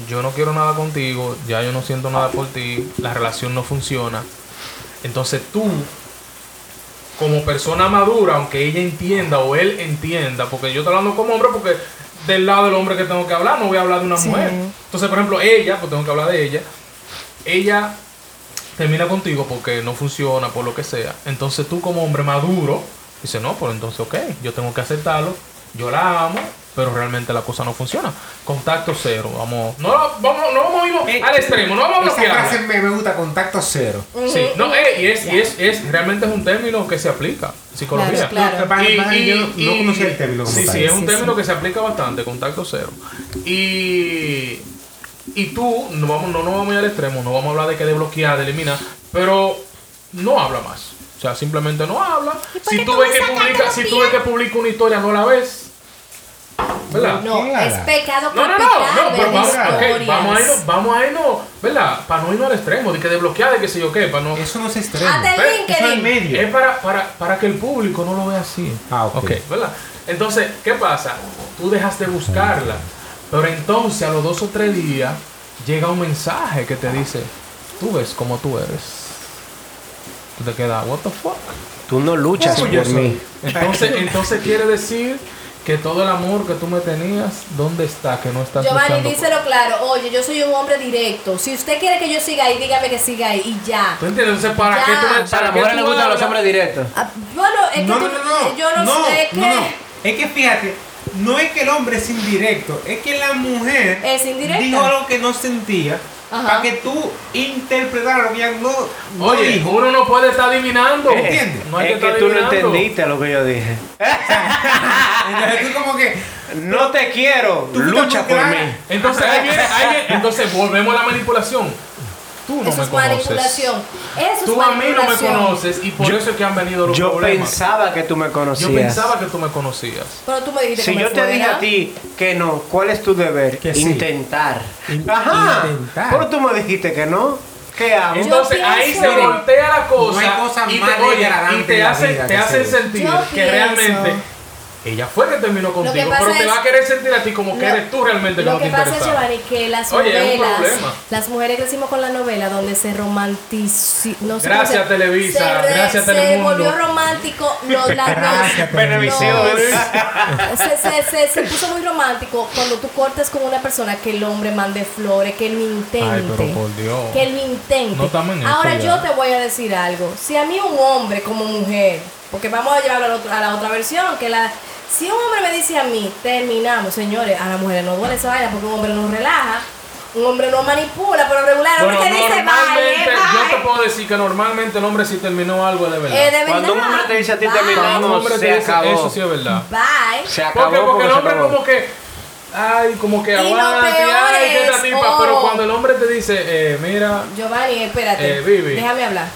Speaker 2: Yo no quiero nada contigo, ya yo no siento nada por ti, la relación no funciona. Entonces tú, como persona madura, aunque ella entienda o él entienda, porque yo estoy hablando como hombre, porque del lado del hombre que tengo que hablar, no voy a hablar de una mujer. Entonces, por ejemplo, ella, pues tengo que hablar de ella, ella termina contigo porque no funciona, por lo que sea. Entonces tú como hombre maduro, dices, no, pero entonces ok, yo tengo que aceptarlo, yo la amo, pero realmente la cosa no funciona. Contacto cero, vamos, no vamos, no vamos a ir eh, al extremo, no vamos a
Speaker 3: Eh, Esa
Speaker 2: bloquear.
Speaker 3: frase Mm, me me gusta, contacto cero.
Speaker 2: Sí, no, eh, y, es, y es, es- realmente es un término que se aplica, psicología.
Speaker 5: Claro.
Speaker 3: Lo que pasa- pasa es que yo no-
Speaker 2: Y-
Speaker 3: no
Speaker 2: y-
Speaker 3: conocía el término como
Speaker 2: Sí,
Speaker 3: tal.
Speaker 2: sí, es un
Speaker 5: Sí,
Speaker 2: término
Speaker 5: sí.
Speaker 2: que se aplica bastante, contacto cero. Y, y tú, no vamos, no nos vamos a ir al extremo, no vamos a hablar de que de bloquear, de eliminar, pero no habla más. O sea, simplemente no habla.
Speaker 5: por
Speaker 2: Si
Speaker 5: qué
Speaker 2: tú,
Speaker 5: tú
Speaker 2: ves
Speaker 5: me
Speaker 2: que
Speaker 5: sacas de
Speaker 2: publica,
Speaker 5: los
Speaker 2: si tú
Speaker 5: pies?
Speaker 2: ves que publica una historia, no la ves. ¿Verdad?
Speaker 5: No,
Speaker 3: Claro.
Speaker 5: es pecado
Speaker 2: No, no,
Speaker 5: capital
Speaker 2: no, no,
Speaker 5: ver
Speaker 2: pero vamos,
Speaker 5: historias.
Speaker 2: ok, vamos a irnos, vamos a irnos, ¿verdad? Para no irnos al extremo, de que de bloquear, de que sé yo qué, para no.
Speaker 3: Eso no se estrena.
Speaker 5: Hasta el
Speaker 2: Pero-
Speaker 3: Eso es
Speaker 5: LinkedIn.
Speaker 3: el medio.
Speaker 2: Es para, para, para que el público no lo vea así.
Speaker 3: Ah, ok.
Speaker 2: ¿verdad? Entonces, ¿qué pasa? Tú dejas de buscarla, pero entonces a los dos o tres días llega un mensaje que te dice, tú ves como tú eres. Tú te quedas, what the fuck?
Speaker 4: Tú no luchas por
Speaker 3: Orgulloso.
Speaker 4: mí.
Speaker 2: Entonces, entonces quiere decir que todo el amor que tú me tenías, ¿dónnde está? Que no estás
Speaker 5: Giovanni,
Speaker 2: luchando por-
Speaker 5: díselo claro. Oye, yo soy un hombre directo. Si usted quiere que yo siga ahí, dígame que siga ahí y ya.
Speaker 2: ¿Tú entiendes? Entonces, ¿para
Speaker 5: Ya.
Speaker 2: qué tú me-
Speaker 5: O
Speaker 4: A
Speaker 2: para
Speaker 4: las
Speaker 2: qué
Speaker 4: mujeres
Speaker 2: tú
Speaker 4: les gustan los
Speaker 2: hablas?
Speaker 4: hombres directos.
Speaker 5: Ah, Bueno, es que
Speaker 3: No,
Speaker 5: tú-
Speaker 3: no, no, no.
Speaker 5: yo no, sé es que
Speaker 3: no, no. Es que fíjate, no es que el hombre es indirecto, es que la mujer
Speaker 5: Es indirecta.
Speaker 3: dijo algo que no sentía
Speaker 5: Ajá.
Speaker 3: para que tú interpretaras lo que ella no, no
Speaker 2: Oye,
Speaker 3: dijo.
Speaker 2: uno no puede estar adivinando.
Speaker 3: ¿Entiendes?
Speaker 2: No hay
Speaker 4: Eh, es que
Speaker 2: estar
Speaker 4: tú no
Speaker 2: adivinando.
Speaker 4: entendiste lo que yo dije.
Speaker 3: Entonces tú como que
Speaker 4: No te quiero.
Speaker 3: Tú
Speaker 4: Lucha por
Speaker 3: claro.
Speaker 4: mí.
Speaker 2: Entonces, ahí viene, ahí viene- entonces volvemos a la manipulación. Tú no
Speaker 5: eso
Speaker 2: me
Speaker 5: es
Speaker 2: conoces.
Speaker 5: manipulación. Eso es
Speaker 2: Tú a mí no me
Speaker 5: manipulación.
Speaker 2: conoces y por
Speaker 4: Yo-
Speaker 2: eso es que han venido los
Speaker 4: Yo
Speaker 2: problemas.
Speaker 4: pensaba que tú me conocías.
Speaker 2: yo pensaba que tú me conocías.
Speaker 5: Pero tú me dijiste
Speaker 4: Si
Speaker 5: que me
Speaker 4: yo te dije
Speaker 5: fuera.
Speaker 4: a ti que no, ¿cuál es tu deber?
Speaker 3: Que sí.
Speaker 4: Intentar.
Speaker 3: In-
Speaker 4: Ajá.
Speaker 3: intentar.
Speaker 4: Pero tú me dijiste que no. ¿Qué hago?
Speaker 5: Yo
Speaker 2: Entonces ahí se
Speaker 5: pienso-
Speaker 2: voltea la cosa,
Speaker 3: No hay cosa
Speaker 2: y
Speaker 3: más
Speaker 2: te, oye,
Speaker 3: degradante
Speaker 2: y te
Speaker 3: en la
Speaker 2: hacen,
Speaker 3: vida
Speaker 2: te
Speaker 3: que
Speaker 2: hacen
Speaker 3: ser.
Speaker 2: sentir
Speaker 5: Yo
Speaker 2: que
Speaker 5: pienso-
Speaker 2: realmente ella fue que terminó
Speaker 5: que
Speaker 2: contigo,
Speaker 5: pasa
Speaker 2: pero te
Speaker 5: es-
Speaker 2: va a querer sentir a ti como que
Speaker 5: Lo-
Speaker 2: eres tú realmente que
Speaker 5: Lo
Speaker 2: no te
Speaker 5: que pasa es,
Speaker 2: interesa.
Speaker 5: Giovanni, que las
Speaker 2: Oye, es un
Speaker 5: novelas,
Speaker 2: problema.
Speaker 5: las mujeres crecimos con la novela donde se romantici... No sé cómo
Speaker 2: Gracias,
Speaker 5: se-
Speaker 2: Televisa,
Speaker 5: se re-
Speaker 2: gracias,
Speaker 5: se
Speaker 2: Telemundo.
Speaker 5: volvió romántico los, las, los,
Speaker 4: Televisión.
Speaker 5: se, se, se, se puso muy romántico cuando tú cortas con una persona que el hombre mande flores, que él me intente.
Speaker 2: Ay, pero por Dios.
Speaker 5: Que él me intente.
Speaker 2: No estamos en
Speaker 5: Ahora
Speaker 2: esto ya.
Speaker 5: yo te voy a decir algo. Si a mí un hombre como mujer, porque vamos a llevarlo a la otra, a la otra versión, que la... Si un hombre me dice a mí, terminamos, señores, a las mujeres no duele esa vaina porque un hombre no relaja, un hombre no manipula, pero regular, un
Speaker 2: Bueno,
Speaker 5: hombre te dice, vale,
Speaker 2: normalmente, yo te
Speaker 5: bye.
Speaker 2: puedo decir que normalmente el hombre si terminó algo es de verdad.
Speaker 5: Eh, de
Speaker 4: Cuando un
Speaker 5: verdad,
Speaker 4: hombre te dice a ti
Speaker 5: bye,
Speaker 2: Cuando un
Speaker 4: terminamos,
Speaker 2: hombre
Speaker 4: se
Speaker 2: te dice,
Speaker 4: acabó.
Speaker 2: eso sí es verdad.
Speaker 5: Bye.
Speaker 4: Se
Speaker 2: Porque,
Speaker 4: acabó
Speaker 2: porque el
Speaker 4: se
Speaker 2: hombre
Speaker 4: acabó.
Speaker 2: como que, ay, como que
Speaker 5: Y lo
Speaker 2: aguante,
Speaker 5: peor
Speaker 2: ay, que
Speaker 5: es,
Speaker 2: esta tipa.
Speaker 5: oh.
Speaker 2: Pero cuando el hombre te dice, eh, mira,
Speaker 5: Giovanni, espérate.
Speaker 2: Eh, Vivi.
Speaker 5: Déjame hablar.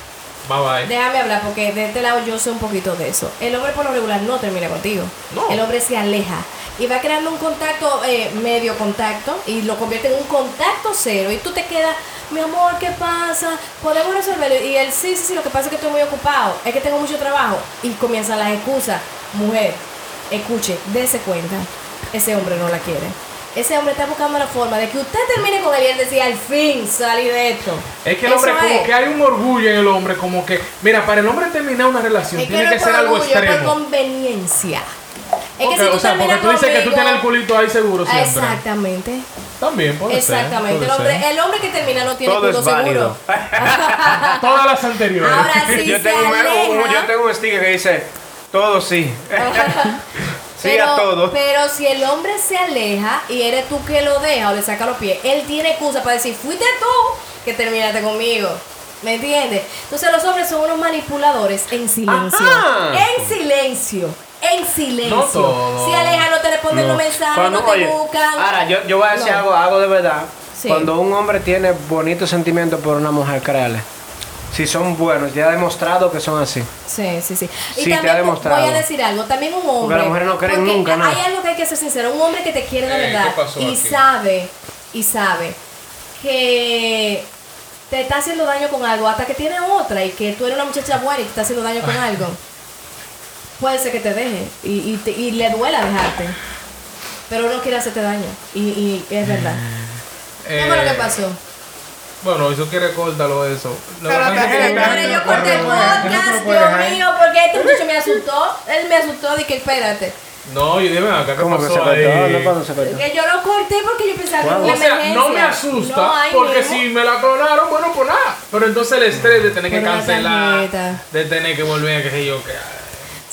Speaker 2: bye bye.
Speaker 5: Déjame hablar porque de este lado yo sé un poquito de eso. El hombre por lo regular no termina contigo.
Speaker 2: No.
Speaker 5: El hombre se aleja y va creando un contacto, eh, medio contacto, y lo convierte en un contacto cero. Y tú te quedas, mi amor, ¿qué pasa? ¿Podemos resolverlo? Y él, sí, sí, sí, lo que pasa es que estoy muy ocupado, es que tengo mucho trabajo. Y comienzan las excusas. Mujer, escuche, dése cuenta, ese hombre no la quiere. Ese hombre está buscando la forma de que usted termine con él y él decía, al fin salí de esto.
Speaker 2: Es que el hombre,
Speaker 5: Eso
Speaker 2: como
Speaker 5: es.
Speaker 2: que hay un orgullo en el hombre, como que, mira, para el hombre terminar una relación
Speaker 5: Es
Speaker 2: tiene
Speaker 5: no
Speaker 2: que
Speaker 5: es
Speaker 2: ser
Speaker 5: por
Speaker 2: algo
Speaker 5: orgullo, Es por
Speaker 2: extremo.
Speaker 5: conveniencia. Es
Speaker 2: Ok,
Speaker 5: que si tú
Speaker 2: o sea, porque
Speaker 5: terminas
Speaker 2: tú dices que tú
Speaker 5: conmigo-
Speaker 2: tienes el culito ahí seguro
Speaker 5: Ah,
Speaker 2: siempre.
Speaker 5: Exactamente.
Speaker 2: También, puede ser,
Speaker 5: Exactamente.
Speaker 2: puede
Speaker 5: El hombre,
Speaker 2: ser.
Speaker 5: el hombre que termina no tiene
Speaker 4: Todo es
Speaker 5: culo seguro.
Speaker 4: válido.
Speaker 2: Todas las anteriores.
Speaker 5: Ahora sí
Speaker 4: yo,
Speaker 5: se
Speaker 4: tengo un-
Speaker 5: aleja.
Speaker 4: yo tengo un sticker que dice, todo sí. <laughs> sí a todo.
Speaker 5: <laughs> pero si el hombre se aleja y eres tú que lo deja o le saca los pies, él tiene excusa para decir, fuiste tú que terminaste conmigo. ¿Me entiendes? Entonces los hombres son unos manipuladores en silencio.
Speaker 4: Ajá.
Speaker 5: En silencio. En silencio.
Speaker 2: No todo.
Speaker 5: Si alejan, no te responden
Speaker 4: No.
Speaker 5: los mensajes,
Speaker 4: Cuando-
Speaker 5: no te
Speaker 4: oye,
Speaker 5: buscan.
Speaker 4: Ahora, yo, yo voy a decir
Speaker 5: No.
Speaker 4: algo, algo de verdad.
Speaker 5: Sí.
Speaker 4: Cuando un hombre tiene bonitos sentimientos por una mujer, créale. Si son buenos, ya ha demostrado que son así.
Speaker 5: Sí, sí, sí. Y
Speaker 4: Sí, te ha
Speaker 5: también
Speaker 4: demostrado.
Speaker 5: voy a decir algo, también un hombre.
Speaker 4: Porque las mujeres no creen
Speaker 5: porque
Speaker 4: nunca, ¿no?
Speaker 5: Hay algo que hay que ser sincero, un hombre que te quiere de
Speaker 2: Eh, ¿qué
Speaker 5: verdad
Speaker 2: pasó
Speaker 5: y
Speaker 2: aquí?
Speaker 5: sabe, y sabe que te está haciendo daño con algo, hasta que tiene otra y que tú eres una muchacha buena y te está haciendo daño con algo. Puede ser que te deje y, y, te- y le duela dejarte, pero no quiere hacerte daño y, y es verdad. ¿Qué fue lo que
Speaker 2: Eh,
Speaker 5: pasó?
Speaker 2: Bueno, yo quiero cortarlo eso. Lo que pasa es que
Speaker 5: Señores,
Speaker 2: tengo
Speaker 5: yo
Speaker 2: que-
Speaker 5: corté el podcast, Dios mío, porque este muchacho me asustó. Él me asustó, dije, espérate.
Speaker 2: No, yo dime acá, ¿qué
Speaker 4: ¿Cómo que se
Speaker 2: pasó
Speaker 4: cortó?
Speaker 2: ahí?
Speaker 4: No, ¿cuándo se cortó?
Speaker 5: Que yo lo corté porque yo pensaba que era una
Speaker 2: O sea,
Speaker 5: emergencia.
Speaker 2: no me asusta,
Speaker 5: No, ay,
Speaker 2: porque
Speaker 5: mismo.
Speaker 2: si me la clonaron, bueno, pues nada. Pero entonces el estrés de tener que
Speaker 5: Por una
Speaker 2: cancelar,
Speaker 5: tarjeta.
Speaker 2: de tener que volver, que sé yo, que...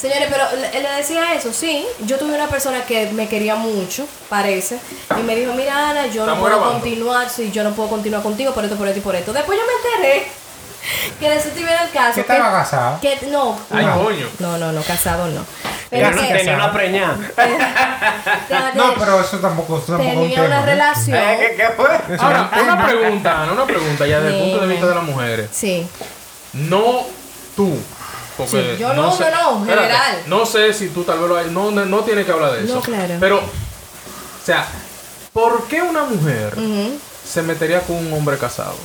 Speaker 5: Señores, pero le, le decía eso, sí. Yo tuve una persona que me quería mucho, parece, y me dijo, mira Ana, yo no
Speaker 2: Estamos
Speaker 5: puedo
Speaker 2: grabando.
Speaker 5: continuar, sí, yo no puedo continuar contigo por esto, por esto y por esto. Después yo me enteré <laughs> que de eso tuviera el caso.
Speaker 3: ¿Qué estaba casada?
Speaker 5: Que, no,
Speaker 2: Ay,
Speaker 5: no.
Speaker 2: coño.
Speaker 5: No, no, no, casado no.
Speaker 4: Ya
Speaker 5: Pero
Speaker 4: no
Speaker 5: que-
Speaker 4: tenía una preñada.
Speaker 5: Espérate,
Speaker 3: No, pero eso tampoco, eso tampoco es un
Speaker 5: tenía
Speaker 3: tema.
Speaker 5: una
Speaker 3: ¿no?
Speaker 5: relación.
Speaker 4: Eh, ¿Qué, qué fue?
Speaker 2: Ahora, una pregunta, Ana, una pregunta ya desde el punto de vista de las mujeres.
Speaker 5: Sí.
Speaker 2: No tú. Porque
Speaker 5: Sí, yo no,
Speaker 2: sé,
Speaker 5: yo no,
Speaker 2: Espérate,
Speaker 5: general.
Speaker 2: No sé si tú tal vez lo hay, no, no, no tienes que hablar de eso.
Speaker 5: No, claro.
Speaker 2: Pero, o sea, ¿por qué una mujer
Speaker 5: Ujú.
Speaker 2: se metería con un hombre casado?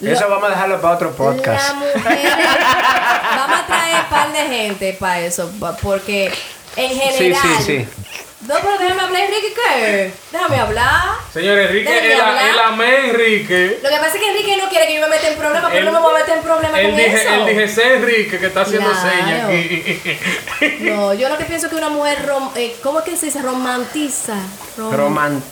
Speaker 4: Eso vamos a dejarlo para otro
Speaker 5: La
Speaker 4: podcast.
Speaker 5: mujer. Vamos a traer un par de gente para eso, pa- porque en
Speaker 4: Sí,
Speaker 5: general.
Speaker 4: sí, sí.
Speaker 5: No, pero déjame hablar, Enrique, ¿qué? Déjame hablar.
Speaker 2: Señor Enrique,
Speaker 5: Déjame
Speaker 2: el, a-
Speaker 5: hablar.
Speaker 2: el amé Enrique.
Speaker 5: Lo que pasa es que Enrique no quiere que yo me meta en problemas, pero no me voy a meter en problemas
Speaker 2: él
Speaker 5: con
Speaker 2: dije,
Speaker 5: eso.
Speaker 2: Él dije, "Sé Enrique que está haciendo
Speaker 5: Claro. Eh,
Speaker 2: señas aquí.
Speaker 5: No, yo lo que pienso es que una mujer, rom- eh, ¿cómo es que se dice? Romantiza.
Speaker 4: Roman,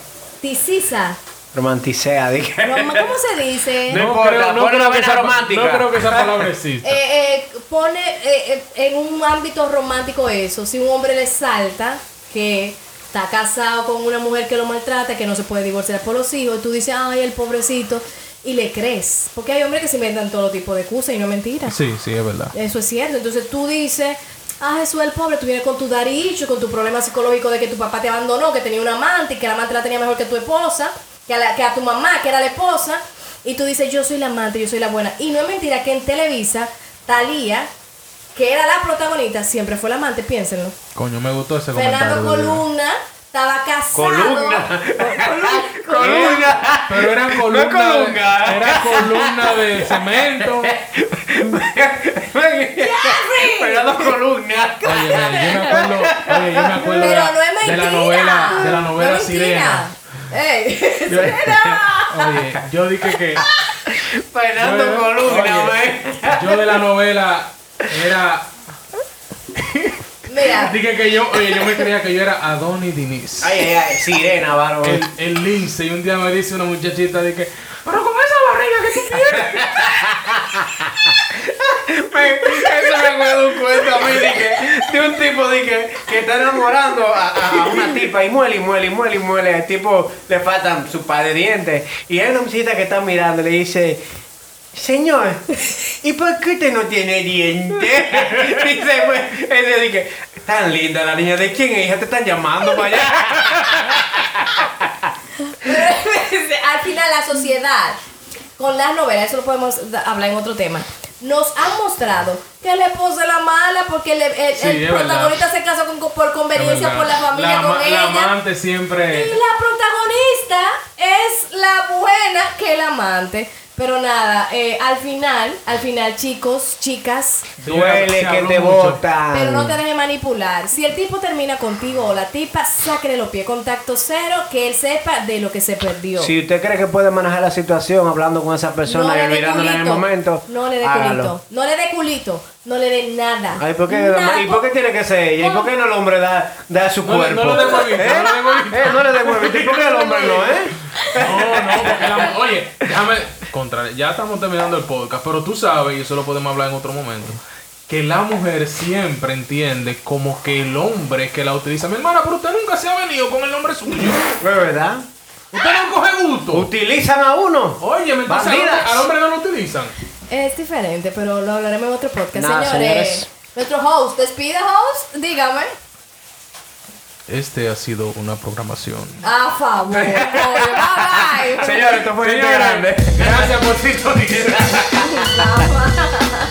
Speaker 5: Romanticiza.
Speaker 4: romanticea, dije.
Speaker 5: Roma- ¿Cómo se dice?
Speaker 4: No importa, ponle una
Speaker 2: que
Speaker 4: vena
Speaker 2: esa-
Speaker 4: romántica.
Speaker 2: No creo que esa <laughs> palabra exista.
Speaker 5: Eh, eh, pone eh, eh, en un ámbito romántico eso. Si un hombre le salta que está casado con una mujer que lo maltrata, que no se puede divorciar por los hijos, y tú dices, ay, el pobrecito, y le crees. Porque hay hombres que se inventan todo tipo de excusas y no mentiras.
Speaker 2: Sí, sí, es verdad.
Speaker 5: Eso es cierto. Entonces tú dices, ah, Jesús el pobre, tú vienes con tu daricho, con tu problema psicológico de que tu papá te abandonó, que tenía un amante y que la amante la tenía mejor que tu esposa, que a, la- que a tu mamá, que era la esposa. Y tú dices, yo soy la amante, yo soy la buena. Y no es mentira que en Televisa, Talía, que era la protagonista, siempre fue la amante, piénsenlo.
Speaker 2: Coño, me gustó ese
Speaker 5: Fernando
Speaker 2: comentario. de verdad.
Speaker 5: Columna estaba casado.
Speaker 4: Columna.
Speaker 5: <laughs> Columna.
Speaker 4: Columna.
Speaker 2: Pero era
Speaker 4: No es
Speaker 2: columna,
Speaker 4: colunga.
Speaker 2: de, era columna de
Speaker 5: <laughs>
Speaker 2: cemento. Oye,
Speaker 4: Fernando Columna.
Speaker 2: me- yo me acuerdo, oye, yo me acuerdo de,
Speaker 5: Pero
Speaker 2: la,
Speaker 5: no es mentira.
Speaker 2: de la novela, de la novela
Speaker 5: No es mentira.
Speaker 2: Sirena.
Speaker 5: ¡Ey! <laughs>
Speaker 2: Yo-
Speaker 5: ¡Sirena!
Speaker 2: <laughs> Oye, yo dije <laughs> que
Speaker 4: Fernando
Speaker 2: Yo-
Speaker 4: Columna,
Speaker 2: oye,
Speaker 4: wey.
Speaker 2: yo de la novela era
Speaker 5: Mira,
Speaker 2: dije que yo, oye, yo me creía que yo era Adonis Diniz.
Speaker 4: Ay, ay, ay, sirena, varón.
Speaker 2: el, el lince y un día me dice una muchachita de que pero con esa barriga que tú tienes
Speaker 4: Me- Eso me acuerdo de un cuento a mí de, que- de un tipo de que, que está enamorando a, a- a una tipa y muele y muele y muele y muele. Al tipo le faltan su par de dientes. Y hay una muchita que está mirando y le dice. Señor, ¿y por qué usted no tiene dientes? <laughs> Dice, pues, ese dije, tan linda la niña, ¿de quién es hija? Te están llamando
Speaker 2: <laughs>
Speaker 4: para allá.
Speaker 5: Pero, <laughs> al final la sociedad con las novelas, eso lo podemos da- hablar en otro tema, nos han mostrado que la esposa es la mala porque el, el-
Speaker 2: Sí,
Speaker 5: el
Speaker 2: es
Speaker 5: protagonista se casa con- con- por conveniencia, por la familia
Speaker 2: la,
Speaker 5: con
Speaker 2: ama-
Speaker 5: ella.
Speaker 2: la amante
Speaker 5: Y
Speaker 2: siempre
Speaker 5: la protagonista es la buena que el amante. Pero nada, eh, al final, al final, chicos, chicas,
Speaker 2: Señora, se
Speaker 4: Duele que
Speaker 2: habló
Speaker 4: te
Speaker 2: mucho.
Speaker 4: botan.
Speaker 5: pero no te dejes manipular. Si el tipo termina contigo o la tipa, sáquele los pies. Contacto cero, que él sepa de lo que se perdió.
Speaker 4: Si usted cree que puede manejar la situación hablando con esa persona y
Speaker 5: dé
Speaker 4: olvidándola en el
Speaker 5: culito.
Speaker 4: momento,
Speaker 5: No le dé
Speaker 4: hágalo.
Speaker 5: culito. No le dé culito. No le dé nada.
Speaker 4: Ay, ¿por qué,
Speaker 5: Nada.
Speaker 4: ¿Y por qué tiene que ser ella? ¿Y por qué no el hombre da, da su
Speaker 2: No le-
Speaker 4: cuerpo?
Speaker 2: no le dé huevito,
Speaker 4: ¿Eh?
Speaker 2: no le dé huevito.
Speaker 4: Eh, no le dé huevito. ¿Y por qué el hombre no, eh?
Speaker 2: no no porque la- oye déjame contra ya estamos terminando el podcast pero tú sabes y eso lo podemos hablar en otro momento que la mujer siempre entiende como que el hombre es que la utiliza mi hermana pero usted nunca se ha venido con el nombre suyo
Speaker 4: Es verdad.
Speaker 2: usted no coge gusto
Speaker 4: Utilizan a uno.
Speaker 2: oye me al hombre-
Speaker 4: Bandidas.
Speaker 2: al hombre no lo utilizan
Speaker 5: Es diferente, pero lo hablaremos en otro podcast.
Speaker 4: Nada,
Speaker 5: señores.
Speaker 4: señores.
Speaker 5: Nuestro host, despide host, dígame.
Speaker 2: Este ha sido una programación.
Speaker 5: A Ah,
Speaker 4: <laughs>
Speaker 5: favor. coño, bye, bye.
Speaker 4: Señores, esto fue gente
Speaker 2: Señores,
Speaker 4: grande.
Speaker 2: Gracias por sintonizar.
Speaker 5: Nada más.